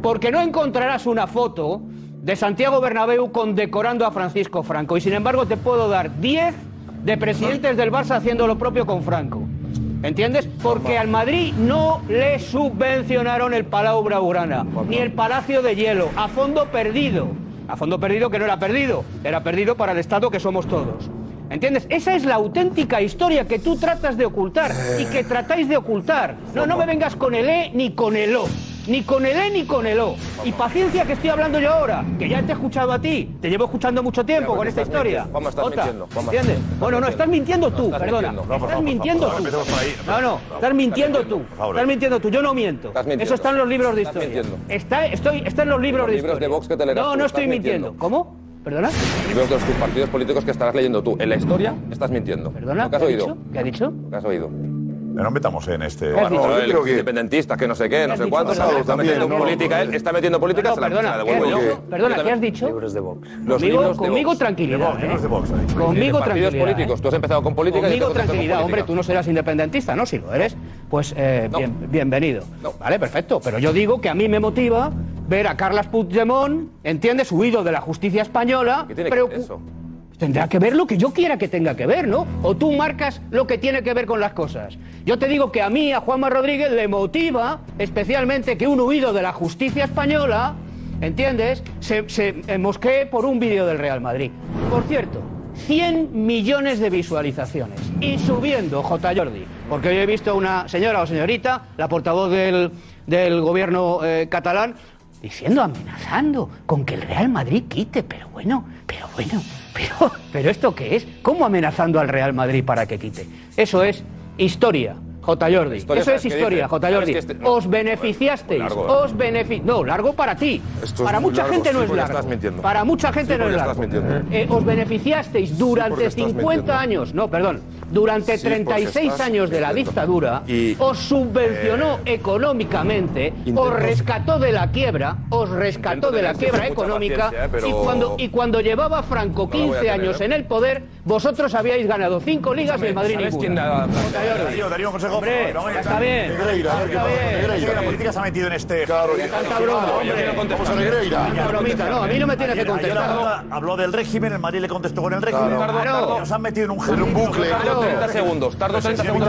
[SPEAKER 11] Porque no encontrarás una foto de Santiago Bernabéu condecorando a Francisco Franco. Y sin embargo te puedo dar 10 de presidentes del Barça haciendo lo propio con Franco. ¿Entiendes? Porque al Madrid no le subvencionaron el Palau Blaugrana, ni el Palacio de Hielo, a fondo perdido. A fondo perdido que no era perdido, era perdido para el Estado que somos todos. ¿Entiendes? Esa es la auténtica historia que tú tratas de ocultar y
[SPEAKER 2] Eh.
[SPEAKER 11] que tratáis de ocultar. No, no me vengas con el E ni con el O. Ni con el E ni con el O. Y paciencia que estoy hablando yo ahora, que ya te he escuchado a ti. Te llevo escuchando mucho tiempo con esta historia.
[SPEAKER 2] mintiendo. Juanma, estás
[SPEAKER 11] Jota,
[SPEAKER 2] mintiendo. Juanma,
[SPEAKER 11] ¿Entiendes?
[SPEAKER 2] estás
[SPEAKER 11] Bueno, no, estás mintiendo tú,
[SPEAKER 2] estás
[SPEAKER 11] perdona.
[SPEAKER 2] mintiendo. No, por
[SPEAKER 11] Estás
[SPEAKER 2] favor,
[SPEAKER 11] mintiendo tú.
[SPEAKER 2] por favor, empecemos por
[SPEAKER 11] No,
[SPEAKER 2] ahí.
[SPEAKER 11] no, estás mintiendo tú.
[SPEAKER 2] favor.
[SPEAKER 11] Estás mintiendo tú, yo no miento.
[SPEAKER 2] mintiendo.
[SPEAKER 11] Eso está en los libros de
[SPEAKER 2] Estás
[SPEAKER 11] historia.
[SPEAKER 2] mintiendo.
[SPEAKER 11] Está, estoy, está en los libros de
[SPEAKER 2] Los libros de
[SPEAKER 11] historia.
[SPEAKER 2] Vox que te leerás
[SPEAKER 11] No,
[SPEAKER 2] tú,
[SPEAKER 11] no
[SPEAKER 2] estás
[SPEAKER 11] estoy mintiendo. ¿Cómo? ¿Perdona?
[SPEAKER 2] Libros de tus partidos políticos que estarás leyendo tú. En la historia estás mintiendo.
[SPEAKER 11] ¿Perdona?
[SPEAKER 2] ¿Lo que has
[SPEAKER 11] ¿Qué ha
[SPEAKER 2] oído?
[SPEAKER 11] dicho? Ah, ¿Qué ha dicho?
[SPEAKER 2] ¿Lo que has oído?
[SPEAKER 5] Pero no metamos en este.
[SPEAKER 2] Bueno, el independentista, que no sé qué, no sé cuánto.
[SPEAKER 5] Pasado
[SPEAKER 2] Está
[SPEAKER 5] también,
[SPEAKER 2] metiendo
[SPEAKER 5] ¿no?
[SPEAKER 2] política, él está metiendo política,
[SPEAKER 11] No,
[SPEAKER 2] se la- se
[SPEAKER 11] perdona,
[SPEAKER 2] la devuelvo
[SPEAKER 11] ¿qué has
[SPEAKER 2] yo.
[SPEAKER 11] dicho? Perdona, ¿qué has dicho?
[SPEAKER 2] Libros de Vox.
[SPEAKER 11] Conmigo- conmigo tranquilidad, ¿eh? Conmigo
[SPEAKER 2] Partidos
[SPEAKER 11] tranquilidad, ¿eh?
[SPEAKER 2] políticos. Tú has empezado con política y
[SPEAKER 11] Conmigo
[SPEAKER 2] te has empezado con
[SPEAKER 11] tranquilidad, hombre,
[SPEAKER 2] política.
[SPEAKER 11] tú no serás independentista, ¿no? Si lo eres, pues eh, bien- bienvenido. Vale, perfecto. Pero yo digo que a mí me motiva ver a Carles Puigdemont, ¿entiendes? Huido de la justicia española.
[SPEAKER 2] ¿Qué tiene que
[SPEAKER 11] preocu-
[SPEAKER 2] ver eso?
[SPEAKER 11] Tendrá que ver lo que yo quiera que tenga que ver, ¿no? O tú marcas lo que tiene que ver con las cosas. Yo te digo que a mí, a Juanma Rodríguez, le motiva especialmente que un huido de la justicia española, ¿entiendes?, se, se eh, mosquee por un vídeo del Real Madrid. Por cierto, 100 millones de visualizaciones. Y subiendo, J. Jordi. Porque hoy he visto una señora o señorita, la portavoz del, del gobierno eh, catalán, diciendo, amenazando con que el Real Madrid quite. Pero bueno, pero bueno. Pero, pero ¿esto qué es? ¿Cómo amenazando al Real Madrid para que quite? Eso es historia, J. Jordi.
[SPEAKER 2] Historia,
[SPEAKER 11] Eso es
[SPEAKER 2] ¿sabes qué
[SPEAKER 11] historia,
[SPEAKER 2] dice?
[SPEAKER 11] J.
[SPEAKER 2] ¿Sabes
[SPEAKER 11] Jordi.
[SPEAKER 2] que este- no,
[SPEAKER 11] Os beneficiasteis.
[SPEAKER 2] largo, ¿eh?
[SPEAKER 11] os benefi No, largo para ti.
[SPEAKER 2] Esto es
[SPEAKER 11] para
[SPEAKER 2] muy
[SPEAKER 11] mucha
[SPEAKER 2] largo,
[SPEAKER 11] gente
[SPEAKER 2] sí,
[SPEAKER 11] no es
[SPEAKER 2] porque
[SPEAKER 11] largo.
[SPEAKER 2] estás mintiendo.
[SPEAKER 11] Para mucha
[SPEAKER 2] Sí,
[SPEAKER 11] gente no
[SPEAKER 2] porque
[SPEAKER 11] es
[SPEAKER 2] estás
[SPEAKER 11] largo.
[SPEAKER 2] mintiendo.
[SPEAKER 11] Eh, os beneficiasteis
[SPEAKER 2] porque
[SPEAKER 11] durante
[SPEAKER 2] estás
[SPEAKER 11] 50
[SPEAKER 2] mintiendo.
[SPEAKER 11] años, no, perdón, durante
[SPEAKER 2] Sí, porque
[SPEAKER 11] 36
[SPEAKER 2] estás
[SPEAKER 11] años de la
[SPEAKER 2] mintiendo.
[SPEAKER 11] dictadura,
[SPEAKER 2] Y- eh,
[SPEAKER 11] os subvencionó económicamente, os
[SPEAKER 2] Intentamos-
[SPEAKER 11] rescató de la quiebra, os rescató
[SPEAKER 2] Intento
[SPEAKER 11] de la
[SPEAKER 2] tener
[SPEAKER 11] quiebra
[SPEAKER 2] mucha
[SPEAKER 11] económica
[SPEAKER 2] paciencia, eh, pero-
[SPEAKER 11] y cuando y cuando llevaba Franco
[SPEAKER 2] No la voy a
[SPEAKER 11] 15
[SPEAKER 2] tener,
[SPEAKER 11] años
[SPEAKER 2] eh.
[SPEAKER 11] en el poder, vosotros habíais ganado 5 ligas y el Madrid
[SPEAKER 5] ¿sabes
[SPEAKER 11] ninguna.
[SPEAKER 5] quién la-
[SPEAKER 11] Jota Jordi. Hombre, ya está bien.
[SPEAKER 5] Negreira, a ver qué pasa. Negreira, la política se ha metido en este. Claro,
[SPEAKER 11] tanta broma, hombre.
[SPEAKER 5] Vamos a Negreira.
[SPEAKER 11] Tanta bromita, no, a mí no me tienes que
[SPEAKER 5] Ayer- ayer
[SPEAKER 11] contestar.
[SPEAKER 5] habló- Habló del régimen, el Madrid le contestó con el régimen.
[SPEAKER 2] Claro. Tardó, tardó.
[SPEAKER 5] Nos han metido en un jardín.
[SPEAKER 2] Tardo 30 segundos. Tardo 30 segundos.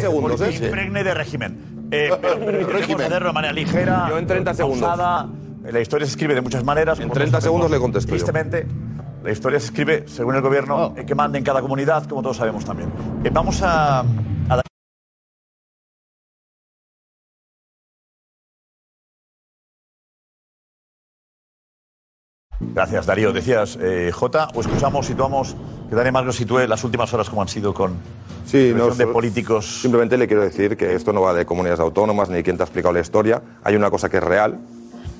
[SPEAKER 2] segundos, ¿eh?
[SPEAKER 5] Se impregne de régimen. Eh, pero régimen. hacerlo de una manera ligera.
[SPEAKER 2] Yo en 30 segundos.
[SPEAKER 5] pausada. La historia se escribe de muchas maneras. En
[SPEAKER 2] 30 segundos le contesto yo. Oh.
[SPEAKER 5] Tristemente, la historia se escribe según el gobierno eh, que manda en cada comunidad, como todos sabemos también. Eh, vamos a... a dar- Gracias, Darío. Decías, eh, Jota, o escuchamos, situamos, que Dani Marcos sitúe las últimas horas como han sido con...
[SPEAKER 2] Sí, no,
[SPEAKER 5] de
[SPEAKER 2] so-
[SPEAKER 5] políticos.
[SPEAKER 2] Simplemente le quiero decir que esto no va de comunidades autónomas ni quién te ha explicado la historia. Hay una cosa que es real,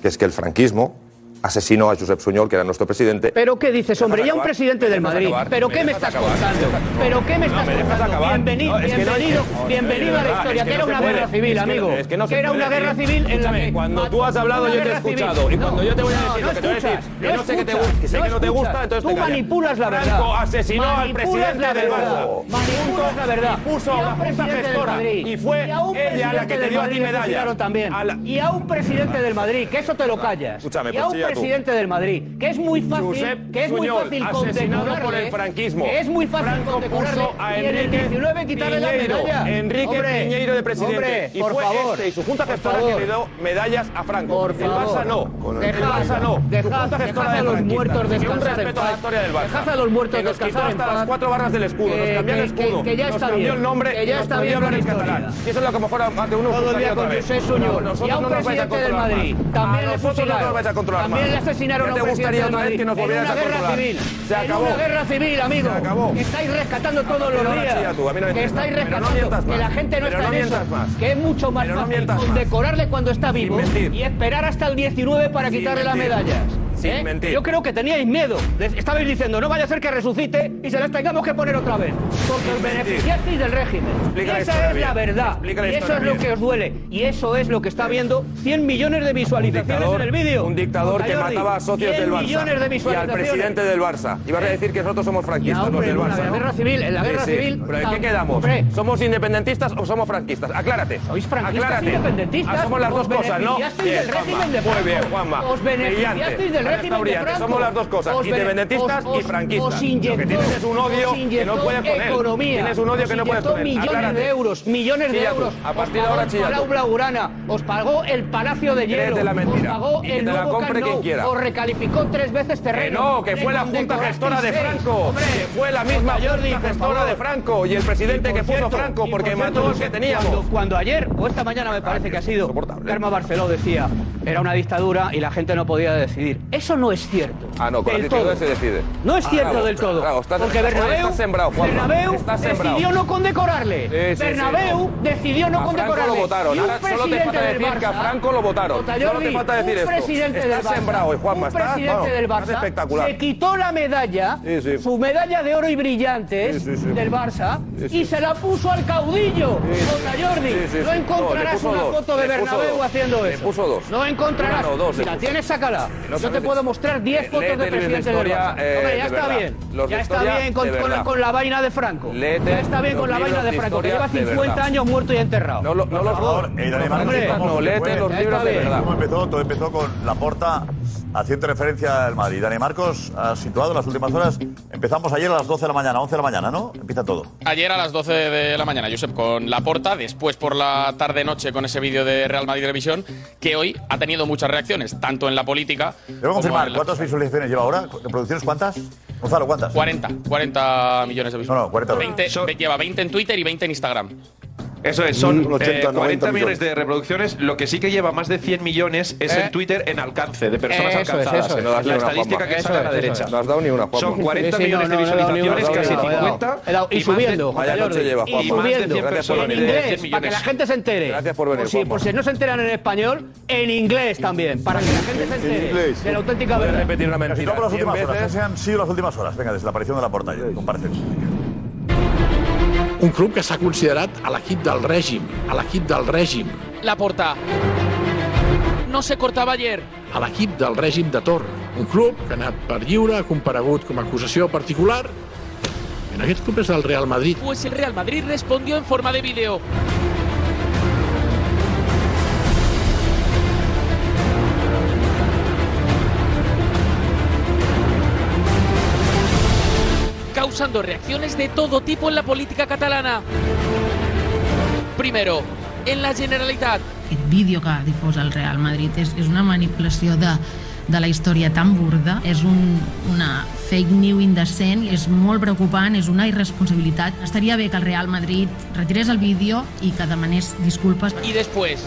[SPEAKER 2] que es que el franquismo asesinó a Josep Suñol, que era nuestro presidente.
[SPEAKER 11] Pero qué dices, hombre, ya un
[SPEAKER 2] acabar?
[SPEAKER 11] presidente del
[SPEAKER 2] dejas
[SPEAKER 11] Madrid.
[SPEAKER 2] acabar?
[SPEAKER 11] Pero
[SPEAKER 2] ¿Me
[SPEAKER 11] qué me
[SPEAKER 2] dejas
[SPEAKER 11] estás
[SPEAKER 2] acabar?
[SPEAKER 11] contando. Pero qué me estás
[SPEAKER 2] me dejas
[SPEAKER 11] contando.
[SPEAKER 2] acabar?
[SPEAKER 11] Bienvenido,
[SPEAKER 2] No, es que no-
[SPEAKER 11] bienvenido,
[SPEAKER 2] no, no,
[SPEAKER 11] bienvenido a la
[SPEAKER 2] es que
[SPEAKER 11] historia.
[SPEAKER 2] no
[SPEAKER 11] que era
[SPEAKER 2] se
[SPEAKER 11] una
[SPEAKER 2] puede.
[SPEAKER 11] guerra civil,
[SPEAKER 2] Es que no-
[SPEAKER 11] amigo.
[SPEAKER 2] es que no se
[SPEAKER 11] era una
[SPEAKER 2] puede.
[SPEAKER 11] guerra civil en la
[SPEAKER 2] Escúchame,
[SPEAKER 11] que
[SPEAKER 2] cuando tú has hablado,
[SPEAKER 11] una
[SPEAKER 2] yo te he
[SPEAKER 11] guerra civil.
[SPEAKER 2] escuchado. Y cuando yo te voy a decir
[SPEAKER 11] no,
[SPEAKER 2] lo que te voy a decir,
[SPEAKER 11] escuchas,
[SPEAKER 2] que no sé qué te gusta, que sé que no te
[SPEAKER 11] escuchas.
[SPEAKER 2] gusta, entonces te
[SPEAKER 11] Tú
[SPEAKER 2] callas.
[SPEAKER 11] manipulas la verdad.
[SPEAKER 2] Franco asesinó al
[SPEAKER 11] Manipulas
[SPEAKER 2] presidente
[SPEAKER 11] la
[SPEAKER 2] del
[SPEAKER 11] verdad.
[SPEAKER 2] Barça.
[SPEAKER 11] Manipulas la verdad.
[SPEAKER 2] puso a
[SPEAKER 11] Y
[SPEAKER 2] una
[SPEAKER 11] un
[SPEAKER 2] junta
[SPEAKER 11] presidente del
[SPEAKER 2] gestora.
[SPEAKER 11] Madrid.
[SPEAKER 2] Y fue
[SPEAKER 11] Y a un
[SPEAKER 2] ella la
[SPEAKER 11] presidente
[SPEAKER 2] que te
[SPEAKER 11] del
[SPEAKER 2] dio a ti
[SPEAKER 11] Madrid
[SPEAKER 2] medallas.
[SPEAKER 11] asesinaron también.
[SPEAKER 2] A la-
[SPEAKER 11] Y a un presidente del Madrid, que eso te lo callas.
[SPEAKER 2] Escúchame,
[SPEAKER 11] Y a un
[SPEAKER 2] Porchilla, tú.
[SPEAKER 11] presidente del Madrid, que es muy fácil,
[SPEAKER 2] Josep
[SPEAKER 11] que es muy
[SPEAKER 2] Suñol,
[SPEAKER 11] fácil
[SPEAKER 2] asesinado
[SPEAKER 11] condecorarle,
[SPEAKER 2] por el franquismo.
[SPEAKER 11] que es muy fácil
[SPEAKER 2] Franco
[SPEAKER 11] condecorarle
[SPEAKER 2] puso a
[SPEAKER 11] y en el
[SPEAKER 2] Enrique
[SPEAKER 11] 19 quitarle la
[SPEAKER 2] Piñeiro,
[SPEAKER 11] medalla.
[SPEAKER 2] Enrique
[SPEAKER 11] Hombre,
[SPEAKER 2] Piñeiro de presidente.
[SPEAKER 11] hombre,
[SPEAKER 2] y
[SPEAKER 11] por
[SPEAKER 2] fue
[SPEAKER 11] favor,
[SPEAKER 2] este y su junta
[SPEAKER 11] por
[SPEAKER 2] gestora
[SPEAKER 11] favor.
[SPEAKER 2] que le dio medallas a Franco.
[SPEAKER 11] Por
[SPEAKER 2] el Barça
[SPEAKER 11] favor.
[SPEAKER 2] no. el
[SPEAKER 11] Dejad-
[SPEAKER 2] Barça no. su
[SPEAKER 11] dejad-
[SPEAKER 2] junta gestora
[SPEAKER 11] dejad a
[SPEAKER 2] de
[SPEAKER 11] los
[SPEAKER 2] franquistas.
[SPEAKER 11] muertos
[SPEAKER 2] Y un
[SPEAKER 11] descansar en
[SPEAKER 2] respeto a la
[SPEAKER 11] paz.
[SPEAKER 2] historia del Barça.
[SPEAKER 11] Dejad a los muertos
[SPEAKER 2] que nos quitó
[SPEAKER 11] descansar en
[SPEAKER 2] hasta
[SPEAKER 11] paz.
[SPEAKER 2] las cuatro barras del escudo.
[SPEAKER 11] Que-
[SPEAKER 2] nos cambió el
[SPEAKER 11] que- que-
[SPEAKER 2] escudo.
[SPEAKER 11] que ya
[SPEAKER 2] nos
[SPEAKER 11] está
[SPEAKER 2] cambió
[SPEAKER 11] bien.
[SPEAKER 2] el nombre.
[SPEAKER 11] Que ya
[SPEAKER 2] nos
[SPEAKER 11] está
[SPEAKER 2] prohibió
[SPEAKER 11] bien
[SPEAKER 2] hablar
[SPEAKER 11] con
[SPEAKER 2] en
[SPEAKER 11] historia.
[SPEAKER 2] catalán. Y eso es lo que a lo mejor a- a de
[SPEAKER 11] Todo el
[SPEAKER 2] unos gustaría
[SPEAKER 11] día con
[SPEAKER 2] otra vez.
[SPEAKER 11] José Suñol.
[SPEAKER 2] No,
[SPEAKER 11] y
[SPEAKER 2] nosotros
[SPEAKER 11] a un
[SPEAKER 2] no nos vais a
[SPEAKER 11] presidente del
[SPEAKER 2] controlar
[SPEAKER 11] Madrid.
[SPEAKER 2] más.
[SPEAKER 11] También
[SPEAKER 2] a
[SPEAKER 11] le
[SPEAKER 2] nosotros no
[SPEAKER 11] fusilaron.
[SPEAKER 2] nos vais a controlar
[SPEAKER 11] También
[SPEAKER 2] más.
[SPEAKER 11] le asesinaron
[SPEAKER 2] Ya
[SPEAKER 11] a un
[SPEAKER 2] te
[SPEAKER 11] presidente
[SPEAKER 2] gustaría
[SPEAKER 11] del
[SPEAKER 2] otra vez
[SPEAKER 11] Madrid.
[SPEAKER 2] que nos
[SPEAKER 11] en una
[SPEAKER 2] volvieras a
[SPEAKER 11] guerra
[SPEAKER 2] controlar.
[SPEAKER 11] civil.
[SPEAKER 2] Se acabó.
[SPEAKER 11] En una guerra civil, amigo.
[SPEAKER 2] Se acabó.
[SPEAKER 11] Que estáis rescatando todos los
[SPEAKER 2] Perdona,
[SPEAKER 11] días.
[SPEAKER 2] chilla tú, a mí no me
[SPEAKER 11] que
[SPEAKER 2] mientas
[SPEAKER 11] estáis
[SPEAKER 2] más. Pero no
[SPEAKER 11] rescatando.
[SPEAKER 2] mientas
[SPEAKER 11] que la
[SPEAKER 2] más.
[SPEAKER 11] gente no
[SPEAKER 2] Pero
[SPEAKER 11] está
[SPEAKER 2] no
[SPEAKER 11] en eso.
[SPEAKER 2] mientas más.
[SPEAKER 11] Que es mucho más
[SPEAKER 2] Pero no
[SPEAKER 11] fácil
[SPEAKER 2] mientas más.
[SPEAKER 11] condecorarle cuando está vivo
[SPEAKER 2] mentir.
[SPEAKER 11] y esperar hasta el 19 para
[SPEAKER 2] Sin
[SPEAKER 11] quitarle las
[SPEAKER 2] mentir.
[SPEAKER 11] medallas.
[SPEAKER 2] Sin
[SPEAKER 11] ¿eh?
[SPEAKER 2] mentir.
[SPEAKER 11] Yo creo que teníais miedo. Les estabais diciendo, no vaya a ser que resucite y se las tengamos que poner otra vez. Porque os beneficiasteis del régimen.
[SPEAKER 2] Explica la
[SPEAKER 11] Esa
[SPEAKER 2] historia
[SPEAKER 11] es la
[SPEAKER 2] bien.
[SPEAKER 11] verdad.
[SPEAKER 2] Explica la
[SPEAKER 11] Y eso
[SPEAKER 2] historia
[SPEAKER 11] es lo
[SPEAKER 2] bien.
[SPEAKER 11] que os duele. Y eso es lo que está viendo 100 millones de visualizaciones
[SPEAKER 2] dictador,
[SPEAKER 11] en el vídeo.
[SPEAKER 2] Un dictador que
[SPEAKER 11] Jordi,
[SPEAKER 2] mataba a socios
[SPEAKER 11] 100
[SPEAKER 2] del
[SPEAKER 11] millones de
[SPEAKER 2] Barça. Y al
[SPEAKER 11] visualizaciones. Eh,
[SPEAKER 2] presidente del Barça. Y vas a decir que nosotros somos franquistas,
[SPEAKER 11] Ya, hombre,
[SPEAKER 2] los del
[SPEAKER 11] en
[SPEAKER 2] Barça.
[SPEAKER 11] la
[SPEAKER 2] ¿no?
[SPEAKER 11] guerra civil, en la guerra
[SPEAKER 2] Sí, sí.
[SPEAKER 11] civil,
[SPEAKER 2] ¿Pero en
[SPEAKER 11] tam-
[SPEAKER 2] qué quedamos?
[SPEAKER 11] hombre.
[SPEAKER 2] ¿Somos independentistas o somos franquistas? Aclárate. ¿Sois
[SPEAKER 11] franquistas
[SPEAKER 2] Aclárate.
[SPEAKER 11] independentistas?
[SPEAKER 2] Ah, somos las
[SPEAKER 11] Os
[SPEAKER 2] dos cosas, ¿no?
[SPEAKER 11] beneficiasteis
[SPEAKER 2] Bien,
[SPEAKER 11] del régimen
[SPEAKER 2] Juanma.
[SPEAKER 11] de Franco.
[SPEAKER 2] Muy bien, Juanma.
[SPEAKER 11] Os beneficiasteis
[SPEAKER 2] Brillante.
[SPEAKER 11] del
[SPEAKER 2] Ahora
[SPEAKER 11] régimen
[SPEAKER 2] está
[SPEAKER 11] de
[SPEAKER 2] brillante.
[SPEAKER 11] Franco.
[SPEAKER 2] Somos las dos cosas,
[SPEAKER 11] Os bene-
[SPEAKER 2] independentistas
[SPEAKER 11] os- os-
[SPEAKER 2] y
[SPEAKER 11] os
[SPEAKER 2] franquistas. Lo
[SPEAKER 11] inyectó-
[SPEAKER 2] que tienes es un odio
[SPEAKER 11] os
[SPEAKER 2] que no
[SPEAKER 11] inyectó
[SPEAKER 2] puedes poner.
[SPEAKER 11] economía,
[SPEAKER 2] Tienes un odio
[SPEAKER 11] os
[SPEAKER 2] que no puedes
[SPEAKER 11] inyectó
[SPEAKER 2] poner.
[SPEAKER 11] millones
[SPEAKER 2] Aclárate.
[SPEAKER 11] de euros, millones de
[SPEAKER 2] Chilla tú.
[SPEAKER 11] euros.
[SPEAKER 2] A
[SPEAKER 11] Os
[SPEAKER 2] partir de
[SPEAKER 11] pagó
[SPEAKER 2] ahora,
[SPEAKER 11] el
[SPEAKER 2] chilla tú.
[SPEAKER 11] Palau Blaugrana, os pagó el Palacio de
[SPEAKER 2] Créete
[SPEAKER 11] Hielo,
[SPEAKER 2] la mentira.
[SPEAKER 11] os pagó
[SPEAKER 2] Y que
[SPEAKER 11] el
[SPEAKER 2] te la
[SPEAKER 11] nuevo
[SPEAKER 2] compre
[SPEAKER 11] Camp
[SPEAKER 2] quien
[SPEAKER 11] Nou,
[SPEAKER 2] quiera.
[SPEAKER 11] os recalificó tres veces terreno.
[SPEAKER 2] Que no, que fue la
[SPEAKER 11] Le
[SPEAKER 2] Junta Gestora de
[SPEAKER 11] condecorasteis.
[SPEAKER 2] Franco.
[SPEAKER 11] Hombre,
[SPEAKER 2] que fue la misma
[SPEAKER 11] Jota Jordi,
[SPEAKER 2] Junta
[SPEAKER 11] por
[SPEAKER 2] Gestora
[SPEAKER 11] favor.
[SPEAKER 2] de Franco y el presidente
[SPEAKER 11] Y
[SPEAKER 2] que
[SPEAKER 11] por
[SPEAKER 2] puso
[SPEAKER 11] cierto,
[SPEAKER 2] Franco
[SPEAKER 11] y
[SPEAKER 2] porque
[SPEAKER 11] por
[SPEAKER 2] mató
[SPEAKER 11] cierto,
[SPEAKER 2] al que teníamos. Ah,
[SPEAKER 11] Cuando, cuando ayer, o esta mañana me parece que ha sido, Karma Barceló decía, era una dictadura y la gente no podía decidir. Eso no es cierto.
[SPEAKER 2] Ah, no, con
[SPEAKER 11] Del
[SPEAKER 2] la actitud
[SPEAKER 11] todo.
[SPEAKER 2] se decide.
[SPEAKER 11] No es cierto del todo.
[SPEAKER 2] Bravo, estás-
[SPEAKER 11] porque
[SPEAKER 2] estás-
[SPEAKER 11] Bernabéu,
[SPEAKER 2] estás sembrado, Juanma.
[SPEAKER 11] Bernabéu
[SPEAKER 2] Estás sembrado.
[SPEAKER 11] decidió no condecorarle.
[SPEAKER 2] Sí, sí, sí.
[SPEAKER 11] Bernabéu decidió no
[SPEAKER 2] A Franco
[SPEAKER 11] condecorarle.
[SPEAKER 2] lo votaron.
[SPEAKER 11] Y un
[SPEAKER 2] Ahora solo te
[SPEAKER 11] presidente
[SPEAKER 2] falta
[SPEAKER 11] del
[SPEAKER 2] decir que a
[SPEAKER 11] Barça,
[SPEAKER 2] Franco lo votaron.
[SPEAKER 11] Jota
[SPEAKER 2] Solo te
[SPEAKER 11] Jordi,
[SPEAKER 2] falta decir
[SPEAKER 11] un
[SPEAKER 2] esto.
[SPEAKER 11] presidente del
[SPEAKER 2] Estás
[SPEAKER 11] Barça,
[SPEAKER 2] sembrado hoy, Juanma,
[SPEAKER 11] un
[SPEAKER 2] estás,
[SPEAKER 11] presidente
[SPEAKER 2] vamos,
[SPEAKER 11] del Barça
[SPEAKER 2] estás espectacular.
[SPEAKER 11] se quitó la medalla,
[SPEAKER 2] Sí, sí.
[SPEAKER 11] su medalla de oro y brillantes
[SPEAKER 2] Sí, sí, sí.
[SPEAKER 11] del Barça
[SPEAKER 2] Sí,
[SPEAKER 11] y
[SPEAKER 2] sí.
[SPEAKER 11] se la puso al caudillo,
[SPEAKER 2] Sí, sí.
[SPEAKER 11] Jota Jordi.
[SPEAKER 2] Sí, sí,
[SPEAKER 11] no
[SPEAKER 2] sí. No, le
[SPEAKER 11] encontrarás
[SPEAKER 2] puso
[SPEAKER 11] una
[SPEAKER 2] dos.
[SPEAKER 11] foto de
[SPEAKER 2] Le puso
[SPEAKER 11] Bernabéu
[SPEAKER 2] dos.
[SPEAKER 11] haciendo
[SPEAKER 2] Le
[SPEAKER 11] eso.
[SPEAKER 2] puso dos.
[SPEAKER 11] No encontrarás.
[SPEAKER 2] Una, no, dos, le
[SPEAKER 11] Si la
[SPEAKER 2] puso.
[SPEAKER 11] tienes, sácala.
[SPEAKER 2] No,
[SPEAKER 11] Yo te
[SPEAKER 2] pero-
[SPEAKER 11] puedo mostrar 10 fotos de
[SPEAKER 2] Léete los de
[SPEAKER 11] presidentes del
[SPEAKER 2] historia,
[SPEAKER 11] Barça.
[SPEAKER 2] eh,
[SPEAKER 11] Hombre,
[SPEAKER 2] de
[SPEAKER 11] ya está
[SPEAKER 2] verdad.
[SPEAKER 11] bien.
[SPEAKER 2] Los de
[SPEAKER 11] Ya está
[SPEAKER 2] historia,
[SPEAKER 11] bien con,
[SPEAKER 2] de
[SPEAKER 11] con-
[SPEAKER 2] verdad.
[SPEAKER 11] con la vaina de Franco.
[SPEAKER 2] Léete
[SPEAKER 11] ya está bien con
[SPEAKER 2] los
[SPEAKER 11] la vaina
[SPEAKER 2] libros
[SPEAKER 11] de
[SPEAKER 2] de
[SPEAKER 11] Franco, que
[SPEAKER 2] historia,
[SPEAKER 11] lleva
[SPEAKER 2] de
[SPEAKER 11] 50
[SPEAKER 2] verdad.
[SPEAKER 11] años muerto y enterrado.
[SPEAKER 2] No, lo- no los dos.
[SPEAKER 5] Y Dani Martín,
[SPEAKER 11] Hombre,
[SPEAKER 5] vamos,
[SPEAKER 2] no,
[SPEAKER 5] que
[SPEAKER 2] léete
[SPEAKER 5] fue.
[SPEAKER 2] los Ya libros está de bien. verdad.
[SPEAKER 5] ¿Cómo empezó? Todo empezó con la porta haciendo referencia al Madrid. Dani Marcos ha situado en las últimas horas. Empezamos ayer a las 12 de la mañana, 11 de la mañana, ¿no? Empieza todo.
[SPEAKER 18] Ayer a las 12 de la mañana, Josep, con la porta, después por la tarde-noche con ese vídeo de Real Madrid Televisión, que hoy ha tenido muchas reacciones, tanto en la política.
[SPEAKER 5] Debo confirmar, ¿cuántas visualizaciones lleva ahora? ¿Reproducciones cuántas? Gonzalo, ¿cuántas?
[SPEAKER 18] 40, 40 millones de visualizaciones. No,
[SPEAKER 5] 40
[SPEAKER 18] lleva 20 en Twitter y 20 en Instagram.
[SPEAKER 6] Eso es, son
[SPEAKER 18] Mm, 80,
[SPEAKER 6] eh,
[SPEAKER 18] 90
[SPEAKER 6] 40 millones.
[SPEAKER 18] millones.
[SPEAKER 6] de reproducciones. Lo que sí que lleva más de 100 millones es ¿Eh? el Twitter en alcance de personas Eso es, alcanzadas. eso es. La No has dado ni una, estadística Juanma. que Eso sale a es, la eso derecha. es. No has dado ni una, Juanma. Son 40 Sí, sí, millones no, de no, no he dado ni una, visualizaciones, no he dado casi ni una, no he dado. 50. He dado- y más de- subiendo, Vaya Jordi. noche lleva, Y Juanma. más de subiendo. 100 Gracias por personas. venir. de
[SPEAKER 11] inglés,
[SPEAKER 6] 100
[SPEAKER 11] para que
[SPEAKER 6] millones.
[SPEAKER 11] la gente se entere.
[SPEAKER 6] Gracias por venir,
[SPEAKER 11] Por si,
[SPEAKER 6] Juanma.
[SPEAKER 11] por si no se enteran en español, en inglés también, para que la gente se entere de la auténtica verdad.
[SPEAKER 5] Casi todas las últimas horas.
[SPEAKER 2] ¿eh?
[SPEAKER 5] Esas han sido las últimas horas. Venga, desde la aparición de la porta ayer. Comparecencia.
[SPEAKER 10] Un club que s'ha considerat a l'equip del règim, a l'equip del règim,
[SPEAKER 18] La porta. Eh, No se cortaba ayer.
[SPEAKER 10] a l'equip del règim de Torra. Un club que ha anat per lliure, ha comparegut com a acusació particular. En aquest club és el Real Madrid.
[SPEAKER 18] Pues el Real Madrid respondió en forma de vídeo. causando reacciones de todo tipo en la política catalana. Primero, en la Generalitat,
[SPEAKER 32] Aquest vídeo que ha difós el Real Madrid és, és una manipulació de, de la història tan burda, és un, una fake news indecent, és molt preocupant, és una irresponsabilitat. Estaria bé que el Real Madrid retirés el vídeo i que demanés disculpes.
[SPEAKER 18] Y después,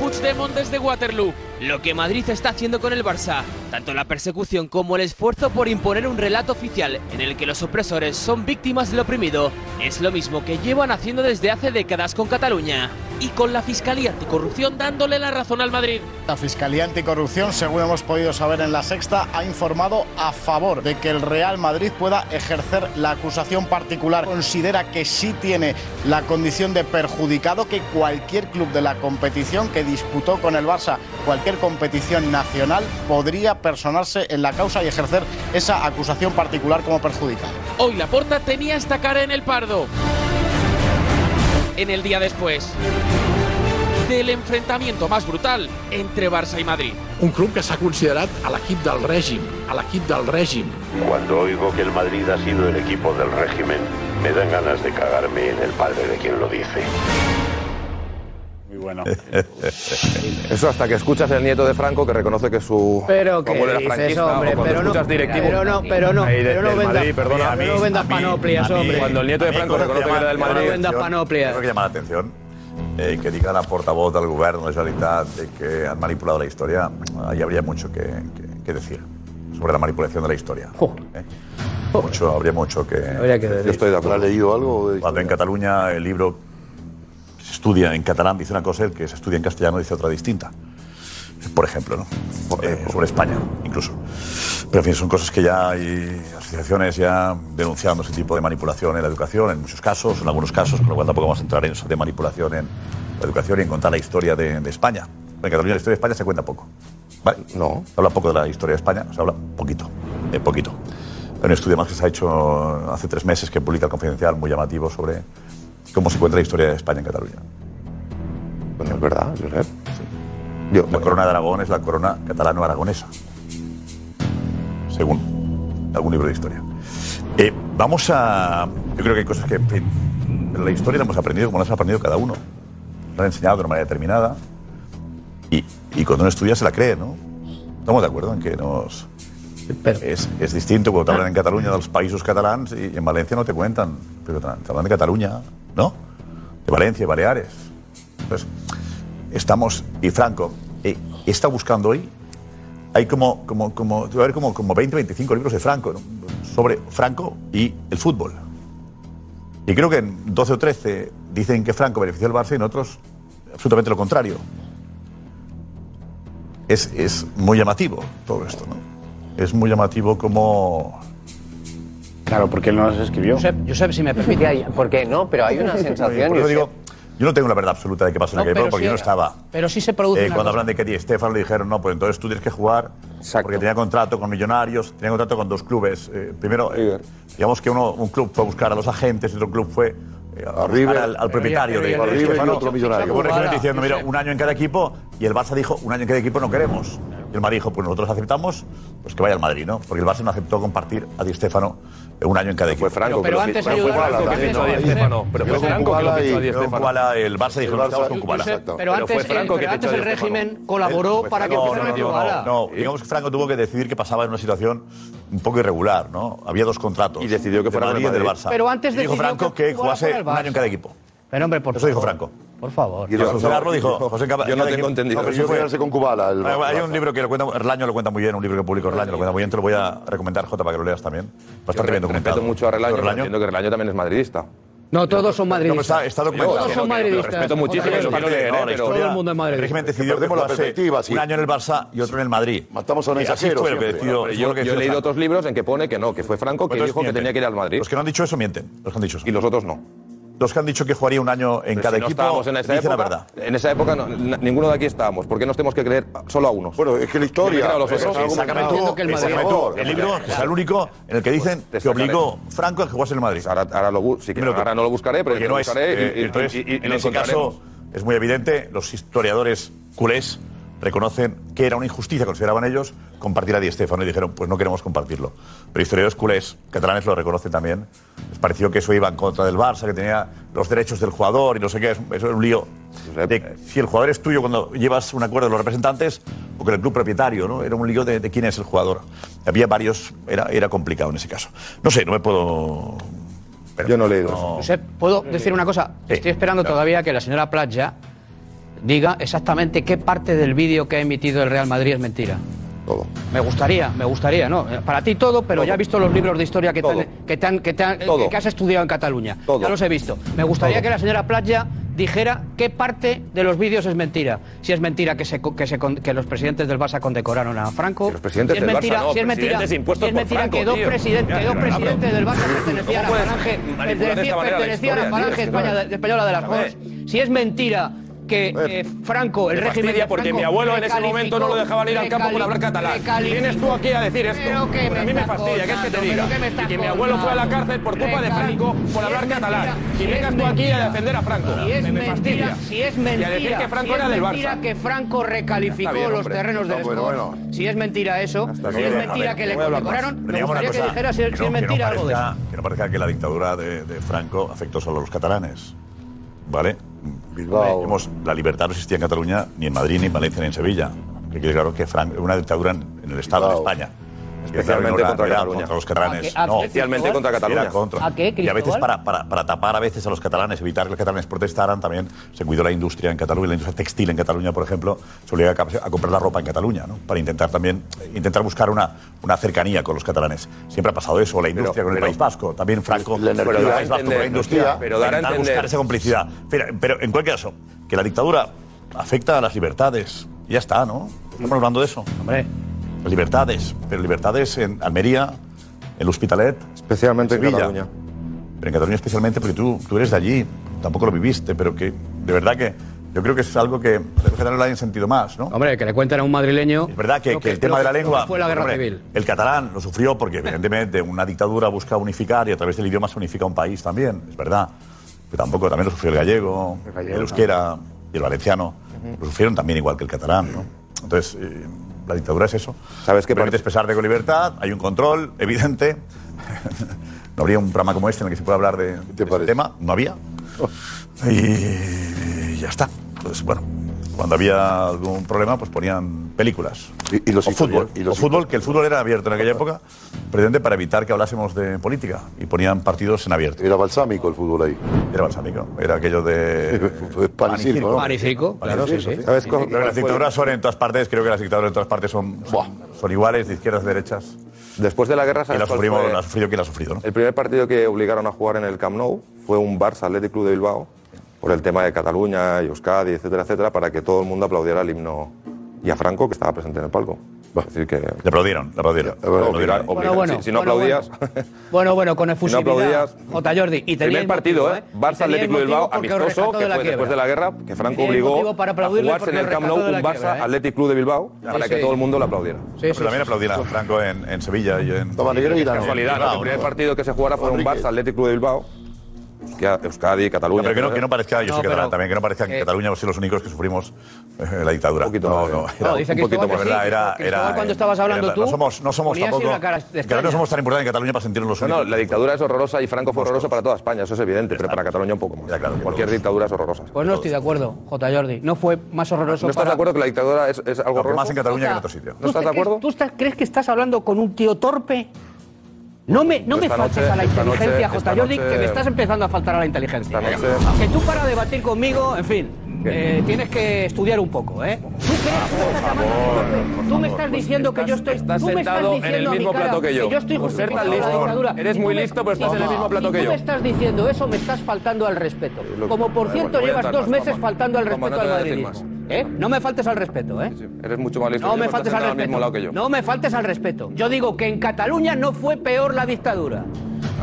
[SPEAKER 18] Puigdemont desde Waterloo.
[SPEAKER 33] Lo que Madrid está haciendo con el Barça, tanto la persecución como el esfuerzo por imponer un relato oficial en el que los opresores son víctimas del oprimido, es lo mismo que llevan haciendo desde hace décadas con Cataluña.
[SPEAKER 18] y con la Fiscalía Anticorrupción dándole la razón al Madrid.
[SPEAKER 7] La Fiscalía Anticorrupción, según hemos podido saber en la sexta, ha informado a favor de que el Real Madrid pueda ejercer la acusación particular. Considera que sí tiene la condición de perjudicado que cualquier club de la competición que disputó con el Barça cualquier competición nacional podría personarse en la causa y ejercer esa acusación particular como perjudicado.
[SPEAKER 18] Hoy la porta tenía esta cara en el pardo. En el día después del enfrentamiento más brutal entre Barça y Madrid.
[SPEAKER 10] Un club que s'ha considerat a l'equip del règim, a l'equip del règim.
[SPEAKER 33] Cuando oigo que el Madrid ha sido el equipo del régimen, me dan ganas de cagarme en el padre de quien lo dice.
[SPEAKER 5] Muy bueno.
[SPEAKER 2] Eso hasta que escuchas el nieto de Franco que reconoce que su
[SPEAKER 11] Pero que
[SPEAKER 2] abuelo era
[SPEAKER 11] dices,
[SPEAKER 2] franquista. o
[SPEAKER 11] hombre,
[SPEAKER 2] cuando
[SPEAKER 11] pero no,
[SPEAKER 2] escuchas directivos-
[SPEAKER 11] pero no, pero no,
[SPEAKER 2] Ahí de-
[SPEAKER 11] pero no
[SPEAKER 2] del
[SPEAKER 11] vendas-
[SPEAKER 2] Madrid, perdona,
[SPEAKER 11] pero no
[SPEAKER 2] a mí,
[SPEAKER 11] vendas
[SPEAKER 2] a mí,
[SPEAKER 11] panoplias,
[SPEAKER 2] a mí.
[SPEAKER 11] hombre.
[SPEAKER 2] Cuando el nieto de
[SPEAKER 5] A mí hay
[SPEAKER 2] Franco
[SPEAKER 5] cosas
[SPEAKER 2] reconoce que
[SPEAKER 5] llaman-
[SPEAKER 2] era del
[SPEAKER 5] llaman la
[SPEAKER 2] Madrid.
[SPEAKER 5] atención. Yo Creo que llama la atención eh, que diga la portavoz del gobierno de Generalitat de que han manipulado la historia. Ahí habría mucho que, que- que decir sobre la manipulación de la historia. ¿eh? Mucho, habría mucho que.
[SPEAKER 34] Yo estoy de acuerdo. ¿Ha leído algo? de-
[SPEAKER 5] Cuando en Cataluña el libro se estudia en catalán dice una cosa, el que se estudia en castellano dice otra distinta. Por ejemplo, ¿no? Eh, sobre España, incluso. Pero en fin, son cosas que ya hay asociaciones ya denunciando ese tipo de manipulación en la educación, en muchos casos, en algunos casos, con lo cual tampoco vamos a entrar en eso de manipulación en la educación y en contar la historia de, de España. En Cataluña la historia de España se cuenta poco. ¿Vale? No. Se habla poco de la historia de España, se habla poquito, de poquito. Hay un estudio más que se ha hecho hace tres meses que publica el Confidencial, muy llamativo, sobre cómo se cuenta la historia de España en Cataluña. Bueno, es verdad, Josep. la corona de Aragón es la corona catalano-aragonesa, según algún libro de historia. Eh, vamos a... Yo creo que hay cosas que, en fin, de la historia la hemos aprendido como las ha aprendido cada uno. La han enseñado de una manera determinada y, y cuando uno estudia se la cree, ¿no? Estamos de acuerdo en que nos... es, es distinto cuando te hablan en Cataluña de los países catalanes y en Valencia no te cuentan, pero te te hablan de Cataluña, ¿no? De Valencia y Baleares. Entonces, estamos, y Franco, eh, está buscando hoy. Hay como, como, como, debe haber como, como 20, 25 libros de Franco, ¿no? sobre Franco y el fútbol. Y creo que en 12 o 13 dicen que Franco benefició al Barça y en otros absolutamente lo contrario. Es, es muy llamativo todo esto, ¿no? Es muy llamativo como...
[SPEAKER 15] Claro, porque él no los escribió.
[SPEAKER 16] Josep, si me permite. ahí- Porque no, pero hay una sensación.
[SPEAKER 5] Por eso
[SPEAKER 16] Josep,
[SPEAKER 5] digo, yo no tengo la verdad absoluta de qué pasó en
[SPEAKER 16] No,
[SPEAKER 5] aquella época
[SPEAKER 16] pero
[SPEAKER 5] porque
[SPEAKER 16] sí
[SPEAKER 5] yo no
[SPEAKER 16] era.
[SPEAKER 5] estaba.
[SPEAKER 16] pero sí se produce.
[SPEAKER 5] Eh,
[SPEAKER 16] una
[SPEAKER 5] cuando
[SPEAKER 16] cosa.
[SPEAKER 5] hablan de Ketty Estefano, le dijeron, no, pues entonces tú tienes que jugar porque tenía contrato con Millonarios, tenía contrato con dos clubes. Eh, primero, eh, digamos que uno, un club fue a buscar a los agentes y otro club fue eh, a
[SPEAKER 3] River.
[SPEAKER 5] buscar al, al
[SPEAKER 3] Pero
[SPEAKER 5] propietario
[SPEAKER 3] ya-
[SPEAKER 5] de
[SPEAKER 3] pero ya-
[SPEAKER 5] de
[SPEAKER 3] River y
[SPEAKER 5] Estefano.
[SPEAKER 3] otro millonario.
[SPEAKER 5] Como
[SPEAKER 3] Jugada.
[SPEAKER 5] River diciendo, mira, un año en cada equipo y el Barça dijo, un año en cada equipo no queremos. Y el Madrid dijo, pues nosotros aceptamos, pues que vaya al Madrid, ¿no? Porque el Barça no aceptó compartir a Di Stefano eh, un año en cada equipo. Fue
[SPEAKER 2] Franco Pero- que pero lo antes fichó. ayudaron Pero fue Franco a que fichó a Di Josep. Stéfano. Pero fue Franco que lo fichó a Di Stéfano.
[SPEAKER 5] Kubala, el Barça dijo,
[SPEAKER 2] El
[SPEAKER 5] no
[SPEAKER 2] Barça-
[SPEAKER 5] estamos con Kubala.
[SPEAKER 2] Josep,
[SPEAKER 5] Exacto.
[SPEAKER 11] Pero antes,
[SPEAKER 5] fue Franco
[SPEAKER 11] eh,
[SPEAKER 5] que
[SPEAKER 11] pero antes
[SPEAKER 5] fichó a
[SPEAKER 11] el
[SPEAKER 5] Di Stéfano.
[SPEAKER 11] régimen colaboró para que
[SPEAKER 5] No,
[SPEAKER 11] empezara
[SPEAKER 5] no,
[SPEAKER 11] a
[SPEAKER 5] no, no, no. Digamos que Franco tuvo que decidir que pasaba en una situación un poco irregular, ¿no? Había dos contratos. Y decidió que
[SPEAKER 2] fuera con el
[SPEAKER 5] del
[SPEAKER 2] Madrid.
[SPEAKER 5] Barça.
[SPEAKER 11] Pero antes
[SPEAKER 5] Y dijo
[SPEAKER 11] decidió
[SPEAKER 5] Franco
[SPEAKER 11] que
[SPEAKER 5] que
[SPEAKER 11] jugara
[SPEAKER 5] jugase
[SPEAKER 11] para el
[SPEAKER 5] un año en
[SPEAKER 11] Barça.
[SPEAKER 5] cada equipo.
[SPEAKER 11] Pero hombre, por
[SPEAKER 5] Eso dijo
[SPEAKER 11] favor.
[SPEAKER 5] Franco.
[SPEAKER 11] Por favor.
[SPEAKER 5] Y el José Carlos dijo, José Caba-
[SPEAKER 2] Yo no
[SPEAKER 5] cada
[SPEAKER 2] tengo
[SPEAKER 5] equipo-
[SPEAKER 2] entendido.
[SPEAKER 5] No, pero
[SPEAKER 2] Yo
[SPEAKER 5] fue-
[SPEAKER 2] quedarse con Kubala, el-
[SPEAKER 5] Hay un libro que lo cuenta, Erlaño lo cuenta muy bien, un libro que publicó Erlaño, lo cuenta muy bien, te lo voy a recomendar, J, para que lo leas también. Bastante bien documentado.
[SPEAKER 2] Respeto mucho a Relaño,
[SPEAKER 5] Relaño.
[SPEAKER 2] pero entiendo que Relaño también es madridista.
[SPEAKER 11] No, todos son madridistas.
[SPEAKER 5] No, pero está- está documentado.
[SPEAKER 11] Todos son
[SPEAKER 5] Lo
[SPEAKER 11] madridistas.
[SPEAKER 2] respeto muchísimo,
[SPEAKER 11] Otra
[SPEAKER 2] pero
[SPEAKER 11] cosa.
[SPEAKER 2] quiero leer,
[SPEAKER 5] No,
[SPEAKER 2] ¿eh?
[SPEAKER 5] la
[SPEAKER 2] Pero-
[SPEAKER 5] historia-
[SPEAKER 11] Todo el mundo es madridista.
[SPEAKER 5] El régimen decidió que
[SPEAKER 3] Perdemos la
[SPEAKER 5] jugase
[SPEAKER 3] perspectiva, sí.
[SPEAKER 5] un año en el Barça y otro en el Madrid.
[SPEAKER 3] Matamos a un
[SPEAKER 5] Y así
[SPEAKER 3] mensajero
[SPEAKER 5] fue lo que
[SPEAKER 3] siempre.
[SPEAKER 5] decidió-
[SPEAKER 2] Pero
[SPEAKER 5] fue
[SPEAKER 2] yo,
[SPEAKER 5] lo que
[SPEAKER 2] yo he
[SPEAKER 5] decidió
[SPEAKER 2] leído
[SPEAKER 5] Franco.
[SPEAKER 2] otros libros en que pone que no, que fue Franco que
[SPEAKER 5] Entonces,
[SPEAKER 2] dijo que
[SPEAKER 5] mienten.
[SPEAKER 2] tenía que ir al Madrid.
[SPEAKER 5] Los que no han dicho eso mienten. Los que han dicho eso.
[SPEAKER 2] Y los otros no.
[SPEAKER 5] Los que han dicho que jugaría un año en
[SPEAKER 2] Pero
[SPEAKER 5] cada
[SPEAKER 2] si no
[SPEAKER 5] equipo
[SPEAKER 2] estábamos en esa
[SPEAKER 5] dicen
[SPEAKER 2] época,
[SPEAKER 5] la verdad.
[SPEAKER 2] En esa época no- na- ninguno de aquí estábamos. ¿Por qué nos tenemos que creer solo a unos?
[SPEAKER 3] Bueno, es que la
[SPEAKER 2] historia- Pero
[SPEAKER 5] Eso,
[SPEAKER 2] sí,
[SPEAKER 5] sácame
[SPEAKER 2] argumentado.
[SPEAKER 5] tú,
[SPEAKER 2] Entiendo que el
[SPEAKER 5] sácame
[SPEAKER 2] Madrid-
[SPEAKER 5] tú. El libro que es el único en el que dicen
[SPEAKER 2] Pues,
[SPEAKER 5] que
[SPEAKER 2] te sacaré.
[SPEAKER 5] obligó Franco a que jugase en el Madrid.
[SPEAKER 2] Ahora, ahora lo, bu- sí que-
[SPEAKER 5] Dímelo tú.
[SPEAKER 2] ahora no lo buscaré, pero
[SPEAKER 5] Porque
[SPEAKER 2] yo lo
[SPEAKER 5] no es-
[SPEAKER 2] buscaré y-
[SPEAKER 5] eh,
[SPEAKER 2] y-
[SPEAKER 5] entonces,
[SPEAKER 2] y- y- y
[SPEAKER 5] en
[SPEAKER 2] lo
[SPEAKER 5] ese
[SPEAKER 2] encontraremos.
[SPEAKER 5] caso, es muy evidente, los historiadores culés reconocen que era una injusticia, consideraban ellos, compartir a Di Stéfano y dijeron, pues no queremos compartirlo. Pero historiadores culés, catalanes, lo reconocen también. Les pareció que eso iba en contra del Barça, que tenía los derechos del jugador y no sé qué, eso es un lío. De si el jugador es tuyo cuando llevas un acuerdo de los representantes o con el club propietario, ¿no? Era un lío de, de quién es el jugador. Había varios, era, era complicado en ese caso. No sé, no me puedo... Yo no leo.
[SPEAKER 1] Josep, ¿puedo decir una cosa? Estoy esperando todavía que la señora Playa diga exactamente qué parte del vídeo que ha emitido el Real Madrid es mentira.
[SPEAKER 3] Todo.
[SPEAKER 1] Me gustaría, me gustaría, ¿no? Para ti todo, pero ya he visto los libros de historia que, te han- que, te han- que te han- eh, que has estudiado en Cataluña. Ya los he visto. Me gustaría que la señora Playa dijera qué parte de los vídeos es mentira. Si es mentira que, se, co- que, se con- que los presidentes del Barça condecoraron a Franco. los
[SPEAKER 2] presidentes
[SPEAKER 1] si es
[SPEAKER 2] del
[SPEAKER 1] mentira,
[SPEAKER 2] Barça no,
[SPEAKER 1] si es mentira,
[SPEAKER 2] presidentes impuestos
[SPEAKER 1] si es
[SPEAKER 2] por
[SPEAKER 1] mentira que
[SPEAKER 2] Franco,
[SPEAKER 1] dos,
[SPEAKER 2] tío.
[SPEAKER 1] presiden- que
[SPEAKER 2] Ya,
[SPEAKER 1] dos
[SPEAKER 2] pero, pero,
[SPEAKER 1] presidentes del Barça pertenecían a
[SPEAKER 2] puedes
[SPEAKER 1] Falange,
[SPEAKER 2] manipular de esta manera la
[SPEAKER 1] pertenecían a
[SPEAKER 2] historia, tío?
[SPEAKER 1] Falange
[SPEAKER 2] Es que
[SPEAKER 1] España-
[SPEAKER 2] no-
[SPEAKER 1] española de las Cosas. Si es mentira que eh, Franco, el
[SPEAKER 2] Me
[SPEAKER 1] régimen
[SPEAKER 2] fastidia
[SPEAKER 1] de
[SPEAKER 2] porque
[SPEAKER 1] Franco
[SPEAKER 2] mi abuelo en ese
[SPEAKER 1] recalificó-
[SPEAKER 2] momento no lo dejaban ir al campo por
[SPEAKER 1] recali-
[SPEAKER 2] hablar catalán.
[SPEAKER 1] recalificó-
[SPEAKER 2] Vienes tú aquí a decir esto.
[SPEAKER 1] Pero que
[SPEAKER 2] Pues a mí me
[SPEAKER 1] estás
[SPEAKER 2] fastidia, ¿qué es que te
[SPEAKER 1] contando?
[SPEAKER 2] diga?
[SPEAKER 1] ¿Pero qué me
[SPEAKER 2] Y
[SPEAKER 1] estás
[SPEAKER 2] que mi abuelo fue a la
[SPEAKER 1] contando?
[SPEAKER 2] cárcel por culpa de Franco por hablar
[SPEAKER 1] Si es
[SPEAKER 2] catalán.
[SPEAKER 1] mentira-
[SPEAKER 2] Y
[SPEAKER 1] si
[SPEAKER 2] vengas
[SPEAKER 1] es
[SPEAKER 2] tú aquí a
[SPEAKER 1] mentira-
[SPEAKER 2] defender a Franco.
[SPEAKER 1] Si es
[SPEAKER 2] Me
[SPEAKER 1] mentira,
[SPEAKER 2] fastidia.
[SPEAKER 1] si es
[SPEAKER 2] Y
[SPEAKER 1] mentira,
[SPEAKER 2] a decir que
[SPEAKER 1] si
[SPEAKER 2] Franco
[SPEAKER 1] es
[SPEAKER 2] era del
[SPEAKER 1] mentira
[SPEAKER 2] Barça.
[SPEAKER 1] que Franco
[SPEAKER 2] Está
[SPEAKER 1] recalificó
[SPEAKER 2] bien,
[SPEAKER 1] los
[SPEAKER 2] hombre.
[SPEAKER 1] terrenos del
[SPEAKER 2] No, bueno,
[SPEAKER 1] Sport,
[SPEAKER 2] bueno.
[SPEAKER 1] si es mentira eso,
[SPEAKER 5] Hasta
[SPEAKER 1] si
[SPEAKER 5] luego.
[SPEAKER 1] es
[SPEAKER 5] Venga,
[SPEAKER 1] mentira que le
[SPEAKER 5] voy a hablar
[SPEAKER 1] condecoraron,
[SPEAKER 5] más.
[SPEAKER 1] me
[SPEAKER 5] Pero digamos una
[SPEAKER 1] gustaría que
[SPEAKER 5] cosa,
[SPEAKER 1] dijera si es
[SPEAKER 5] que
[SPEAKER 1] si
[SPEAKER 5] no-
[SPEAKER 1] es
[SPEAKER 5] que no
[SPEAKER 1] mentira algo de eso.
[SPEAKER 5] parezca- Que no parezca que la dictadura de, de Franco afectó solo a los catalanes. ¿Vale? Bilbao. la libertad no existía en Cataluña, ni en Madrid, ni en Valencia, ni en Sevilla. Que quede claro que Fran- una dictadura en, en el Estado de España.
[SPEAKER 2] Especialmente
[SPEAKER 5] Que era-
[SPEAKER 2] contra
[SPEAKER 5] era
[SPEAKER 2] Cataluña.
[SPEAKER 5] contra los catalanes.
[SPEAKER 2] ¿A qué- a
[SPEAKER 5] no,
[SPEAKER 2] qué, Especialmente Cristóbal? contra Cataluña.
[SPEAKER 5] Era contra.
[SPEAKER 2] ¿A qué,
[SPEAKER 5] y a veces
[SPEAKER 2] Cristóbal?
[SPEAKER 5] para, para, para tapar a veces a los catalanes, evitar que los catalanes protestaran, también se cuidó la industria en Cataluña, la industria textil en Cataluña, por ejemplo, se obligó a, cap- a comprar la ropa en Cataluña, ¿no? Para intentar también, eh, intentar buscar una, una cercanía con los catalanes. Siempre ha pasado eso, la industria con el
[SPEAKER 2] pero-
[SPEAKER 5] País Vasco, también Franco,
[SPEAKER 2] La energía.
[SPEAKER 5] con
[SPEAKER 2] Pero
[SPEAKER 5] el
[SPEAKER 2] dar a
[SPEAKER 5] País Vasco, con la
[SPEAKER 2] entender,
[SPEAKER 5] industria,
[SPEAKER 2] pero dar a
[SPEAKER 5] intentar
[SPEAKER 2] entender.
[SPEAKER 5] buscar esa complicidad. Pero, pero, en cualquier caso, que la dictadura afecta a las libertades, y ya está, ¿no? Estamos hablando de eso. Hombre. Las libertades, pero libertades en Almería, en el Hospitalet.
[SPEAKER 31] Especialmente en
[SPEAKER 5] Sevilla.
[SPEAKER 31] Cataluña.
[SPEAKER 5] Pero en Cataluña especialmente porque tú, tú eres de allí, tampoco lo viviste, pero que de verdad que yo creo que es algo que los catalanes lo hayan sentido más, ¿no?
[SPEAKER 1] Hombre, que le cuenten a un madrileño.
[SPEAKER 5] Es verdad que,
[SPEAKER 1] lo
[SPEAKER 5] que el tema
[SPEAKER 1] lo
[SPEAKER 5] de la
[SPEAKER 1] que- lo que
[SPEAKER 5] lengua.
[SPEAKER 1] Fue la guerra
[SPEAKER 5] hombre,
[SPEAKER 1] civil.
[SPEAKER 5] El catalán lo sufrió porque, evidentemente, una dictadura busca unificar y a través del idioma se unifica un país también, es verdad. Pero tampoco, también lo sufrió el gallego, el, euskera y el valenciano. Lo sufrieron también igual que el catalán, ¿no? Entonces, eh, la dictadura es eso. ¿Sabes que Permite expresarte con libertad, hay un control evidente. no habría un programa como este en el que se pueda hablar de, de este tema, no había. Y, ya está. Entonces, bueno, cuando había algún problema, pues ponían películas.
[SPEAKER 3] Y, los
[SPEAKER 5] o fútbol. o fútbol, que el fútbol era abierto en aquella época, precisamente para evitar que hablásemos de política. Y ponían partidos en abierto.
[SPEAKER 3] Era balsámico el fútbol ahí.
[SPEAKER 5] Era balsámico. Era aquello de.
[SPEAKER 11] Panicirco, ¿no? Panicirco, claro, sí, sí. ¿Sabes cuál- cuál
[SPEAKER 5] Pero las
[SPEAKER 11] fue?
[SPEAKER 5] dictaduras son en todas partes, creo que las dictaduras en todas partes son, son iguales, de izquierdas, derechas.
[SPEAKER 2] Después de la guerra,
[SPEAKER 5] Y
[SPEAKER 2] ¿sabes
[SPEAKER 5] la
[SPEAKER 2] cuál
[SPEAKER 5] sufrimos,
[SPEAKER 2] fue?
[SPEAKER 5] la ha sufrido quien la ha sufrido, ¿no?
[SPEAKER 2] El primer partido que obligaron a jugar en el Camp Nou fue un Barça Athletic Club de Bilbao por el tema de Cataluña y Euskadi, etcétera, etcétera, para que todo el mundo aplaudiera el himno y a Franco que estaba presente en el palco. Es decir que le
[SPEAKER 5] aplaudieron, le aplaudieron.
[SPEAKER 2] Obligar, obligar.
[SPEAKER 11] bueno,
[SPEAKER 2] si, si no
[SPEAKER 11] bueno,
[SPEAKER 2] aplaudías,
[SPEAKER 11] Bueno, bueno, con efusividad.
[SPEAKER 2] aplaudías-
[SPEAKER 11] Ota Jordi. Y teníais
[SPEAKER 2] primer partido,
[SPEAKER 11] motivo,
[SPEAKER 2] ¿eh? Barça
[SPEAKER 11] Y teníais
[SPEAKER 2] Atlético de Bilbao,
[SPEAKER 11] motivo porque os
[SPEAKER 2] amistoso,
[SPEAKER 11] rescató
[SPEAKER 2] que
[SPEAKER 11] de la
[SPEAKER 2] fue después
[SPEAKER 11] quiebra.
[SPEAKER 2] de la guerra, que Franco
[SPEAKER 11] Teníais
[SPEAKER 2] obligó
[SPEAKER 11] motivo para
[SPEAKER 2] a
[SPEAKER 11] aplaudirle
[SPEAKER 2] jugarse en
[SPEAKER 11] porque
[SPEAKER 2] el
[SPEAKER 11] os
[SPEAKER 2] Camp Nou
[SPEAKER 11] rescató de
[SPEAKER 2] un
[SPEAKER 11] la
[SPEAKER 2] Barça
[SPEAKER 11] quiebra, ¿eh?
[SPEAKER 2] Athletic Club de Bilbao para
[SPEAKER 11] sí.
[SPEAKER 2] que todo el mundo lo aplaudiera.
[SPEAKER 5] Pero también aplaudían a Franco en, en Sevilla y en.
[SPEAKER 2] Negra
[SPEAKER 5] y
[SPEAKER 2] y casualidad, ¿no? El primer partido que se jugara fue un Barça Athletic Club de Bilbao. que a Euskadi, Cataluña.
[SPEAKER 5] pero que no,
[SPEAKER 2] ¿no?
[SPEAKER 5] que no parezca, yo
[SPEAKER 2] No,
[SPEAKER 5] soy catalán
[SPEAKER 2] pero-
[SPEAKER 5] también, que no parezca que
[SPEAKER 2] Eh.
[SPEAKER 5] Cataluña hemos sido los únicos que sufrimos eh, la dictadura. no, no,
[SPEAKER 11] No, dice
[SPEAKER 5] un poquito
[SPEAKER 11] Cristóbal
[SPEAKER 5] más,
[SPEAKER 11] que sí,
[SPEAKER 5] verdad, era,
[SPEAKER 11] que Cristóbal
[SPEAKER 5] era,
[SPEAKER 11] cuando
[SPEAKER 5] eh,
[SPEAKER 11] estabas hablando
[SPEAKER 5] era-
[SPEAKER 11] tú,
[SPEAKER 5] No somos, no somos
[SPEAKER 11] ponías ahí
[SPEAKER 5] tampoco.
[SPEAKER 11] una cara extraña.
[SPEAKER 5] que ahora no somos tan importantes en Cataluña para sentirnos los
[SPEAKER 2] No, no,
[SPEAKER 5] únicos.
[SPEAKER 2] la dictadura es horrorosa y Franco fue horroroso para toda España, eso es evidente, pero para Cataluña un poco más. Cualquier dictadura es horrorosa.
[SPEAKER 11] Pues no estoy de acuerdo, J. Jordi. No fue más horroroso.
[SPEAKER 2] ¿No estás de
[SPEAKER 11] para-
[SPEAKER 2] acuerdo que la dictadura es, es algo horroroso?
[SPEAKER 5] más en Cataluña que en otro sitio.
[SPEAKER 2] ¿No estás de acuerdo?
[SPEAKER 11] ¿Tú estás- crees que estás hablando con un tío torpe? No me, no me
[SPEAKER 2] Esta
[SPEAKER 11] faltes
[SPEAKER 2] noche-
[SPEAKER 11] a la
[SPEAKER 2] esta noche-
[SPEAKER 11] inteligencia,
[SPEAKER 2] esta
[SPEAKER 11] J. Jordi,
[SPEAKER 2] noche-
[SPEAKER 11] que me estás empezando a faltar a la inteligencia.
[SPEAKER 2] Esta noche-
[SPEAKER 11] Que tú para debatir conmigo, en fin, eh, tienes que estudiar un poco, ¿eh? ¿Tú crees que me estás llamando torpe? Tú me estás diciendo que yo estoy... Estás
[SPEAKER 2] Pues sentado en el mismo plato que yo.
[SPEAKER 11] yo estoy
[SPEAKER 2] Por ser tan
[SPEAKER 11] justificando la
[SPEAKER 2] listo,
[SPEAKER 11] dictadura.
[SPEAKER 2] eres
[SPEAKER 11] Y tú
[SPEAKER 2] muy
[SPEAKER 11] me-
[SPEAKER 2] listo, pero estás
[SPEAKER 11] y-
[SPEAKER 2] en el mismo plato
[SPEAKER 11] y
[SPEAKER 2] que
[SPEAKER 11] tú
[SPEAKER 2] yo.
[SPEAKER 11] me estás diciendo eso, me estás faltando al respeto.
[SPEAKER 2] lo-
[SPEAKER 11] Como, por
[SPEAKER 2] Da igual,
[SPEAKER 11] cierto,
[SPEAKER 2] voy a
[SPEAKER 11] llevas
[SPEAKER 2] entrar
[SPEAKER 11] dos
[SPEAKER 2] más,
[SPEAKER 11] meses
[SPEAKER 2] vamos.
[SPEAKER 11] faltando al
[SPEAKER 2] Vamos, no
[SPEAKER 11] respeto
[SPEAKER 2] te
[SPEAKER 11] al
[SPEAKER 2] voy a decir
[SPEAKER 11] madridismo. ¿Eh? No me faltes al respeto, ¿eh?
[SPEAKER 2] Eres mucho más listo.
[SPEAKER 11] No
[SPEAKER 2] que yo,
[SPEAKER 11] me
[SPEAKER 2] estás
[SPEAKER 11] faltes al
[SPEAKER 2] sentado mismo lado que
[SPEAKER 11] respeto.
[SPEAKER 2] yo.
[SPEAKER 11] No me faltes al respeto. Yo digo que en Cataluña no fue peor la dictadura.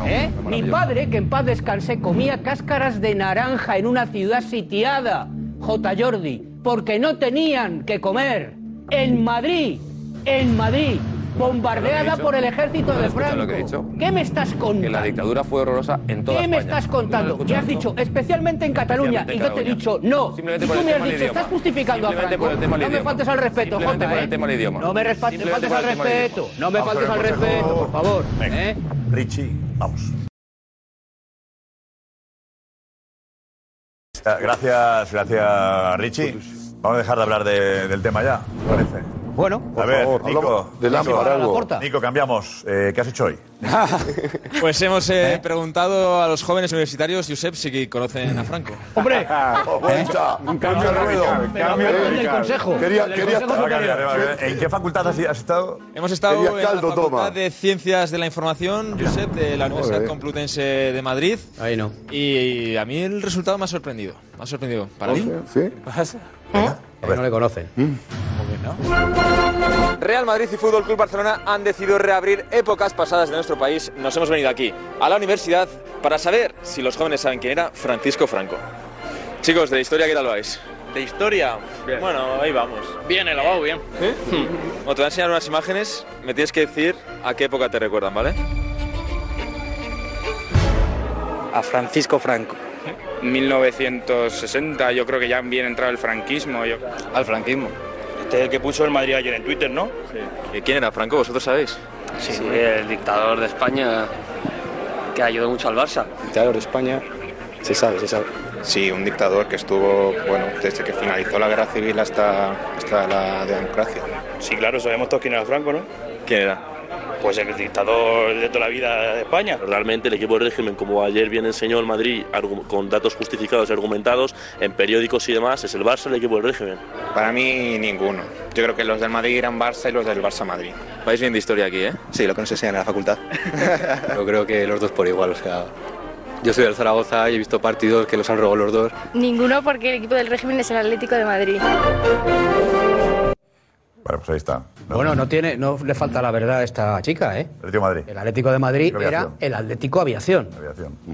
[SPEAKER 11] ¿eh? Mi padre, que en paz descanse, comía cáscaras de naranja en una ciudad sitiada, J. Jordi, porque no tenían que comer. En Madrid, en Madrid, bombardeada
[SPEAKER 2] dicho?
[SPEAKER 11] por el ejército
[SPEAKER 2] ¿No
[SPEAKER 11] de
[SPEAKER 2] escuchas lo que he
[SPEAKER 11] Franco. ¿Qué me estás
[SPEAKER 2] Que la
[SPEAKER 11] contando?
[SPEAKER 2] dictadura fue horrorosa en toda
[SPEAKER 11] ¿Qué me
[SPEAKER 2] España.
[SPEAKER 11] estás contando?
[SPEAKER 2] ¿No lo
[SPEAKER 11] Y has dicho,
[SPEAKER 2] escuchas,
[SPEAKER 11] especialmente en Cataluña,
[SPEAKER 2] Especialmente
[SPEAKER 11] y yo te he
[SPEAKER 2] en Cataluña.
[SPEAKER 11] dicho no. Y
[SPEAKER 2] Simplemente
[SPEAKER 11] tú
[SPEAKER 2] por el
[SPEAKER 11] me has
[SPEAKER 2] tema del
[SPEAKER 11] dicho,
[SPEAKER 2] idioma.
[SPEAKER 11] estás justificando a
[SPEAKER 2] Simplemente
[SPEAKER 11] Franco.
[SPEAKER 2] por el tema del
[SPEAKER 11] No me
[SPEAKER 2] idioma.
[SPEAKER 11] faltes al respeto,
[SPEAKER 2] Simplemente
[SPEAKER 11] Jota,
[SPEAKER 2] por el
[SPEAKER 11] ¿eh?
[SPEAKER 2] tema del idioma.
[SPEAKER 11] No me respa-
[SPEAKER 2] Simplemente
[SPEAKER 11] faltes
[SPEAKER 2] por
[SPEAKER 11] al
[SPEAKER 2] el tema del idioma.
[SPEAKER 11] respeto. No me
[SPEAKER 5] Vamos
[SPEAKER 11] faltes
[SPEAKER 5] con
[SPEAKER 11] al
[SPEAKER 5] el consejo.
[SPEAKER 11] respeto, por favor.
[SPEAKER 5] Venga.
[SPEAKER 11] ¿eh?
[SPEAKER 5] Richie, vamos. Gracias, gracias Richie. Vamos a dejar de hablar de- del tema ya, ¿te parece.
[SPEAKER 11] Bueno,
[SPEAKER 5] a
[SPEAKER 3] por
[SPEAKER 5] ver,
[SPEAKER 3] favor,
[SPEAKER 5] Nico,
[SPEAKER 3] hablamos de Lampard,
[SPEAKER 5] Nico,
[SPEAKER 3] algo. Laporta.
[SPEAKER 5] Nico, cambiamos. Eh, ¿Qué has hecho hoy?
[SPEAKER 12] Pues hemos eh, preguntado a los jóvenes universitarios, Josep, si conocen a Franco.
[SPEAKER 11] ¡Hombre!
[SPEAKER 15] Ah, ¿eh?
[SPEAKER 5] Un
[SPEAKER 12] cambio radical, un cambio radical. Del Consejo.
[SPEAKER 3] Ah, Quería,
[SPEAKER 12] Del
[SPEAKER 3] quería
[SPEAKER 12] Consejo Superior.
[SPEAKER 5] eh, ¿En qué facultad has, has estado?
[SPEAKER 12] Hemos estado
[SPEAKER 5] Quería
[SPEAKER 12] en
[SPEAKER 5] caldo,
[SPEAKER 12] la Facultad
[SPEAKER 5] toma.
[SPEAKER 12] de Ciencias de la Información, Josep, de la Universidad
[SPEAKER 5] Joder.
[SPEAKER 12] Complutense de Madrid.
[SPEAKER 11] Ahí no.
[SPEAKER 12] Y a mí el resultado me ha sorprendido. Me ha sorprendido. ¿Para ti?
[SPEAKER 3] ¿Sí?
[SPEAKER 12] ¿Pasa?
[SPEAKER 11] No le conocen.
[SPEAKER 12] Real Madrid y Fútbol Club Barcelona han decidido reabrir épocas pasadas de nuestro país. Nos hemos venido aquí, a la universidad, para saber si los jóvenes saben quién era Francisco Franco. Chicos, de historia, ¿qué tal vais? De historia, bueno, ahí vamos.
[SPEAKER 35] Bien, elevado, bien.
[SPEAKER 12] Bueno, te voy a enseñar unas imágenes, me tienes que decir a qué época te recuerdan, ¿vale?
[SPEAKER 36] a Francisco Franco. 1960, yo creo que ya bien entrado el franquismo. Al franquismo. Este es el que puso el Madrid ayer en Twitter, ¿no?
[SPEAKER 37] ¿Eh,
[SPEAKER 12] ¿Y ¿Quién era Franco? ¿Vosotros sabéis?
[SPEAKER 38] Sí, el dictador de España que ayudó mucho al Barça.
[SPEAKER 6] dictador de España. Se sabe, se sabe. Sí, un dictador que estuvo, bueno, desde que finalizó la guerra civil hasta, hasta la democracia.
[SPEAKER 36] Sí, claro, sabemos todos quién era Franco, ¿no?
[SPEAKER 39] ¿Quién era?
[SPEAKER 36] Pues el dictador de toda la vida de España.
[SPEAKER 39] Realmente el equipo de régimen, como ayer bien enseñó el Madrid, argu- con datos justificados y argumentados en periódicos y demás, es el Barça el equipo del régimen.
[SPEAKER 6] Para mí, ninguno. Yo creo que los del Madrid eran Barça y los del Barça Madrid.
[SPEAKER 12] Vais bien de historia aquí, ¿eh?
[SPEAKER 6] Sí, lo que nos enseñan en la facultad.
[SPEAKER 37] Yo creo que los dos por igual, o sea, yo soy del Zaragoza y he visto partidos que los han robado los dos.
[SPEAKER 1] Ninguno porque el equipo del régimen es el Atlético de Madrid.
[SPEAKER 5] Vale, pues ahí está.
[SPEAKER 11] Bueno, no tiene, no le falta la verdad a esta chica, ¿eh?
[SPEAKER 5] Atlético de Madrid.
[SPEAKER 11] El Atlético de Madrid
[SPEAKER 5] Atlético
[SPEAKER 11] era
[SPEAKER 5] Aviación.
[SPEAKER 11] el Atlético Aviación.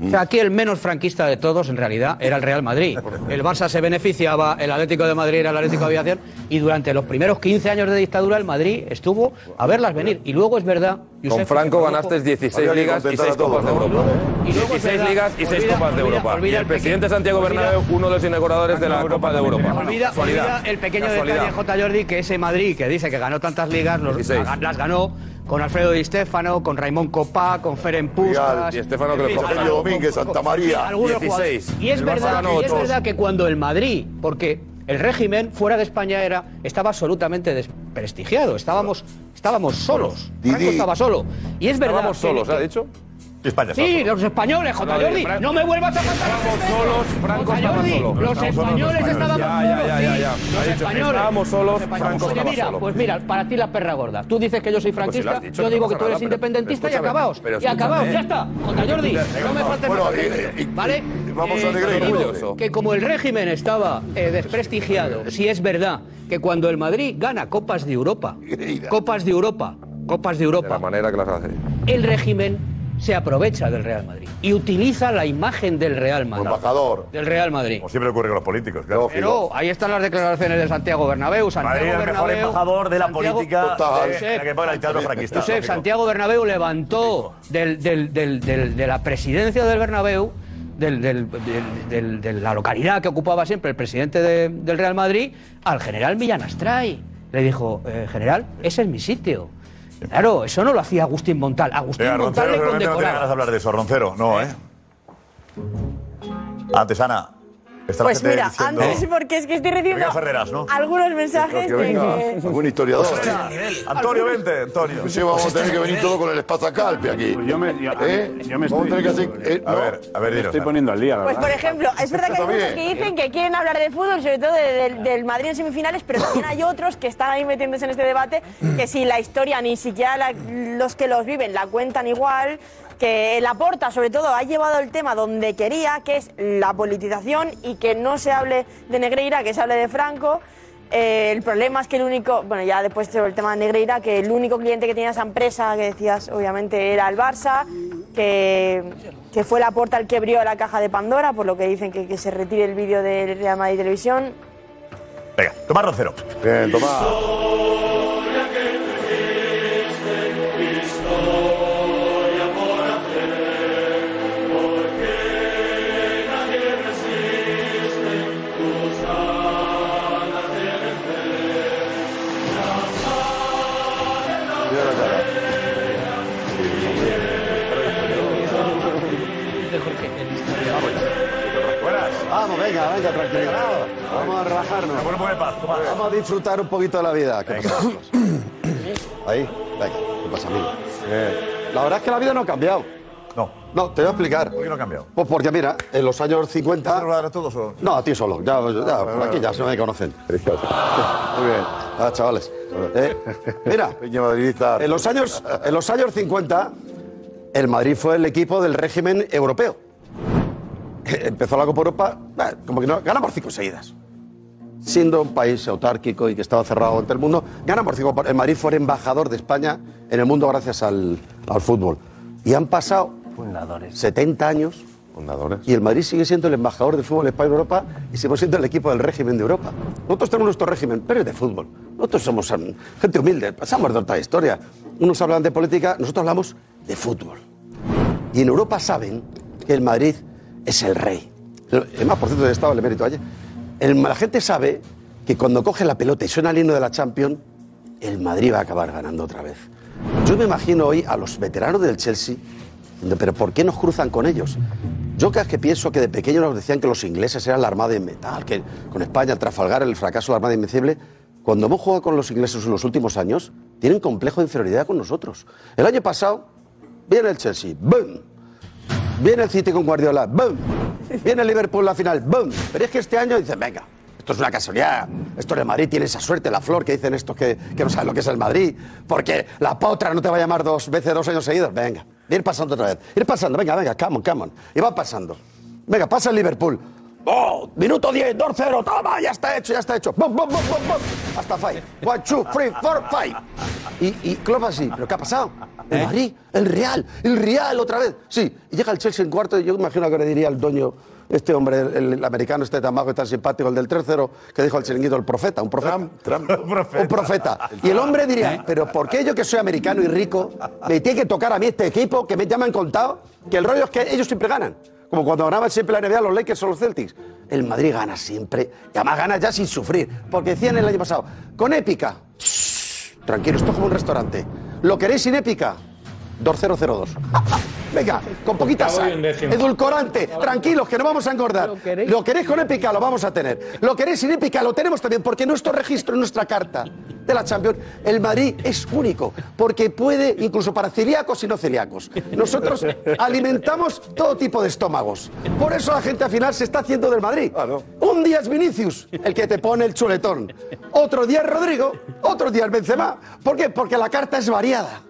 [SPEAKER 11] O sea, aquí el menos franquista de todos, en realidad, era el Real Madrid. El Barça se beneficiaba, el Atlético de Madrid era el Atlético Aviación, y durante los primeros 15 años de dictadura, el Madrid estuvo a verlas venir. Y luego es verdad. Josep,
[SPEAKER 2] Con
[SPEAKER 11] que
[SPEAKER 2] Franco
[SPEAKER 11] conozco-
[SPEAKER 2] ganaste 16 ligas y 6 copas de Europa.
[SPEAKER 11] Y luego es
[SPEAKER 2] 16
[SPEAKER 11] verdad,
[SPEAKER 2] ligas y 6
[SPEAKER 11] olvida-
[SPEAKER 2] copas de
[SPEAKER 11] olvida-
[SPEAKER 2] Europa. Y
[SPEAKER 11] olvida
[SPEAKER 2] el
[SPEAKER 11] el
[SPEAKER 2] presidente
[SPEAKER 11] pequeño-
[SPEAKER 2] Santiago
[SPEAKER 11] olvida-
[SPEAKER 2] Bernabéu, uno de los inauguradores de la Copa de Europa.
[SPEAKER 11] Olvida,
[SPEAKER 2] Casualidad.
[SPEAKER 11] olvida el pequeño
[SPEAKER 2] Casualidad.
[SPEAKER 11] detalle, J. Jordi, que ese Madrid que dice que ganó tantas ligas, los-
[SPEAKER 2] 16.
[SPEAKER 11] las ganó con Alfredo Di Stéfano, con Raimón Copá, con Ferenc Puskas...
[SPEAKER 3] Di Stéfano, que
[SPEAKER 11] en
[SPEAKER 3] le
[SPEAKER 11] fin,
[SPEAKER 3] costó.
[SPEAKER 11] ganó
[SPEAKER 3] Sergio
[SPEAKER 11] con-
[SPEAKER 3] Domínguez,
[SPEAKER 11] con-
[SPEAKER 3] Santa María.
[SPEAKER 11] algunos jugadores.
[SPEAKER 3] 16.
[SPEAKER 11] Y es,
[SPEAKER 3] El Barça
[SPEAKER 11] verdad,
[SPEAKER 3] ganó
[SPEAKER 11] y es
[SPEAKER 3] otros.
[SPEAKER 11] verdad que cuando el Madrid, porque el régimen fuera de España era, estaba absolutamente desprestigiado. Estábamos, estábamos solos. Franco
[SPEAKER 3] Didi-
[SPEAKER 11] estaba solo. Y es verdad.
[SPEAKER 3] Estábamos
[SPEAKER 11] que-
[SPEAKER 3] solos, eh.
[SPEAKER 11] que-
[SPEAKER 3] ¿ha
[SPEAKER 8] dicho?
[SPEAKER 5] España,
[SPEAKER 11] Sí, los españoles, J.
[SPEAKER 3] No,
[SPEAKER 11] Jordi.
[SPEAKER 3] Fran-
[SPEAKER 11] No me vuelvas a pasar.
[SPEAKER 8] solos, Franco
[SPEAKER 11] J.
[SPEAKER 8] estaba
[SPEAKER 11] Jordi,
[SPEAKER 8] solo.
[SPEAKER 11] los
[SPEAKER 8] Estábamos solos los
[SPEAKER 11] españoles
[SPEAKER 8] españoles.
[SPEAKER 11] estaban
[SPEAKER 8] Ya, ya, ya, ya, ya.
[SPEAKER 11] solos, sí.
[SPEAKER 8] Ha
[SPEAKER 11] Los
[SPEAKER 8] dicho,
[SPEAKER 11] españoles.
[SPEAKER 8] estábamos solos,
[SPEAKER 11] Los españoles.
[SPEAKER 8] Franco
[SPEAKER 11] Oye,
[SPEAKER 8] estaba
[SPEAKER 11] mira,
[SPEAKER 8] solo.
[SPEAKER 11] pues mira, para ti la perra gorda. Tú dices que yo soy
[SPEAKER 8] Pues si lo
[SPEAKER 11] franquista,
[SPEAKER 8] has dicho,
[SPEAKER 11] yo
[SPEAKER 8] no
[SPEAKER 11] digo que
[SPEAKER 8] pasa
[SPEAKER 11] tú eres
[SPEAKER 8] nada, pero-
[SPEAKER 11] independentista y
[SPEAKER 8] escúchame,
[SPEAKER 11] acabaos.
[SPEAKER 8] pero
[SPEAKER 11] Y acabaos,
[SPEAKER 8] escúchame.
[SPEAKER 11] ya está. J. Jordi,
[SPEAKER 8] Escúchame,
[SPEAKER 11] no me
[SPEAKER 8] no,
[SPEAKER 11] faltes
[SPEAKER 8] bueno,
[SPEAKER 11] respeto.
[SPEAKER 8] y- y-
[SPEAKER 11] ¿Vale?
[SPEAKER 8] vamos a
[SPEAKER 11] Eh,
[SPEAKER 8] alegrar
[SPEAKER 11] te digo
[SPEAKER 8] orgulloso.
[SPEAKER 11] Que como el régimen estaba eh, desprestigiado, sí es verdad que cuando el Madrid gana Copas de Europa, Copas de Europa, Copas de Europa,
[SPEAKER 8] La manera que las hace.
[SPEAKER 11] el régimen se aprovecha del Real Madrid y utiliza la imagen del Real Madrid.
[SPEAKER 8] Pues
[SPEAKER 3] embajador.
[SPEAKER 11] Ah, Del Real Madrid.
[SPEAKER 5] Como siempre ocurre con los políticos, claro.
[SPEAKER 11] Pero ahí están las declaraciones de Santiago Bernabéu. Santiago
[SPEAKER 5] Madrid es el mejor
[SPEAKER 11] Bernabéu-
[SPEAKER 5] embajador de la
[SPEAKER 11] Santiago- Pues, eh,
[SPEAKER 5] política
[SPEAKER 11] Total.
[SPEAKER 5] de- de la que paga el dictadura franquista.
[SPEAKER 11] Josep,
[SPEAKER 5] lógico.
[SPEAKER 11] Santiago Bernabéu levantó del- del- del- del- de la presidencia del Bernabéu, del- del- del- del- de la localidad que ocupaba siempre el presidente de- del Real Madrid, al general Villanastray. Le dijo, eh, general, ese es mi sitio. Claro, eso no lo hacía Agustín Montal. Agustín
[SPEAKER 5] Venga,
[SPEAKER 11] Montal
[SPEAKER 5] Roncero,
[SPEAKER 11] le
[SPEAKER 5] seguramente Eh, no tiene
[SPEAKER 11] condecoraba.
[SPEAKER 5] ganas de hablar de eso, Roncero. No, ¿eh? Antes, Ana. Está la
[SPEAKER 1] Pues
[SPEAKER 5] gente
[SPEAKER 1] mira,
[SPEAKER 5] diciendo-
[SPEAKER 1] antes, porque es que estoy recibiendo
[SPEAKER 5] Venga, Ferreras, ¿no?
[SPEAKER 1] algunos mensajes
[SPEAKER 5] Creo que
[SPEAKER 1] de...
[SPEAKER 5] venga.
[SPEAKER 3] Algún historiador.
[SPEAKER 5] Hostia, Antonio, vente, Antonio.
[SPEAKER 3] Sí, vamos a tener que venir todo con el espasacalpe aquí. Yo me, vamos a tener que hacer. eh,
[SPEAKER 5] A
[SPEAKER 3] no.
[SPEAKER 5] ver, a ver, dinos.
[SPEAKER 3] Estoy
[SPEAKER 5] poniendo
[SPEAKER 15] al día,
[SPEAKER 1] Pues por ejemplo, es verdad que hay
[SPEAKER 3] Está
[SPEAKER 1] muchos
[SPEAKER 3] bien.
[SPEAKER 1] que dicen que quieren hablar de fútbol, sobre todo de- del- del Madrid en semifinales, pero también hay otros que están ahí metiéndose en este debate que si la historia ni siquiera la- los que los viven la cuentan igual, que la porta sobre todo ha llevado el tema donde quería, que es la politización y que no se hable de Negreira, que se hable de Franco. Eh, el problema es que el único, bueno, ya después sobre el tema de Negreira, que el único cliente que tenía esa empresa que decías, obviamente, era el Barça, que, que fue la puerta el que abrió la caja de Pandora, por lo que dicen que, que se retire el vídeo de Real Madrid Televisión.
[SPEAKER 5] Venga, Tomás Roncero.
[SPEAKER 3] Bien, Tomás.
[SPEAKER 21] Vamos, venga, venga, tranquilidad. Vamos a relajarnos. Vamos a disfrutar un poquito de la vida. ¿Qué pasa? Ahí, venga, ¿qué pasa, amigo? La verdad es que la vida no ha cambiado.
[SPEAKER 5] No.
[SPEAKER 21] No, te voy a explicar.
[SPEAKER 5] ¿Por qué no ha cambiado?
[SPEAKER 21] Pues porque, mira, en los años 50.
[SPEAKER 5] a todos o
[SPEAKER 21] No, a ti solo. Ya, ya, por aquí ya se me conocen. Muy bien. Ah, chavales. Eh, mira, en los, años, en los años 50, el Madrid fue el equipo del régimen europeo. Eh, Empezó la Copa Europa, eh, como que no, gana por cinco seguidas. Siendo un país autárquico y que estaba cerrado ante el mundo, gana por cinco. El Madrid fue embajador de España en el mundo gracias al, al fútbol. Y han pasado 70 años. Y el Madrid sigue siendo el embajador del fútbol en España y Europa y seguimos siendo el equipo del régimen de Europa. Nosotros tenemos nuestro régimen, pero es de fútbol. Nosotros somos um, gente humilde, pasamos de otra historia. Unos hablan de política, nosotros hablamos de fútbol. Y en Europa saben que el Madrid es el rey. Además, por cierto, he estado en el emérito ayer. El- la gente sabe que cuando coge la pelota y suena el himno de la Champions, el Madrid va a acabar ganando otra vez. Yo me imagino hoy a los veteranos del Chelsea diciendo, pero ¿por qué nos cruzan con ellos? Yo cada vez que pienso que de pequeño nos decían que los ingleses eran la armada en metal, que con España, Trafalgar, el fracaso de la armada invencible, cuando hemos jugado con los ingleses en los últimos años, tienen complejo de inferioridad con nosotros. El año pasado, viene el Chelsea, ¡boom! Viene el City con Guardiola, ¡boom! Viene el Liverpool en la final, ¡boom! Pero es que este año dicen, venga, esto es una casualidad. Esto en el Madrid tiene esa suerte, la flor que dicen estos que, que no saben lo que es el Madrid. Porque la potra no te va a llamar dos veces, dos años seguidos. Venga, ir pasando otra vez. Ir pasando, venga, venga, come on, come on. Y va pasando. Venga, pasa el Liverpool. ¡Oh! Minuto 10, 2-0, toma, ya está hecho, ya está hecho. ¡Bum, bum, bum, bum, bum! Hasta five. One, two, three, four, five. Y, y Klopp así, ¿pero qué ha pasado? El Madrid, el Real, el Real otra vez. Sí, y llega el Chelsea en cuarto y yo imagino que le diría al dueño, este hombre, el, el americano, este tan mago y tan simpático, el del 3-0, que dijo al chiringuito, el profeta, un profeta. Un profeta. Y el hombre diría, pero ¿por qué yo que soy americano y rico me tiene que tocar a mí este equipo que me, ya me han contado que el rollo es que ellos siempre ganan? Como cuando ganaban siempre la NBA los Lakers o los Celtics. El Madrid gana siempre. Y además gana ya sin sufrir. Porque decían el año pasado, con épica. Shh, tranquilo, esto es como un restaurante. ¿Lo queréis sin épica? 2002. Venga, con poquita
[SPEAKER 40] Octavo y
[SPEAKER 21] sal.
[SPEAKER 40] un décimo.
[SPEAKER 21] Edulcorante. Tranquilos, que no vamos a engordar. Lo queréis con épica, lo vamos a tener. Lo queréis sin épica, lo tenemos también, porque nuestro registro, nuestra carta de la Champions, el Madrid es único, porque puede, incluso para celíacos y no celíacos. Nosotros alimentamos todo tipo de estómagos. Por eso la gente al final se está haciendo del Madrid. Un día es Vinicius, el que te pone el chuletón. Otro día es Rodrigo, otro día es Benzema. ¿Por qué? Porque la carta es variada.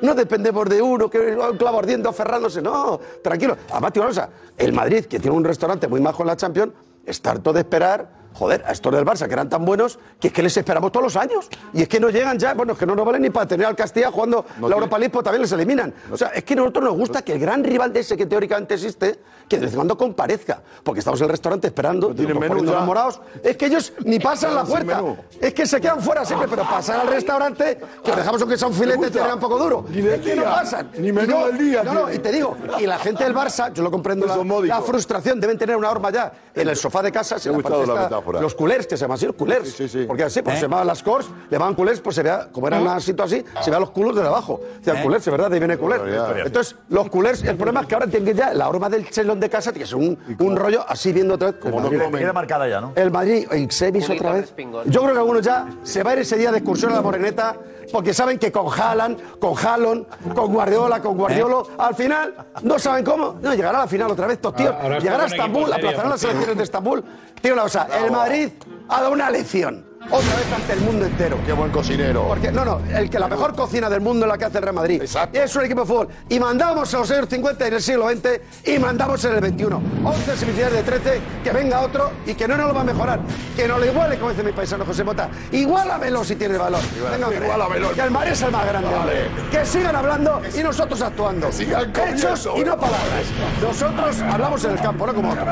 [SPEAKER 21] No dependemos de uno que un clavo ardiendo aferrándose. No, tranquilo. Además, tío, una cosa, el Madrid, que tiene un restaurante muy majo en la Champions, está harto de esperar. Joder, a estos del Barça, que eran tan buenos, que es que les esperamos todos los años. Y es que no llegan ya, bueno, es que no nos valen ni para tener al Castilla jugando la Europa League, pues también les eliminan. o sea, es que a nosotros nos gusta que el gran rival de ese que teóricamente existe, que de vez en cuando comparezca. Porque estamos en el restaurante esperando,
[SPEAKER 3] tienen
[SPEAKER 21] nos
[SPEAKER 3] menú
[SPEAKER 21] ponen
[SPEAKER 3] ya.
[SPEAKER 21] los morados. Es que ellos ni pasan la
[SPEAKER 3] Quedan sin
[SPEAKER 21] puerta.
[SPEAKER 3] menú.
[SPEAKER 21] Es que se quedan fuera siempre, pero pasan al restaurante, que os dejamos aunque sea un filete, te un poco duro.
[SPEAKER 3] Ni de
[SPEAKER 21] Es que no
[SPEAKER 3] día,
[SPEAKER 21] pasan.
[SPEAKER 3] ni
[SPEAKER 21] Y
[SPEAKER 3] menú
[SPEAKER 21] no-
[SPEAKER 3] del día
[SPEAKER 21] No, no,
[SPEAKER 3] tienen.
[SPEAKER 21] y te digo, y la gente del Barça, yo lo comprendo,
[SPEAKER 3] Eso
[SPEAKER 21] la,
[SPEAKER 3] es módico.
[SPEAKER 21] la frustración, deben tener una horma ya en el sofá de casa. si
[SPEAKER 3] Me ha
[SPEAKER 21] la
[SPEAKER 3] gustado
[SPEAKER 21] parte
[SPEAKER 3] la
[SPEAKER 21] está-
[SPEAKER 3] metáfora.
[SPEAKER 21] Los culers, que se llaman así, los culers. Porque así, pues
[SPEAKER 3] ¿Eh?
[SPEAKER 21] se llamaban las cores, le llamaban culers, pues se vea, como era
[SPEAKER 5] ¿Eh?
[SPEAKER 21] un asito así, se vean los culos de abajo. O sea,
[SPEAKER 3] ¿Eh?
[SPEAKER 21] culers, es verdad, de ahí viene culer.
[SPEAKER 3] Barbaridad.
[SPEAKER 21] Entonces, los culers, el problema es que ahora tienen que ya, la horma del chelón de casa, tiene que ser un, un rollo así viendo otra vez. Como
[SPEAKER 5] Como no
[SPEAKER 21] Madrid.
[SPEAKER 5] comen. Queda marcada ya, ¿no?
[SPEAKER 21] El Madrid en semis
[SPEAKER 5] Pulito
[SPEAKER 21] otra vez.
[SPEAKER 5] respingón.
[SPEAKER 21] Yo creo que algunos ya se va a ir ese día de excursión a la Moreneta porque saben que con Haaland, con Haaland, con Guardiola, con Guardiolo, al final no saben cómo. No, llegará a la final otra vez, estos tíos.
[SPEAKER 22] Ahora- ahora
[SPEAKER 21] llegará a
[SPEAKER 22] están en
[SPEAKER 21] Estambul,
[SPEAKER 22] equipos
[SPEAKER 21] aplazarán las
[SPEAKER 22] serios,
[SPEAKER 21] elecciones de Estambul. Tío, una cosa, el Madrid ha dado una lección. Otra vez ante el mundo entero. Qué buen cocinero. Porque, no, no, el que la mejor cocina del mundo es la que hace el Real Madrid. Es un equipo de fútbol. Y mandamos a los años 50 en el siglo XX y mandamos en el XXI. 11 semifinales de 13, que venga otro y que no nos lo va a mejorar. Que no lo iguale, como dice mi paisano José Mota. Igualamelo si tiene valor. Venga, hombre.
[SPEAKER 3] Igualamelo.
[SPEAKER 21] Que el Madrid es el más grande, hombre. Que sigan hablando y nosotros actuando. Hechos y no palabras. Nosotros hablamos en el campo, no como otros.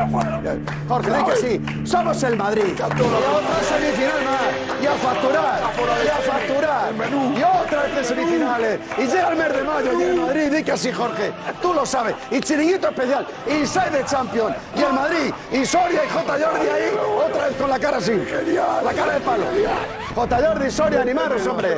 [SPEAKER 21] Jorge, di que sí. Somos el Madrid. Y a otra semifinal más. Y a facturar. Y a facturar. Y otra vez de semifinales. Y llega el mes de mayo y el Madrid. Di que sí, Jorge. Tú lo sabes. Y chiringuito especial. Inside the Champion. Y el Madrid. Y Soria y J. Jordi ahí. Otra vez con la cara así. La cara de palo. J. Jordi, Soria, animaros, hombre.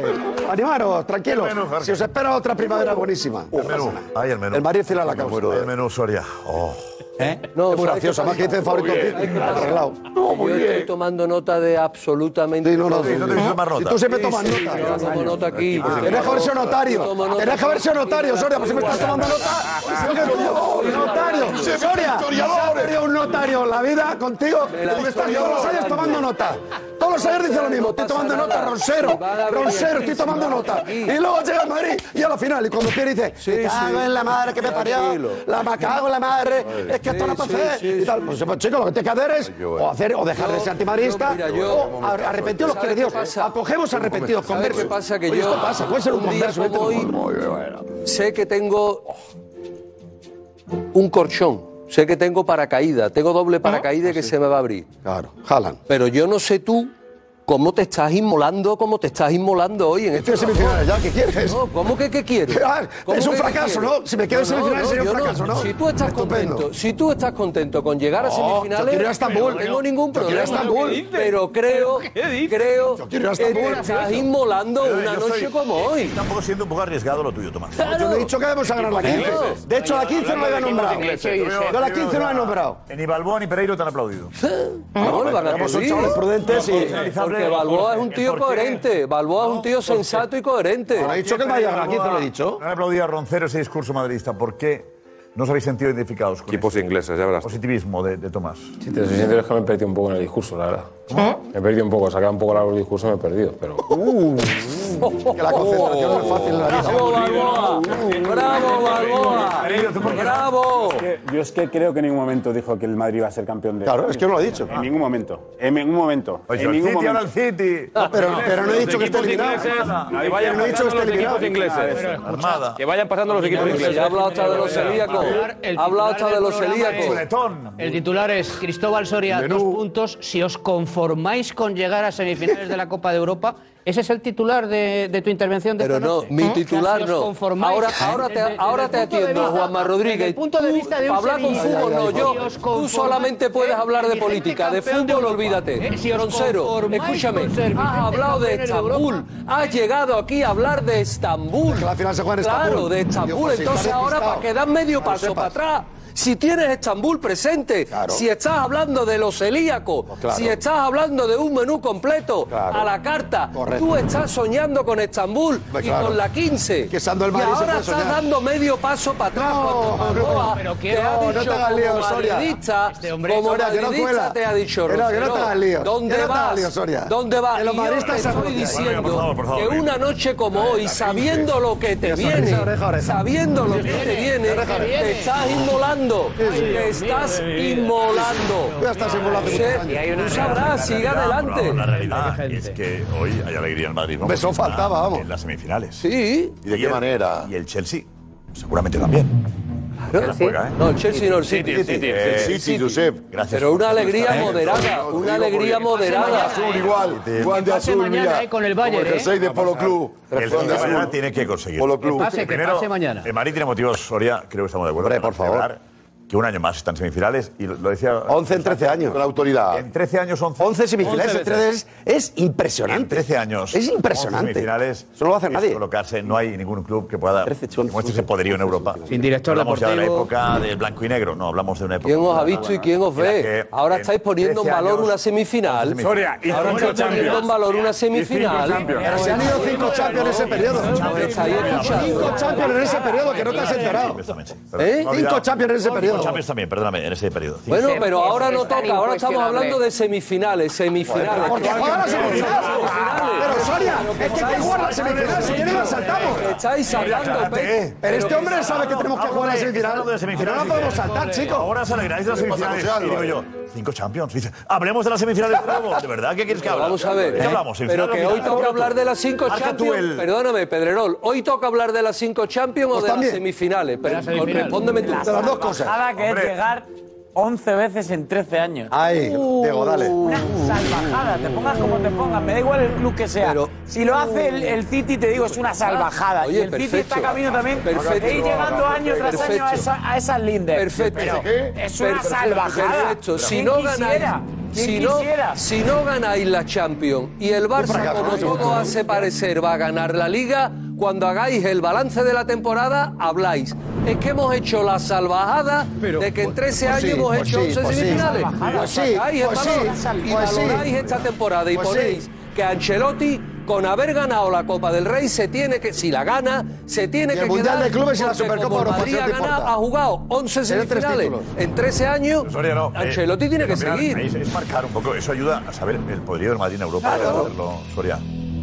[SPEAKER 21] Animaros, tranquilos. Si os espera otra primavera buenísima.
[SPEAKER 5] El menú. Ay, el menú.
[SPEAKER 21] El Madrid fila la causa.
[SPEAKER 5] El menú Soria. Oh.
[SPEAKER 21] ¿Eh? No, es muy
[SPEAKER 8] ¿sabes
[SPEAKER 21] gracioso,
[SPEAKER 8] qué
[SPEAKER 21] más que dice
[SPEAKER 8] pasa?
[SPEAKER 21] Fabrico
[SPEAKER 8] Muy bien.
[SPEAKER 21] Cid, arreglado.
[SPEAKER 8] Yo estoy tomando nota de absolutamente
[SPEAKER 21] no, no,
[SPEAKER 8] todo.
[SPEAKER 21] sí, no te tomas nota. Si tú siempre
[SPEAKER 8] Sí,
[SPEAKER 21] tomas
[SPEAKER 8] sí,
[SPEAKER 21] nota.
[SPEAKER 8] Yo tomo nota aquí.
[SPEAKER 21] Ah, Tenés que haber sido notario.
[SPEAKER 8] Tomo nota.
[SPEAKER 21] Tenés que haber sido notario, Soria, pues si me estás tomando nota. Notario, Soria. Se ha perdido un notario en la vida contigo. Porque estás todos los años tomando nota. Todos los años dice lo mismo. Estoy tomando nota, Ronsero. Ronsero, estoy tomando nota. Y luego llega el Madrid y a la final. Y cuando pierde dice, me cago en la madre que me parió.
[SPEAKER 8] Tranquilo.
[SPEAKER 21] La me cago en la madre. Es que esto no
[SPEAKER 8] Sí,
[SPEAKER 21] puede
[SPEAKER 8] sí,
[SPEAKER 21] hacer. Y tal. Pues pues, chico, lo que tienes que hacer es o hacer o dejar de ser antimadridista
[SPEAKER 8] Yo- yo, mira, yo-
[SPEAKER 21] o ar- arrepentir los que de Dios. Acogemos arrepentidos,
[SPEAKER 8] ¿Sabes
[SPEAKER 21] conversos.
[SPEAKER 8] qué pasa? Que
[SPEAKER 21] Oye,
[SPEAKER 8] yo
[SPEAKER 21] esto pasa, puede ser un,
[SPEAKER 8] un día
[SPEAKER 21] converso. vete
[SPEAKER 8] como
[SPEAKER 21] tú.
[SPEAKER 8] sé que tengo un corchón, sé que tengo paracaídas, tengo doble paracaídas que se me va a abrir.
[SPEAKER 21] Ah, Claro, jalan.
[SPEAKER 8] Pero yo no sé tú cómo te estás inmolando, cómo te estás inmolando hoy en este
[SPEAKER 21] semifinales, ya, ¿qué quieres?
[SPEAKER 8] No, ¿cómo que qué quieres?
[SPEAKER 21] Ah,
[SPEAKER 8] ¿Cómo
[SPEAKER 21] es un
[SPEAKER 8] que qué
[SPEAKER 21] fracaso,
[SPEAKER 8] quieres?
[SPEAKER 21] ¿no? Si me quedo en semifinales sería un
[SPEAKER 8] yo
[SPEAKER 21] fracaso, ¿no?
[SPEAKER 8] Si tú estás
[SPEAKER 21] Estupendo.
[SPEAKER 8] contento, si tú estás contento con llegar a
[SPEAKER 21] No, yo
[SPEAKER 8] semifinales,
[SPEAKER 21] quiero ir a Estambul.
[SPEAKER 8] no tengo ningún
[SPEAKER 21] Yo quiero ir a
[SPEAKER 8] problema.
[SPEAKER 21] Estambul. ¿Qué dices?
[SPEAKER 8] Pero creo, creo que
[SPEAKER 5] Quiero ir a
[SPEAKER 8] te
[SPEAKER 5] Estambul.
[SPEAKER 8] estás inmolando
[SPEAKER 5] Pero
[SPEAKER 8] una
[SPEAKER 5] Eh, yo
[SPEAKER 8] noche
[SPEAKER 5] estoy-
[SPEAKER 8] como hoy.
[SPEAKER 5] Tampoco siendo un poco arriesgado lo tuyo, Tomás.
[SPEAKER 8] Claro.
[SPEAKER 21] Yo no he dicho que debemos a ganar la 15. De hecho, la 15 no la había nombrado. Yo la 15 no la he nombrado.
[SPEAKER 5] Ni Balboa ni Pereiro te han aplaudido.
[SPEAKER 8] Balboa le van a
[SPEAKER 5] Tenemos
[SPEAKER 8] aplaudir.
[SPEAKER 5] ocho prudentes y-
[SPEAKER 8] Porque Balboa es un tío
[SPEAKER 5] ¿Por qué?
[SPEAKER 8] coherente. Balboa es un tío sensato y coherente.
[SPEAKER 5] dicho? No han aplaudido a Roncero ese discurso madridista. ¿Por qué no os habéis sentido identificados con Equipos
[SPEAKER 2] ingleses, ya verás.
[SPEAKER 5] Positivismo de, de Tomás.
[SPEAKER 32] Si te soy sincero, es que me he perdido un poco en el discurso, la verdad. Me he perdido un poco, se ha quedado un poco largo el discurso, me he perdido, pero.
[SPEAKER 21] Que la concentración no es fácil en la vida.
[SPEAKER 8] ¡Bravo, Balboa! Ah, ¡Bravo, Balboa! ¡Bravo!
[SPEAKER 15] Es que- Yo es que creo que en ningún momento dijo que el Madrid iba a ser campeón de.
[SPEAKER 21] Claro, es que no lo ha dicho.
[SPEAKER 15] En ningún momento. En ningún momento.
[SPEAKER 5] Oye,
[SPEAKER 15] en
[SPEAKER 5] el
[SPEAKER 15] ningún
[SPEAKER 5] City, ahora
[SPEAKER 15] momento.
[SPEAKER 5] el City.
[SPEAKER 21] No, pero- pero no he dicho que esté eliminado.
[SPEAKER 15] Que vayan
[SPEAKER 21] No he dicho que esté
[SPEAKER 15] pasando los
[SPEAKER 21] eliminado.
[SPEAKER 15] equipos ingleses.
[SPEAKER 5] Armada.
[SPEAKER 2] Que vayan pasando los equipos ingleses.
[SPEAKER 8] Ya ha hablado hasta de los celíacos. Ha hablado hasta de los celíacos.
[SPEAKER 1] El titular es Cristóbal Soria, dos puntos. Si os conformáis con llegar a semifinales de la Copa de Europa ¿Ese es el titular de, de tu intervención de
[SPEAKER 8] Pero
[SPEAKER 1] esta
[SPEAKER 8] no,
[SPEAKER 1] noche?
[SPEAKER 8] mi
[SPEAKER 1] ¿Eh?
[SPEAKER 8] titular
[SPEAKER 1] Si os
[SPEAKER 8] no.
[SPEAKER 1] conformáis-
[SPEAKER 8] Ahora, ahora te,
[SPEAKER 1] Desde- desde
[SPEAKER 8] ahora
[SPEAKER 1] el
[SPEAKER 8] te
[SPEAKER 1] punto de
[SPEAKER 8] atiendo,
[SPEAKER 1] vista-
[SPEAKER 8] Juanma
[SPEAKER 1] desde
[SPEAKER 8] Rodríguez.
[SPEAKER 1] el punto de
[SPEAKER 8] Tú,
[SPEAKER 1] vista de un
[SPEAKER 8] para hablar con
[SPEAKER 1] sevillista,
[SPEAKER 8] fútbol, no
[SPEAKER 1] si
[SPEAKER 8] yo.
[SPEAKER 1] os
[SPEAKER 8] Tú
[SPEAKER 1] conformáis-
[SPEAKER 8] solamente puedes hablar de
[SPEAKER 1] vigente
[SPEAKER 8] política, de
[SPEAKER 1] campeón de
[SPEAKER 8] fútbol
[SPEAKER 1] Europa.
[SPEAKER 8] olvídate.
[SPEAKER 1] Eh, si os
[SPEAKER 8] Roncero,
[SPEAKER 1] conformáis
[SPEAKER 8] escúchame,
[SPEAKER 1] con ser vigente
[SPEAKER 8] has hablado de
[SPEAKER 1] campeón en Europa.
[SPEAKER 8] Estambul, has llegado aquí a hablar de Estambul.
[SPEAKER 21] la final se juega en
[SPEAKER 8] Claro,
[SPEAKER 21] Estambul.
[SPEAKER 8] de
[SPEAKER 21] Digo,
[SPEAKER 8] Estambul.
[SPEAKER 21] pues, si
[SPEAKER 8] Entonces
[SPEAKER 21] estás
[SPEAKER 8] ahora
[SPEAKER 21] despistado.
[SPEAKER 8] para que das medio
[SPEAKER 21] Que lo
[SPEAKER 8] paso para
[SPEAKER 21] sepas.
[SPEAKER 8] atrás. Si tienes Estambul presente, si estás hablando de los celíacos,
[SPEAKER 21] Pues claro.
[SPEAKER 8] si estás hablando de un menú completo a la carta,
[SPEAKER 21] Correcto.
[SPEAKER 8] tú estás soñando con Estambul
[SPEAKER 21] Pues
[SPEAKER 8] y
[SPEAKER 21] claro.
[SPEAKER 8] con la 15.
[SPEAKER 21] Que estando el Madrid
[SPEAKER 8] y
[SPEAKER 21] se
[SPEAKER 8] ahora
[SPEAKER 21] puede
[SPEAKER 8] estás
[SPEAKER 21] soñar.
[SPEAKER 8] dando medio paso para atrás. No,
[SPEAKER 21] pero
[SPEAKER 8] te
[SPEAKER 21] que-
[SPEAKER 8] ha
[SPEAKER 21] no, no
[SPEAKER 8] dicho
[SPEAKER 21] te hagas lío,
[SPEAKER 8] como
[SPEAKER 21] Soria.
[SPEAKER 8] madridista,
[SPEAKER 21] Este hombre-
[SPEAKER 8] como
[SPEAKER 21] Soria, que no
[SPEAKER 8] madridista
[SPEAKER 21] cuela.
[SPEAKER 8] te ha dicho
[SPEAKER 21] Que no, que no
[SPEAKER 8] Rosero,
[SPEAKER 21] te hagas lío.
[SPEAKER 8] ¿Dónde
[SPEAKER 21] Que no te hagas
[SPEAKER 8] vas?
[SPEAKER 21] lío, Soria.
[SPEAKER 8] ¿Dónde vas?
[SPEAKER 21] Que los
[SPEAKER 8] Y yo
[SPEAKER 21] madridistas
[SPEAKER 8] te
[SPEAKER 21] se
[SPEAKER 8] estoy
[SPEAKER 21] agobian.
[SPEAKER 8] diciendo
[SPEAKER 21] Bueno, por favor, por favor,
[SPEAKER 8] que
[SPEAKER 21] venga.
[SPEAKER 8] una noche como hoy, sabiendo lo que te
[SPEAKER 21] Ya, Soria,
[SPEAKER 8] viene,
[SPEAKER 21] oreja, oreja.
[SPEAKER 8] sabiendo lo que
[SPEAKER 21] Viene,
[SPEAKER 8] te viene,
[SPEAKER 21] oreja, oreja.
[SPEAKER 8] te estás inmolando, te estás inmolando.
[SPEAKER 21] Tú ya estás inmolando
[SPEAKER 8] Sí,
[SPEAKER 21] muchos años.
[SPEAKER 8] y hay una
[SPEAKER 21] Tú
[SPEAKER 8] sabrás,
[SPEAKER 21] sabrás,
[SPEAKER 5] La
[SPEAKER 21] sigue
[SPEAKER 5] realidad,
[SPEAKER 21] adelante.
[SPEAKER 5] por favor, La realidad Ah, es que hoy hay alegría en Madrid.
[SPEAKER 21] Hombre, eso
[SPEAKER 5] está
[SPEAKER 21] faltaba, vamos.
[SPEAKER 5] En las semifinales.
[SPEAKER 8] Sí.
[SPEAKER 5] ¿Y de qué manera? Y el Chelsea, seguramente también.
[SPEAKER 8] Claro. ¿Eh?
[SPEAKER 5] ¿eh?
[SPEAKER 8] No, el Chelsea no, el City.
[SPEAKER 5] El City, el City, Josep. Gracias.
[SPEAKER 8] Pero una alegría moderada,
[SPEAKER 3] Digo,
[SPEAKER 8] una alegría
[SPEAKER 3] porque-
[SPEAKER 8] moderada.
[SPEAKER 3] Azul igual, Juan de Azul, mira. Como eh, el jersey de Polo Club. Juan de
[SPEAKER 5] El City
[SPEAKER 3] Azul.
[SPEAKER 5] mañana tiene que conseguir.
[SPEAKER 3] Polo Club. Que pase, que
[SPEAKER 5] Primero,
[SPEAKER 3] pase mañana.
[SPEAKER 5] El Madrid tiene motivos, Soria, creo que estamos de acuerdo.
[SPEAKER 21] Hombre,
[SPEAKER 5] para
[SPEAKER 21] por favor.
[SPEAKER 5] celebrar Que un año más están semifinales y lo- lo decía.
[SPEAKER 21] 11 en 13 años.
[SPEAKER 5] Con
[SPEAKER 21] la autoridad.
[SPEAKER 5] En 13 años, 11.
[SPEAKER 21] 11 semifinales en 13 es, es impresionante.
[SPEAKER 5] En 13 años.
[SPEAKER 21] Es impresionante.
[SPEAKER 5] 11 semifinales.
[SPEAKER 21] Eso no lo hace
[SPEAKER 5] es
[SPEAKER 21] nadie.
[SPEAKER 5] Colocarse, no hay ningún club que pueda que muestre ese poderío en Europa.
[SPEAKER 1] Sin director
[SPEAKER 5] hablamos
[SPEAKER 1] deportivo.
[SPEAKER 5] ya de la época del blanco y negro, no, hablamos de una época.
[SPEAKER 8] ¿Quién os ha visto y
[SPEAKER 21] ¿eh?
[SPEAKER 8] quién os
[SPEAKER 5] en la
[SPEAKER 8] ve?
[SPEAKER 5] que
[SPEAKER 8] Ahora
[SPEAKER 5] en
[SPEAKER 8] estáis poniendo en
[SPEAKER 5] 13
[SPEAKER 8] valor
[SPEAKER 5] años-
[SPEAKER 8] una semifinal.
[SPEAKER 5] Soria, y cinco
[SPEAKER 8] Ahora estáis poniendo
[SPEAKER 5] Champions.
[SPEAKER 8] en valor una
[SPEAKER 5] Y cinco
[SPEAKER 8] semifinal.
[SPEAKER 5] Champions. Pero se han ido cinco
[SPEAKER 21] Champions en ese periodo.
[SPEAKER 8] Estáis escuchando.
[SPEAKER 21] Cinco Champions en ese periodo que no te has enterado.
[SPEAKER 5] ¿Eh?
[SPEAKER 21] Cinco Champions en ese
[SPEAKER 5] Cinco
[SPEAKER 21] periodo.
[SPEAKER 5] Champions también, perdóname, en ese periodo. Cinco.
[SPEAKER 8] Bueno, pero ahora no
[SPEAKER 21] Están
[SPEAKER 8] toca, ahora estamos
[SPEAKER 21] incuestionables.
[SPEAKER 8] hablando de semifinales, semifinales.
[SPEAKER 21] Porque juegan las semifinales. Pero Soria, es que hay que jugar las semifinales. Si quieren las saltamos.
[SPEAKER 8] Estáis saltando, pe-
[SPEAKER 21] Pero este hombre sabe que tenemos que
[SPEAKER 5] Ah,
[SPEAKER 21] jugar las
[SPEAKER 5] hombre,
[SPEAKER 21] semifinales.
[SPEAKER 5] hablando de semifinales,
[SPEAKER 21] Pero no
[SPEAKER 5] dice,
[SPEAKER 21] podemos saltar, chicos.
[SPEAKER 5] Ahora se alegráis de las semifinales. Y digo yo,
[SPEAKER 21] ¿eh?
[SPEAKER 5] cinco Champions. Dice, hablemos de las semifinales de nuevo. ¿De verdad qué quieres que hable?
[SPEAKER 8] Vamos a ver, ¿eh?
[SPEAKER 5] ¿De
[SPEAKER 21] ¿eh?
[SPEAKER 5] qué hablamos?
[SPEAKER 8] pero que hoy toca hablar de las cinco
[SPEAKER 5] Marca tú
[SPEAKER 8] Champions.
[SPEAKER 5] el-
[SPEAKER 8] Perdóname, Pedrerol, hoy toca hablar de las cinco Champions o de las
[SPEAKER 40] también.
[SPEAKER 8] semifinales. Pero
[SPEAKER 40] las semifinales.
[SPEAKER 8] respóndeme tú.
[SPEAKER 40] Salvajada que es llegar 11 veces en 13 años.
[SPEAKER 21] Ay, Diego, dale.
[SPEAKER 40] Una salvajada, te pongas como te pongas, me da igual el club que sea. si lo hace el, el City, te digo, es una salvajada.
[SPEAKER 8] Oye,
[SPEAKER 40] y el City
[SPEAKER 8] perfecto.
[SPEAKER 40] está camino también
[SPEAKER 8] Perfecto.
[SPEAKER 40] de ir llegando año tras año a,
[SPEAKER 8] Perfecto.
[SPEAKER 40] esa- a esas lindes.
[SPEAKER 8] Perfecto.
[SPEAKER 40] Pero es una
[SPEAKER 8] Perfecto,
[SPEAKER 40] salvajada.
[SPEAKER 8] perfecto. Si
[SPEAKER 40] ¿Quién
[SPEAKER 8] no ganáis,
[SPEAKER 40] quisiera? ¿Quién
[SPEAKER 8] si no,
[SPEAKER 40] quisiera?
[SPEAKER 8] si no ganáis la Champions y el Barça, como todo hace parecer, va a ganar la Liga, cuando hagáis el balance de la temporada, habláis. Es que hemos hecho la salvajada de que en 13
[SPEAKER 21] pues
[SPEAKER 8] años
[SPEAKER 21] sí,
[SPEAKER 8] hemos
[SPEAKER 21] pues
[SPEAKER 8] hecho
[SPEAKER 21] sí,
[SPEAKER 8] 11
[SPEAKER 21] pues sí.
[SPEAKER 8] semifinales.
[SPEAKER 21] Pues
[SPEAKER 8] Lo
[SPEAKER 21] sí,
[SPEAKER 8] sacáis en
[SPEAKER 21] pues
[SPEAKER 8] valor
[SPEAKER 21] sí,
[SPEAKER 8] y
[SPEAKER 21] pues sí.
[SPEAKER 8] valoráis esta temporada y
[SPEAKER 21] Pues sí.
[SPEAKER 8] ponéis que Ancelotti, con haber ganado la Copa del Rey, se tiene que, si la gana, se tiene
[SPEAKER 21] Y
[SPEAKER 8] que
[SPEAKER 21] el Mundial
[SPEAKER 8] quedar
[SPEAKER 21] de Clubes y la
[SPEAKER 8] porque
[SPEAKER 21] Supercopa
[SPEAKER 8] como
[SPEAKER 21] Europa,
[SPEAKER 8] Madrid
[SPEAKER 21] si no
[SPEAKER 8] ha
[SPEAKER 21] te
[SPEAKER 8] ganado,
[SPEAKER 21] importa.
[SPEAKER 8] ha jugado 11
[SPEAKER 21] Tiene tres
[SPEAKER 8] semifinales
[SPEAKER 21] títulos.
[SPEAKER 8] en 13 años.
[SPEAKER 5] Soria no, eh,
[SPEAKER 8] Ancelotti tiene que
[SPEAKER 5] pero mira,
[SPEAKER 8] seguir.
[SPEAKER 5] Es, es marcar un poco, eso ayuda a saber el poderío del Madrid en Europa. eh,
[SPEAKER 8] Claro.
[SPEAKER 5] hacerlo, Soria.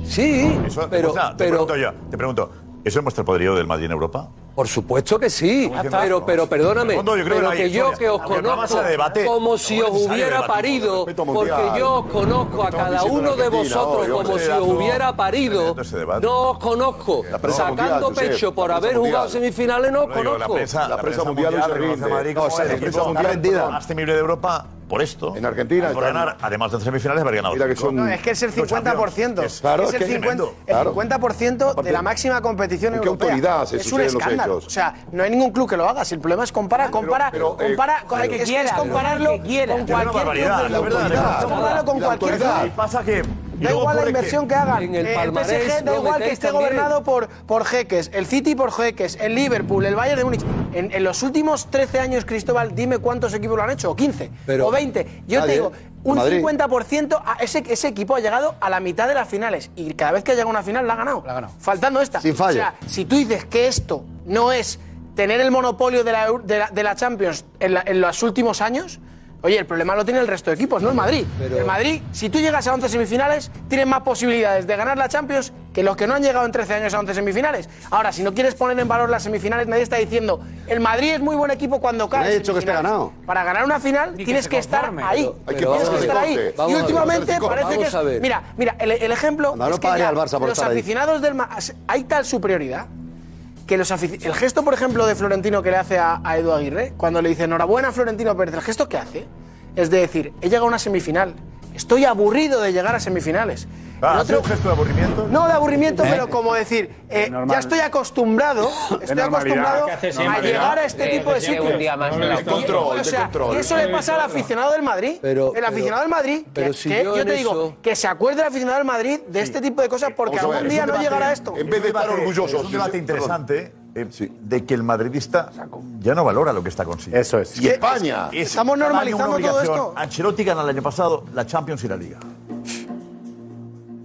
[SPEAKER 8] Sí,
[SPEAKER 5] Eso te
[SPEAKER 8] pero,
[SPEAKER 5] muestra- te
[SPEAKER 8] pero
[SPEAKER 5] pregunto yo, te pregunto, ¿eso muestra el poderío del Madrid en Europa?
[SPEAKER 8] por supuesto que sí. Pero, pero
[SPEAKER 5] En el
[SPEAKER 8] perdóname,
[SPEAKER 5] fondo yo creo que
[SPEAKER 8] pero
[SPEAKER 5] no hay
[SPEAKER 8] que yo
[SPEAKER 5] historia.
[SPEAKER 8] que os
[SPEAKER 5] Aunque hablamos
[SPEAKER 8] conozco
[SPEAKER 5] de debate,
[SPEAKER 8] como si
[SPEAKER 5] no es
[SPEAKER 8] os
[SPEAKER 5] necesario
[SPEAKER 8] hubiera
[SPEAKER 5] debatir,
[SPEAKER 8] parido,
[SPEAKER 5] respeto
[SPEAKER 8] porque
[SPEAKER 5] mundial.
[SPEAKER 8] yo os conozco a
[SPEAKER 5] estamos
[SPEAKER 8] cada
[SPEAKER 5] diciendo en
[SPEAKER 8] uno de
[SPEAKER 5] Argentina,
[SPEAKER 8] vosotros
[SPEAKER 5] hoy, hombre,
[SPEAKER 8] como si os
[SPEAKER 5] dato,
[SPEAKER 8] hubiera parido.
[SPEAKER 5] tremendo ese debate.
[SPEAKER 8] No os conozco.
[SPEAKER 5] prensa
[SPEAKER 8] Sacando
[SPEAKER 5] mundial,
[SPEAKER 8] pecho
[SPEAKER 5] Josep,
[SPEAKER 8] por
[SPEAKER 5] la
[SPEAKER 8] haber
[SPEAKER 5] prensa
[SPEAKER 8] jugado
[SPEAKER 5] mundial.
[SPEAKER 8] semifinales, no os
[SPEAKER 5] Lo digo, la
[SPEAKER 8] conozco.
[SPEAKER 5] prensa, la prensa mundial,
[SPEAKER 3] mundial hoy se
[SPEAKER 5] reconoce a
[SPEAKER 3] rinde.
[SPEAKER 5] Madrid como
[SPEAKER 3] O sea,
[SPEAKER 5] el
[SPEAKER 3] la
[SPEAKER 5] equipo
[SPEAKER 3] prensa mundial
[SPEAKER 5] rendida.
[SPEAKER 3] rendida.
[SPEAKER 5] más temible de Europa por esto. En
[SPEAKER 3] Argentina
[SPEAKER 5] Por
[SPEAKER 3] están-
[SPEAKER 5] ganar, además de semifinales, haber ganado.
[SPEAKER 3] Mira que
[SPEAKER 5] cinco.
[SPEAKER 3] son- No,
[SPEAKER 41] Es que es el
[SPEAKER 5] Cinco
[SPEAKER 41] 50%.
[SPEAKER 5] Champions. Claro,
[SPEAKER 41] es el
[SPEAKER 5] es que es
[SPEAKER 41] 50,
[SPEAKER 5] tremendo.
[SPEAKER 41] el
[SPEAKER 5] Claro.
[SPEAKER 41] 50% de la máxima competición
[SPEAKER 3] ¿con qué
[SPEAKER 41] europea.
[SPEAKER 3] autoridad se
[SPEAKER 41] es un
[SPEAKER 3] suceden los
[SPEAKER 41] escándalo.
[SPEAKER 3] hechos?
[SPEAKER 41] O sea, no hay ningún club que lo haga. Si el problema es comparar, compara,
[SPEAKER 3] pero, eh,
[SPEAKER 41] compara con el
[SPEAKER 3] pero-
[SPEAKER 41] que
[SPEAKER 3] que
[SPEAKER 41] quieras,
[SPEAKER 3] quiera,
[SPEAKER 41] compararlo
[SPEAKER 3] que quiera.
[SPEAKER 41] con
[SPEAKER 3] Es una
[SPEAKER 41] cualquier
[SPEAKER 3] barbaridad,
[SPEAKER 41] club. del
[SPEAKER 3] la
[SPEAKER 41] mundo.
[SPEAKER 3] autoridad.
[SPEAKER 41] Compararlo con
[SPEAKER 3] La
[SPEAKER 41] cualquier
[SPEAKER 3] autoridad.
[SPEAKER 41] club.
[SPEAKER 3] Y pasa que- y
[SPEAKER 41] Da
[SPEAKER 3] luego
[SPEAKER 41] igual la
[SPEAKER 3] pone que
[SPEAKER 41] inversión que hagan.
[SPEAKER 8] en el
[SPEAKER 41] Eh,
[SPEAKER 8] palmarés
[SPEAKER 41] PSG da
[SPEAKER 8] lo
[SPEAKER 41] igual que
[SPEAKER 8] metéis
[SPEAKER 41] esté
[SPEAKER 8] también.
[SPEAKER 41] gobernado por, por jeques. El City por jeques. El Liverpool, el Bayern de Múnich. En, en los últimos 13 años, Cristóbal, dime cuántos equipos lo han hecho. O 15.
[SPEAKER 21] Pero-
[SPEAKER 41] o 20. Yo
[SPEAKER 21] Nadie.
[SPEAKER 41] te digo, un
[SPEAKER 21] Madrid.
[SPEAKER 41] 50%. A ese, ese equipo ha llegado a la mitad de las finales. Y cada vez que ha llegado a una final, la ha ganado. Faltando esta.
[SPEAKER 21] Sin fallo.
[SPEAKER 41] O sea, si tú dices que esto no es tener el monopolio de la, Eu- de la, de la Champions en, la- en los últimos años, oye, el problema lo tiene el resto de equipos, no el Madrid. El Madrid, si tú llegas a 11 semifinales, tienes más posibilidades de ganar la Champions que los que no han llegado en 13 años a 11 semifinales. Ahora, si no quieres poner en valor las semifinales, nadie está diciendo, el Madrid es muy buen equipo cuando cae.
[SPEAKER 21] Nadie ha dicho que esté ganado.
[SPEAKER 41] Para ganar una final
[SPEAKER 21] que
[SPEAKER 41] tienes
[SPEAKER 21] se
[SPEAKER 41] que, estar
[SPEAKER 21] conforme.
[SPEAKER 41] ahí.
[SPEAKER 21] Pero- pero
[SPEAKER 41] tienes que
[SPEAKER 21] vamos a
[SPEAKER 41] estar
[SPEAKER 21] ver,
[SPEAKER 41] ahí.
[SPEAKER 21] vamos
[SPEAKER 41] Y
[SPEAKER 21] a ver,
[SPEAKER 41] últimamente
[SPEAKER 21] vamos a ver.
[SPEAKER 41] parece que es...
[SPEAKER 21] Vamos a ver.
[SPEAKER 41] Mira, mira, el, el ejemplo
[SPEAKER 21] Anda, no
[SPEAKER 41] es que
[SPEAKER 21] pagaría
[SPEAKER 41] ya
[SPEAKER 21] al Barça por
[SPEAKER 41] los
[SPEAKER 21] estar ahí.
[SPEAKER 41] aficionados del Ma- hay tal superioridad que los afici- el gesto, por ejemplo, de Florentino que le hace a, a Edu Aguirre, cuando le dice enhorabuena Florentino Pérez, el gesto que hace es de decir, he llegado a una semifinal, Estoy aburrido de llegar a semifinales.
[SPEAKER 5] Ah,
[SPEAKER 41] El
[SPEAKER 5] ¿ha sido
[SPEAKER 41] otro-
[SPEAKER 5] un gesto de aburrimiento?
[SPEAKER 41] no de aburrimiento,
[SPEAKER 5] ¿Eh?
[SPEAKER 41] pero como decir, eh,
[SPEAKER 5] normal.
[SPEAKER 41] ya estoy acostumbrado, estoy acostumbrado
[SPEAKER 5] ¿Qué hace
[SPEAKER 41] a
[SPEAKER 5] siempre?
[SPEAKER 41] llegar a este
[SPEAKER 5] Eh,
[SPEAKER 41] tipo de
[SPEAKER 5] te llega
[SPEAKER 41] sitios.
[SPEAKER 5] un día más de la
[SPEAKER 41] Y-
[SPEAKER 5] control,
[SPEAKER 41] o sea,
[SPEAKER 5] de control.
[SPEAKER 41] y eso le pasa al aficionado del Madrid.
[SPEAKER 5] Pero-
[SPEAKER 41] el
[SPEAKER 5] pero-
[SPEAKER 41] aficionado del Madrid, que-
[SPEAKER 5] pero
[SPEAKER 41] que,
[SPEAKER 5] si yo
[SPEAKER 41] yo,
[SPEAKER 5] en
[SPEAKER 41] te digo,
[SPEAKER 5] eso-
[SPEAKER 41] que se acuerde el aficionado del Madrid de este tipo de cosas porque
[SPEAKER 5] Vamos a
[SPEAKER 41] algún
[SPEAKER 5] ver,
[SPEAKER 41] día
[SPEAKER 5] es
[SPEAKER 41] no
[SPEAKER 5] un debate-
[SPEAKER 41] llegará a esto.
[SPEAKER 5] es un debate- Es un debate interesante eh, de que el madridista ya no valora lo que está consiguiendo. Eso es.
[SPEAKER 21] Y España. Estamos normalizando todo esto.
[SPEAKER 5] Ancelotti gana el año pasado la Champions y la Liga.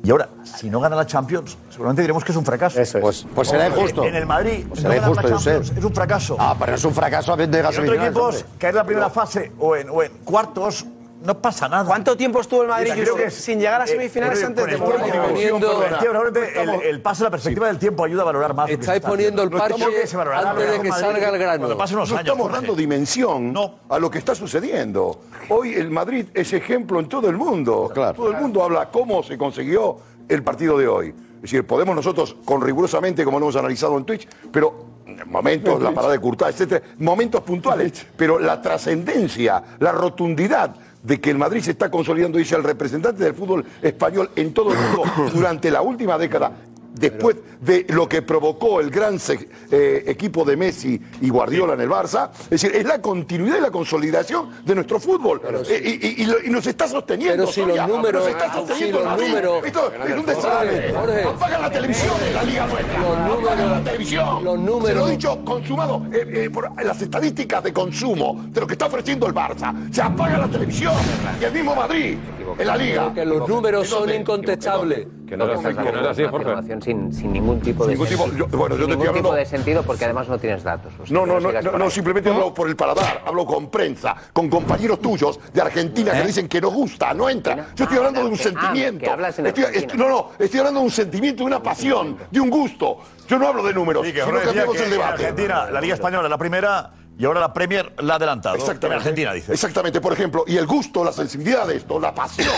[SPEAKER 5] Y ahora, si no gana la Champions, seguramente diremos que es un fracaso. Eso es. Pues,
[SPEAKER 21] pues será injusto.
[SPEAKER 5] En el Madrid
[SPEAKER 21] Pues será
[SPEAKER 5] no ganar la
[SPEAKER 21] injusto, Josep.
[SPEAKER 5] Champions es un fracaso.
[SPEAKER 21] Ah, pero es un fracaso haber
[SPEAKER 5] En
[SPEAKER 21] llegado a
[SPEAKER 5] otros
[SPEAKER 21] semifinales,
[SPEAKER 5] equipos,
[SPEAKER 21] hombre.
[SPEAKER 5] caer en la primera fase o en, o en cuartos, no pasa nada. ¿Cuánto
[SPEAKER 41] tiempo estuvo el
[SPEAKER 5] Madrid
[SPEAKER 41] Josep, sin llegar a semifinales antes de Mourinho? Perdona.
[SPEAKER 5] el, el paso, la perspectiva del tiempo ayuda a valorar más. lo que se
[SPEAKER 8] Estáis
[SPEAKER 5] está
[SPEAKER 8] poniendo el
[SPEAKER 5] haciendo. No estamos-
[SPEAKER 8] parche
[SPEAKER 5] que se valorará
[SPEAKER 8] antes
[SPEAKER 5] lo
[SPEAKER 8] de
[SPEAKER 5] hace
[SPEAKER 8] que
[SPEAKER 5] Madrid
[SPEAKER 8] salga el grano.
[SPEAKER 5] Cuando pasen unos
[SPEAKER 3] no
[SPEAKER 5] años.
[SPEAKER 3] estamos dando dimensión a lo que está sucediendo. Hoy el Madrid es ejemplo en todo el mundo. Todo el mundo habla cómo se consiguió el partido de hoy. Es decir, podemos nosotros, con rigurosamente, como lo hemos analizado en Twitch, pero en momentos, la parada de Curta, etcétera, momentos puntuales, pero la trascendencia, la rotundidad de que el Madrid se está consolidando, dice el representante del fútbol español en todo el mundo durante la última década, después de lo que provocó el gran se- eh, equipo de Messi y Guardiola en el Barça, es decir, es la continuidad y la consolidación de nuestro fútbol. Eh, y, y- y lo- y nos está sosteniendo.
[SPEAKER 8] Pero si los
[SPEAKER 3] Soria,
[SPEAKER 8] números-
[SPEAKER 3] nos está
[SPEAKER 8] si
[SPEAKER 3] sosteniendo
[SPEAKER 8] los
[SPEAKER 3] el Madrid.
[SPEAKER 8] números-
[SPEAKER 3] Esto es un desastre.
[SPEAKER 8] Jorge.
[SPEAKER 3] Apagan la televisión de la Liga Nuestra. Apagan la televisión. Los números. Se lo he dicho, consumado eh, eh, por las estadísticas de consumo de lo que está ofreciendo el Barça. Se apaga la televisión y el mismo Madrid en la Liga.
[SPEAKER 8] Porque los números son
[SPEAKER 3] ¿Dónde?
[SPEAKER 8] incontestables.
[SPEAKER 3] Que no lo
[SPEAKER 8] Porque-
[SPEAKER 3] estás- que no lo
[SPEAKER 8] porque-
[SPEAKER 3] estás-
[SPEAKER 8] porque-
[SPEAKER 11] afirmación sin, sin ningún tipo de
[SPEAKER 3] Sin ningún tipo-
[SPEAKER 11] sentido.
[SPEAKER 3] yo- bueno, yo
[SPEAKER 11] Sin
[SPEAKER 3] te estoy
[SPEAKER 11] ningún tipo
[SPEAKER 3] hablando-
[SPEAKER 11] de sentido porque además no tienes datos. o sea,
[SPEAKER 3] No, no,
[SPEAKER 11] que
[SPEAKER 3] no,
[SPEAKER 11] sigas
[SPEAKER 3] no,
[SPEAKER 11] por
[SPEAKER 3] no,
[SPEAKER 11] ahí.
[SPEAKER 3] simplemente hablo por el paladar, hablo con prensa, con compañeros tuyos de Argentina que dicen que no gusta, no entra. Yo estoy hablando de un
[SPEAKER 11] que- ah,
[SPEAKER 3] sentimiento.
[SPEAKER 11] que hablas en
[SPEAKER 3] Estoy-
[SPEAKER 11] Argentina.
[SPEAKER 3] estoy- no, no, estoy hablando de un sentimiento, de una pasión, de un gusto. Yo no hablo de números,
[SPEAKER 5] Sí, que
[SPEAKER 3] si no
[SPEAKER 5] Jorge decía
[SPEAKER 3] cambiamos
[SPEAKER 5] que
[SPEAKER 3] el
[SPEAKER 5] en
[SPEAKER 3] debate.
[SPEAKER 5] Argentina, la Liga Española, la primera, y ahora la Premier la ha adelantado. En Argentina, dice.
[SPEAKER 3] Exactamente, por ejemplo, y el gusto, la sensibilidad de esto, la pasión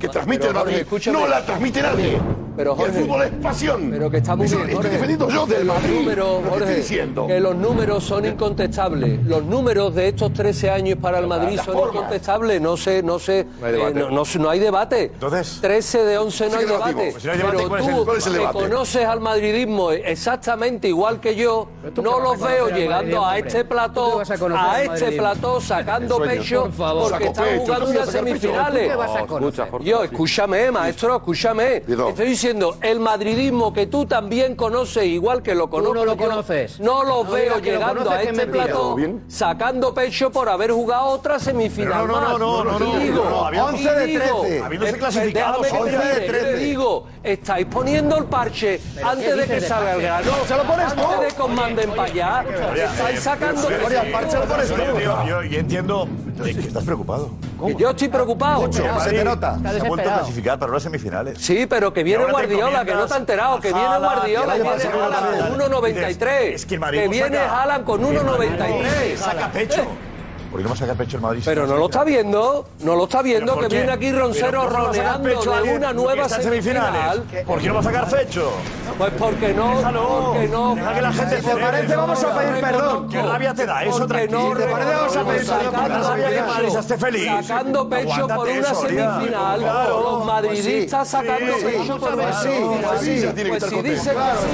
[SPEAKER 3] que transmite el
[SPEAKER 5] pero, Jorge,
[SPEAKER 3] Madrid,
[SPEAKER 5] escúchame.
[SPEAKER 3] no la transmite nadie.
[SPEAKER 8] Pero,
[SPEAKER 3] Y
[SPEAKER 8] Jorge,
[SPEAKER 3] el fútbol es pasión. Pero que está
[SPEAKER 8] muy bien,
[SPEAKER 3] Estoy
[SPEAKER 8] Jorge.
[SPEAKER 3] defendiendo yo
[SPEAKER 8] Que
[SPEAKER 3] del
[SPEAKER 8] los
[SPEAKER 3] Madrid.
[SPEAKER 8] números,
[SPEAKER 3] lo que estoy
[SPEAKER 8] Jorge,
[SPEAKER 3] diciendo.
[SPEAKER 8] que los números son incontestables. Los números de estos 13 años para el Madrid
[SPEAKER 3] las
[SPEAKER 8] son
[SPEAKER 3] formas.
[SPEAKER 8] incontestables. No sé, no sé.
[SPEAKER 3] No hay debate.
[SPEAKER 8] eh, no, no- no hay debate.
[SPEAKER 5] Entonces.
[SPEAKER 8] 13 de 11 no
[SPEAKER 5] Sí
[SPEAKER 8] hay
[SPEAKER 5] que lo
[SPEAKER 8] debate.
[SPEAKER 5] digo. Pues si no hay debate,
[SPEAKER 8] Pero
[SPEAKER 5] ¿cuál es el-
[SPEAKER 8] tú
[SPEAKER 5] cuál es el
[SPEAKER 8] que
[SPEAKER 5] debate?
[SPEAKER 8] conoces al madridismo eh. pues, exactamente igual que yo, no los veo llegando a este plató,
[SPEAKER 1] conocer
[SPEAKER 8] a
[SPEAKER 1] al
[SPEAKER 8] este
[SPEAKER 1] madridismo.
[SPEAKER 8] plató sacando
[SPEAKER 1] Sueño.
[SPEAKER 8] pecho,
[SPEAKER 1] Por favor.
[SPEAKER 8] porque
[SPEAKER 1] Saco
[SPEAKER 8] están
[SPEAKER 1] pecho,
[SPEAKER 8] jugando
[SPEAKER 1] tú
[SPEAKER 8] unas
[SPEAKER 1] vas a sacar pecho.
[SPEAKER 8] semifinales.
[SPEAKER 1] ¿Tú qué vas
[SPEAKER 5] Oh,
[SPEAKER 1] a
[SPEAKER 8] No,
[SPEAKER 1] conocer?
[SPEAKER 8] escucha, Jorge. Yo, escúchame, eh, maestro, escúchame. Te estoy diciendo, el madridismo que tú también conoces, igual que lo conozco.
[SPEAKER 1] no lo
[SPEAKER 8] yo,
[SPEAKER 1] conoces.
[SPEAKER 8] No los
[SPEAKER 1] No
[SPEAKER 8] veo
[SPEAKER 1] digas que lo
[SPEAKER 8] llegando
[SPEAKER 1] conoces,
[SPEAKER 8] a
[SPEAKER 1] que es
[SPEAKER 8] este
[SPEAKER 1] mentira.
[SPEAKER 8] plató sacando pecho por haber jugado otra semifinal.
[SPEAKER 5] Pero no, no,
[SPEAKER 8] más.
[SPEAKER 5] no, no, no,
[SPEAKER 8] Y
[SPEAKER 5] no,
[SPEAKER 8] digo,
[SPEAKER 5] no, había
[SPEAKER 8] y
[SPEAKER 5] 11 de
[SPEAKER 8] digo,
[SPEAKER 5] 13. Habiéndose
[SPEAKER 8] eh,
[SPEAKER 5] clasificado,
[SPEAKER 8] déjame que
[SPEAKER 5] 11 de
[SPEAKER 8] termine, yo te
[SPEAKER 5] 13.
[SPEAKER 8] digo, estáis poniendo el parche
[SPEAKER 5] Pero ¿qué
[SPEAKER 8] antes de que
[SPEAKER 5] dices de
[SPEAKER 8] salga el
[SPEAKER 5] parche?
[SPEAKER 8] grano.
[SPEAKER 5] ¿Se lo pones tú?
[SPEAKER 8] Antes de que os manden para allá. Estáis sacando
[SPEAKER 5] Gloria, parche, lo pones tú. Yo, yo- yo entiendo que que estás preocupado.
[SPEAKER 8] Que Yo estoy preocupado.
[SPEAKER 5] Mucho, se
[SPEAKER 8] Que
[SPEAKER 5] te
[SPEAKER 8] Madrid
[SPEAKER 5] nota. Se
[SPEAKER 8] está
[SPEAKER 5] ha vuelto a
[SPEAKER 8] desesperado.
[SPEAKER 5] clasificar para las semifinales.
[SPEAKER 8] Sí, pero que viene
[SPEAKER 5] Y ahora te
[SPEAKER 8] Guardiola, que no te ha enterado, que viene
[SPEAKER 5] Haaland,
[SPEAKER 8] Guardiola,
[SPEAKER 5] que
[SPEAKER 8] viene
[SPEAKER 5] Haaland,
[SPEAKER 8] Haaland con
[SPEAKER 5] Haaland.
[SPEAKER 8] 1.93.
[SPEAKER 5] Es que el Madrid
[SPEAKER 8] Que
[SPEAKER 5] no
[SPEAKER 8] viene
[SPEAKER 5] saca-
[SPEAKER 8] Haaland con
[SPEAKER 5] el Madrid no
[SPEAKER 8] 1.93.
[SPEAKER 5] Saca pecho. ¿Por qué no saca pecho el Madrid?
[SPEAKER 8] Pero no lo está viendo, no lo está viendo,
[SPEAKER 5] ¿Pero
[SPEAKER 8] que
[SPEAKER 5] por qué?
[SPEAKER 8] viene aquí
[SPEAKER 5] ¿Pero por
[SPEAKER 8] Roncero
[SPEAKER 5] qué no va a sacar
[SPEAKER 8] roneando
[SPEAKER 5] pecho
[SPEAKER 8] de
[SPEAKER 5] alguien
[SPEAKER 8] una
[SPEAKER 5] que
[SPEAKER 8] nueva
[SPEAKER 5] está en semifinales?
[SPEAKER 8] semifinal.
[SPEAKER 5] ¿Por qué no va a sacar pecho?
[SPEAKER 8] Pues porque no, porque no.
[SPEAKER 5] Deja que la gente
[SPEAKER 8] Porque
[SPEAKER 5] se
[SPEAKER 8] no reconozco.
[SPEAKER 5] ¿Qué rabia te da eso,
[SPEAKER 8] Porque
[SPEAKER 5] tranquilo?
[SPEAKER 8] no reconozco. Sacando pecho.
[SPEAKER 5] esté este feliz.
[SPEAKER 8] Sacando pecho por
[SPEAKER 5] Aguántate
[SPEAKER 8] una
[SPEAKER 5] eso, Olivia.
[SPEAKER 8] semifinal.
[SPEAKER 5] Claro.
[SPEAKER 8] Los madridistas
[SPEAKER 5] Pues sí.
[SPEAKER 8] sacando
[SPEAKER 5] Sí,
[SPEAKER 8] pecho
[SPEAKER 5] vamos
[SPEAKER 8] por
[SPEAKER 5] a ver,
[SPEAKER 8] una
[SPEAKER 5] sí,
[SPEAKER 8] semifinal.
[SPEAKER 5] sí, sí, tiene que
[SPEAKER 8] Pues
[SPEAKER 5] estar
[SPEAKER 8] si dicen
[SPEAKER 5] contento.
[SPEAKER 8] que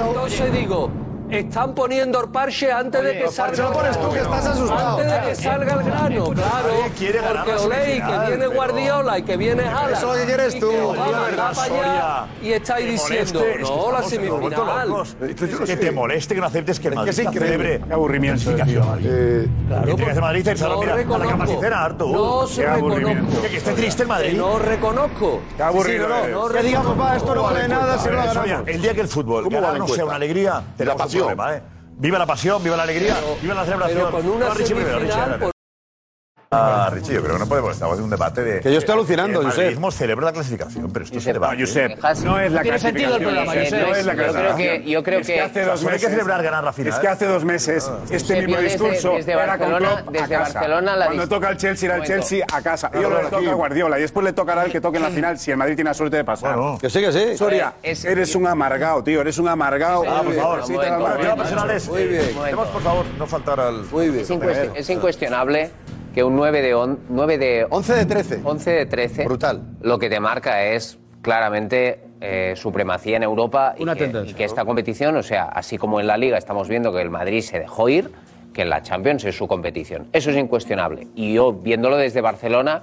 [SPEAKER 8] sí, entonces digo... Están poniendo el parche antes de que salga. el grano. Antes de que salga el grano, claro.
[SPEAKER 5] quiere ganar
[SPEAKER 8] Porque
[SPEAKER 5] la
[SPEAKER 8] Oley, que
[SPEAKER 5] semifinal,
[SPEAKER 8] viene
[SPEAKER 5] pero-
[SPEAKER 8] Guardiola y que viene
[SPEAKER 5] Pero
[SPEAKER 8] Haaland.
[SPEAKER 5] eso es lo que quieres
[SPEAKER 8] y
[SPEAKER 5] tú,
[SPEAKER 8] Haaland
[SPEAKER 5] di la
[SPEAKER 8] va
[SPEAKER 5] verdad,
[SPEAKER 8] para allá
[SPEAKER 5] Soria.
[SPEAKER 8] Y estáis
[SPEAKER 5] este,
[SPEAKER 8] diciendo, no, la semifinal.
[SPEAKER 5] Que te moleste, que no aceptes que el Madrid
[SPEAKER 8] es increíble.
[SPEAKER 5] celebre. Qué aburrimiento. Claro, pues, que tiene que hacer Madrid y
[SPEAKER 8] no
[SPEAKER 5] mira, a la
[SPEAKER 8] reconozco.
[SPEAKER 5] Capacitera, harto. uh.
[SPEAKER 8] No se reconozco.
[SPEAKER 5] Que, que esté triste el Madrid.
[SPEAKER 8] Que no reconozco. Qué
[SPEAKER 5] aburrido
[SPEAKER 8] no,
[SPEAKER 5] es.
[SPEAKER 8] no
[SPEAKER 5] Que digamos,
[SPEAKER 8] reconozco.
[SPEAKER 5] va, esto no vale nada si no la ganamos.
[SPEAKER 8] Pero, Sonia,
[SPEAKER 5] El día que el fútbol
[SPEAKER 8] ganar
[SPEAKER 5] ganar no sea una alegría, tenemos un problema, ¿eh? Viva la pasión, viva la alegría,
[SPEAKER 8] Pero-
[SPEAKER 5] viva la celebración.
[SPEAKER 8] pero con una
[SPEAKER 5] No, Richie primero, Richie,
[SPEAKER 8] semifinal,
[SPEAKER 5] dale.
[SPEAKER 8] por-
[SPEAKER 5] Ah, Richie, yo creo que no podemos. Estamos haciendo un debate de.
[SPEAKER 21] Que yo estoy alucinando,
[SPEAKER 5] El
[SPEAKER 21] Josep.
[SPEAKER 5] madridismo celebra la clasificación, pero esto es un
[SPEAKER 21] Josep,
[SPEAKER 5] debate.
[SPEAKER 21] no, Josep, no es la No tiene sentido el clasificación, programa, Josep, Josep. no es la Yo creo clasificación. que- yo creo
[SPEAKER 15] es
[SPEAKER 21] que-
[SPEAKER 15] que hace dos
[SPEAKER 21] Hay que
[SPEAKER 15] meses
[SPEAKER 21] celebrar ganar la final. ¿eh?
[SPEAKER 15] Es que hace dos meses este
[SPEAKER 21] Se
[SPEAKER 15] mismo
[SPEAKER 21] vio desde-
[SPEAKER 15] discurso
[SPEAKER 21] desde
[SPEAKER 15] era con
[SPEAKER 21] Barcelona-
[SPEAKER 15] Klopp
[SPEAKER 21] desde
[SPEAKER 15] a casa.
[SPEAKER 21] Barcelona la
[SPEAKER 15] Cuando
[SPEAKER 21] dis-
[SPEAKER 15] toca el Chelsea era el
[SPEAKER 21] Momento.
[SPEAKER 15] Chelsea a casa y
[SPEAKER 21] Ahora
[SPEAKER 15] ahora le
[SPEAKER 21] aquí.
[SPEAKER 15] toca a Guardiola y después le tocará al que toque en la final si el Madrid tiene la suerte de pasar. Eh,
[SPEAKER 21] Que sí, que sí.
[SPEAKER 15] Soria, eres un amargado, tío, eres un amargado.
[SPEAKER 5] Ah, por favor.
[SPEAKER 15] Sí, te la amargo.
[SPEAKER 5] Personales,
[SPEAKER 15] Muy bien.
[SPEAKER 5] eh, Tenemos, por favor, no faltar al. Muy
[SPEAKER 11] Es, incuesti- es incuestionable
[SPEAKER 16] que un 9 de, on- 9 de
[SPEAKER 21] 11 de 13.
[SPEAKER 16] 11 de 13. Brutal. Lo que te marca es claramente eh, supremacía en Europa y que, y que esta competición, o sea, así como en la Liga estamos viendo que el Madrid se dejó ir, que en la Champions es su competición. Eso es incuestionable. Y yo viéndolo desde Barcelona,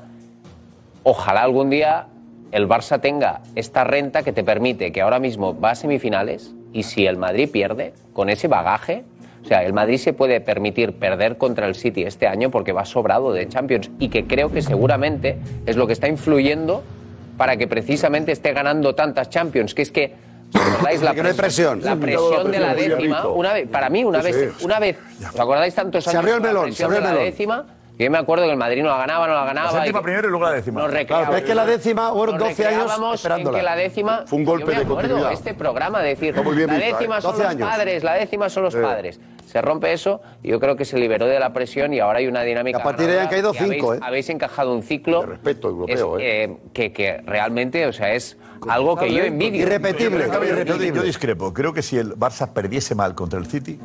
[SPEAKER 16] ojalá algún día el Barça tenga esta renta que te permite que ahora mismo va a semifinales y si el Madrid pierde con ese bagaje, o sea, el Madrid se puede permitir perder contra el City este año porque va sobrado de Champions y que creo que seguramente es lo que está influyendo para que precisamente esté ganando tantas Champions, que es que ¿recordáis la
[SPEAKER 21] Que no hay presión.
[SPEAKER 16] La presión de la décima, una vez, para mí una
[SPEAKER 21] Sí,
[SPEAKER 16] vez,
[SPEAKER 21] sí.
[SPEAKER 16] una vez, ¿os acordáis tantos
[SPEAKER 21] Se
[SPEAKER 16] años?
[SPEAKER 21] abrió el
[SPEAKER 16] Pues la
[SPEAKER 21] melón, se
[SPEAKER 16] presión
[SPEAKER 21] abrió el
[SPEAKER 16] de la
[SPEAKER 21] melón.
[SPEAKER 16] décima, yo me acuerdo que el Madrid no la ganaba, no la ganaba.
[SPEAKER 5] La
[SPEAKER 16] y
[SPEAKER 5] séptima
[SPEAKER 16] que-
[SPEAKER 5] primero y luego la décima.
[SPEAKER 16] nos recreábamos.
[SPEAKER 21] pero es que la décima fueron
[SPEAKER 16] Nos
[SPEAKER 21] 12 años
[SPEAKER 16] recreábamos
[SPEAKER 21] esperándola.
[SPEAKER 16] En que la décima,
[SPEAKER 21] Fue un golpe
[SPEAKER 16] yo me
[SPEAKER 21] de
[SPEAKER 16] acuerdo,
[SPEAKER 21] continuidad.
[SPEAKER 16] Este programa de decir,
[SPEAKER 21] muy bien
[SPEAKER 16] la
[SPEAKER 21] visto, ¿eh?
[SPEAKER 16] décima son
[SPEAKER 21] 12
[SPEAKER 16] los
[SPEAKER 21] años.
[SPEAKER 16] padres, la décima son los
[SPEAKER 21] Sí.
[SPEAKER 16] padres. Se rompe eso, y yo creo que se liberó de la presión y ahora hay una dinámica.
[SPEAKER 21] A partir de ahí han
[SPEAKER 16] ganadora
[SPEAKER 21] caído
[SPEAKER 16] y
[SPEAKER 21] cinco,
[SPEAKER 16] habéis,
[SPEAKER 21] ¿eh?
[SPEAKER 16] habéis encajado un ciclo. respeto
[SPEAKER 21] europeo, ¿eh?
[SPEAKER 16] que, que realmente, o sea, es algo que yo envidio.
[SPEAKER 5] Irrepetible. Yo, yo discrepo. Creo que si el Barça perdiese mal contra el City.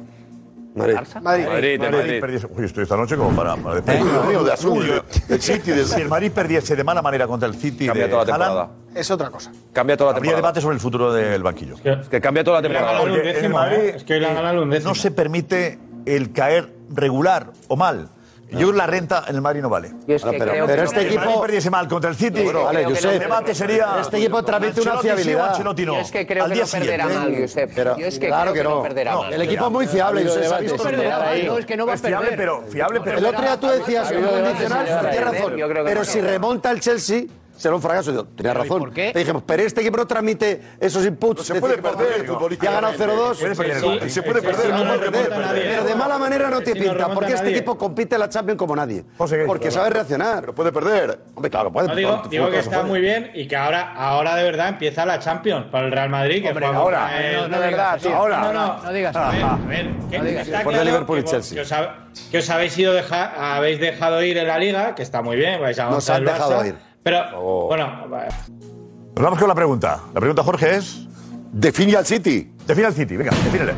[SPEAKER 5] Madrid.
[SPEAKER 41] Madrid.
[SPEAKER 5] Madrid,
[SPEAKER 41] Madrid.
[SPEAKER 5] perdiese- Uy, estoy esta noche como para. para-
[SPEAKER 21] Eh,
[SPEAKER 41] Río de azul,
[SPEAKER 5] Uy,
[SPEAKER 41] del City, del-
[SPEAKER 5] Si el Madrid perdiese de mala manera contra el City,
[SPEAKER 2] Cambia
[SPEAKER 5] de
[SPEAKER 2] toda la
[SPEAKER 5] Haaland,
[SPEAKER 2] temporada.
[SPEAKER 41] Es otra cosa.
[SPEAKER 2] Cambia toda la
[SPEAKER 5] Habría
[SPEAKER 2] temporada.
[SPEAKER 5] debate sobre el futuro del banquillo.
[SPEAKER 2] Que cambia toda la temporada.
[SPEAKER 5] Porque el Madrid eh, no se permite el caer regular o mal. Yo la renta en el Madrid no vale.
[SPEAKER 21] es que creo que no-
[SPEAKER 5] Si el Madrid este perdiese mal contra el City.
[SPEAKER 21] Bueno, vale,
[SPEAKER 5] el
[SPEAKER 21] Josep,
[SPEAKER 5] debate sería.
[SPEAKER 21] este equipo transmite una
[SPEAKER 5] Ancelotti sí o
[SPEAKER 21] fiabilidad.
[SPEAKER 5] Ancelotti no.
[SPEAKER 16] Yo es que creo
[SPEAKER 5] Al
[SPEAKER 16] que
[SPEAKER 5] día
[SPEAKER 16] no perderá
[SPEAKER 5] siguiente.
[SPEAKER 16] mal, Josep. Yo es que creo
[SPEAKER 21] claro
[SPEAKER 16] que
[SPEAKER 21] que
[SPEAKER 16] no,
[SPEAKER 21] no.
[SPEAKER 16] perderá
[SPEAKER 21] No,
[SPEAKER 16] mal.
[SPEAKER 21] el equipo es muy fiable, Josep, se ha visto superado ahí.
[SPEAKER 4] No, es que no va a
[SPEAKER 21] Es fiable,
[SPEAKER 4] perder.
[SPEAKER 5] pero- fiable, pero-
[SPEAKER 21] El otro día tú decías
[SPEAKER 4] Ha
[SPEAKER 21] que
[SPEAKER 4] habido
[SPEAKER 21] no
[SPEAKER 4] debate,
[SPEAKER 21] condicional,
[SPEAKER 4] señora.
[SPEAKER 21] tienes razón.
[SPEAKER 4] Yo creo que
[SPEAKER 21] Pero
[SPEAKER 4] no.
[SPEAKER 21] si remonta el Chelsea, será un fracaso. Yo, tenías
[SPEAKER 4] Pero, ¿y
[SPEAKER 21] razón.
[SPEAKER 4] por qué?
[SPEAKER 21] Te dijimos, pero este equipo no transmite esos inputs.
[SPEAKER 3] se
[SPEAKER 21] de
[SPEAKER 3] puede
[SPEAKER 21] equipo
[SPEAKER 3] perder
[SPEAKER 21] madrileño.
[SPEAKER 3] futbolísticamente.
[SPEAKER 21] Y ha ganado
[SPEAKER 3] Se puede perder el
[SPEAKER 21] 0-2.
[SPEAKER 3] Madrid. Se puede perder, no
[SPEAKER 21] puede
[SPEAKER 3] le remonta
[SPEAKER 21] perder.
[SPEAKER 3] a nadie, ¿eh?
[SPEAKER 21] Pero de mala manera no te
[SPEAKER 3] Si no
[SPEAKER 21] pinta,
[SPEAKER 3] remonta
[SPEAKER 21] porque este
[SPEAKER 3] nadie.
[SPEAKER 21] equipo compite en la Champions como nadie. Porque
[SPEAKER 3] claro.
[SPEAKER 21] sabe reaccionar.
[SPEAKER 3] Pero puede perder.
[SPEAKER 21] Hombre, claro, puede
[SPEAKER 18] No, digo,
[SPEAKER 21] Fútbol,
[SPEAKER 18] digo que
[SPEAKER 21] claro,
[SPEAKER 18] está
[SPEAKER 21] puede.
[SPEAKER 18] muy bien y que ahora, ahora de verdad empieza la Champions para el Real Madrid. Que eh, juega
[SPEAKER 21] ahora,
[SPEAKER 18] contra el-
[SPEAKER 21] no, no digas eso, ahora.
[SPEAKER 18] No,
[SPEAKER 21] Ah,
[SPEAKER 18] no, no digas. A ver, a ver, que está
[SPEAKER 21] Por el
[SPEAKER 18] claro
[SPEAKER 21] Liverpool y
[SPEAKER 18] que vos-
[SPEAKER 21] Chelsea.
[SPEAKER 18] Que os, ha- que os habéis ido deja- habéis dejado ir en la Liga, que está muy bien. Vais a
[SPEAKER 5] Nos
[SPEAKER 18] avanzar
[SPEAKER 5] han
[SPEAKER 18] el Barça,
[SPEAKER 5] dejado ir.
[SPEAKER 18] Pero, bueno, va-
[SPEAKER 5] Nos vamos con la pregunta. La pregunta, Jorge, es.
[SPEAKER 3] Define al City.
[SPEAKER 5] Define al City, venga, defínele.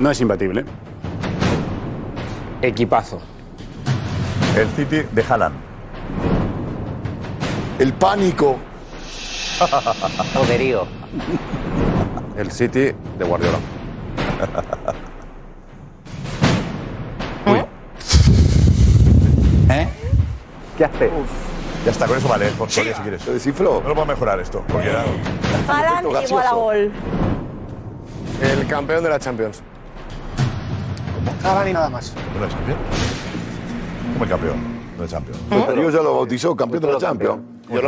[SPEAKER 42] No es imbatible.
[SPEAKER 5] Equipazo. El City de Haaland.
[SPEAKER 3] El pánico.
[SPEAKER 16] Poderío.
[SPEAKER 2] El City de Guardiola.
[SPEAKER 5] ¿Eh? ¿Qué hace? Ya está, con eso vale, por favor, si quieres. No lo puedo mejorar esto, porque era-
[SPEAKER 1] Haaland igual a gol.
[SPEAKER 43] El campeón de la Champions.
[SPEAKER 41] Haaland y nada más.
[SPEAKER 5] ¿No es campeón? ¿Cómo es campeón? No es campeón.
[SPEAKER 3] Yo ya lo bautizó campeón de la Champions.
[SPEAKER 5] ¿Eh?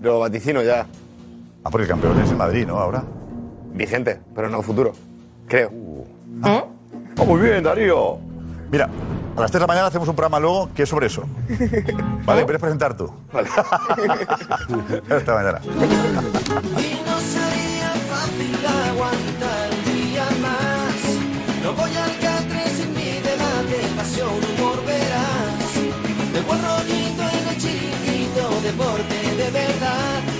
[SPEAKER 5] Yo lo,
[SPEAKER 43] vaticino ya.
[SPEAKER 5] Ah, porque el campeón es el Madrid, ¿no? Ahora.
[SPEAKER 43] Vigente, pero no futuro. Creo.
[SPEAKER 5] Ah, muy bien, Darío. Mira, a las 3 de la mañana hacemos un programa luego que es sobre eso. ¿Vale? ¿Quieres presentar tú? Vale. Hasta mañana.
[SPEAKER 29] No sería fácil aguantar un día más. No voy al catre sin mi debate, pasión, humor, verás. De buen rollito en el chiquito, deporte de verdad.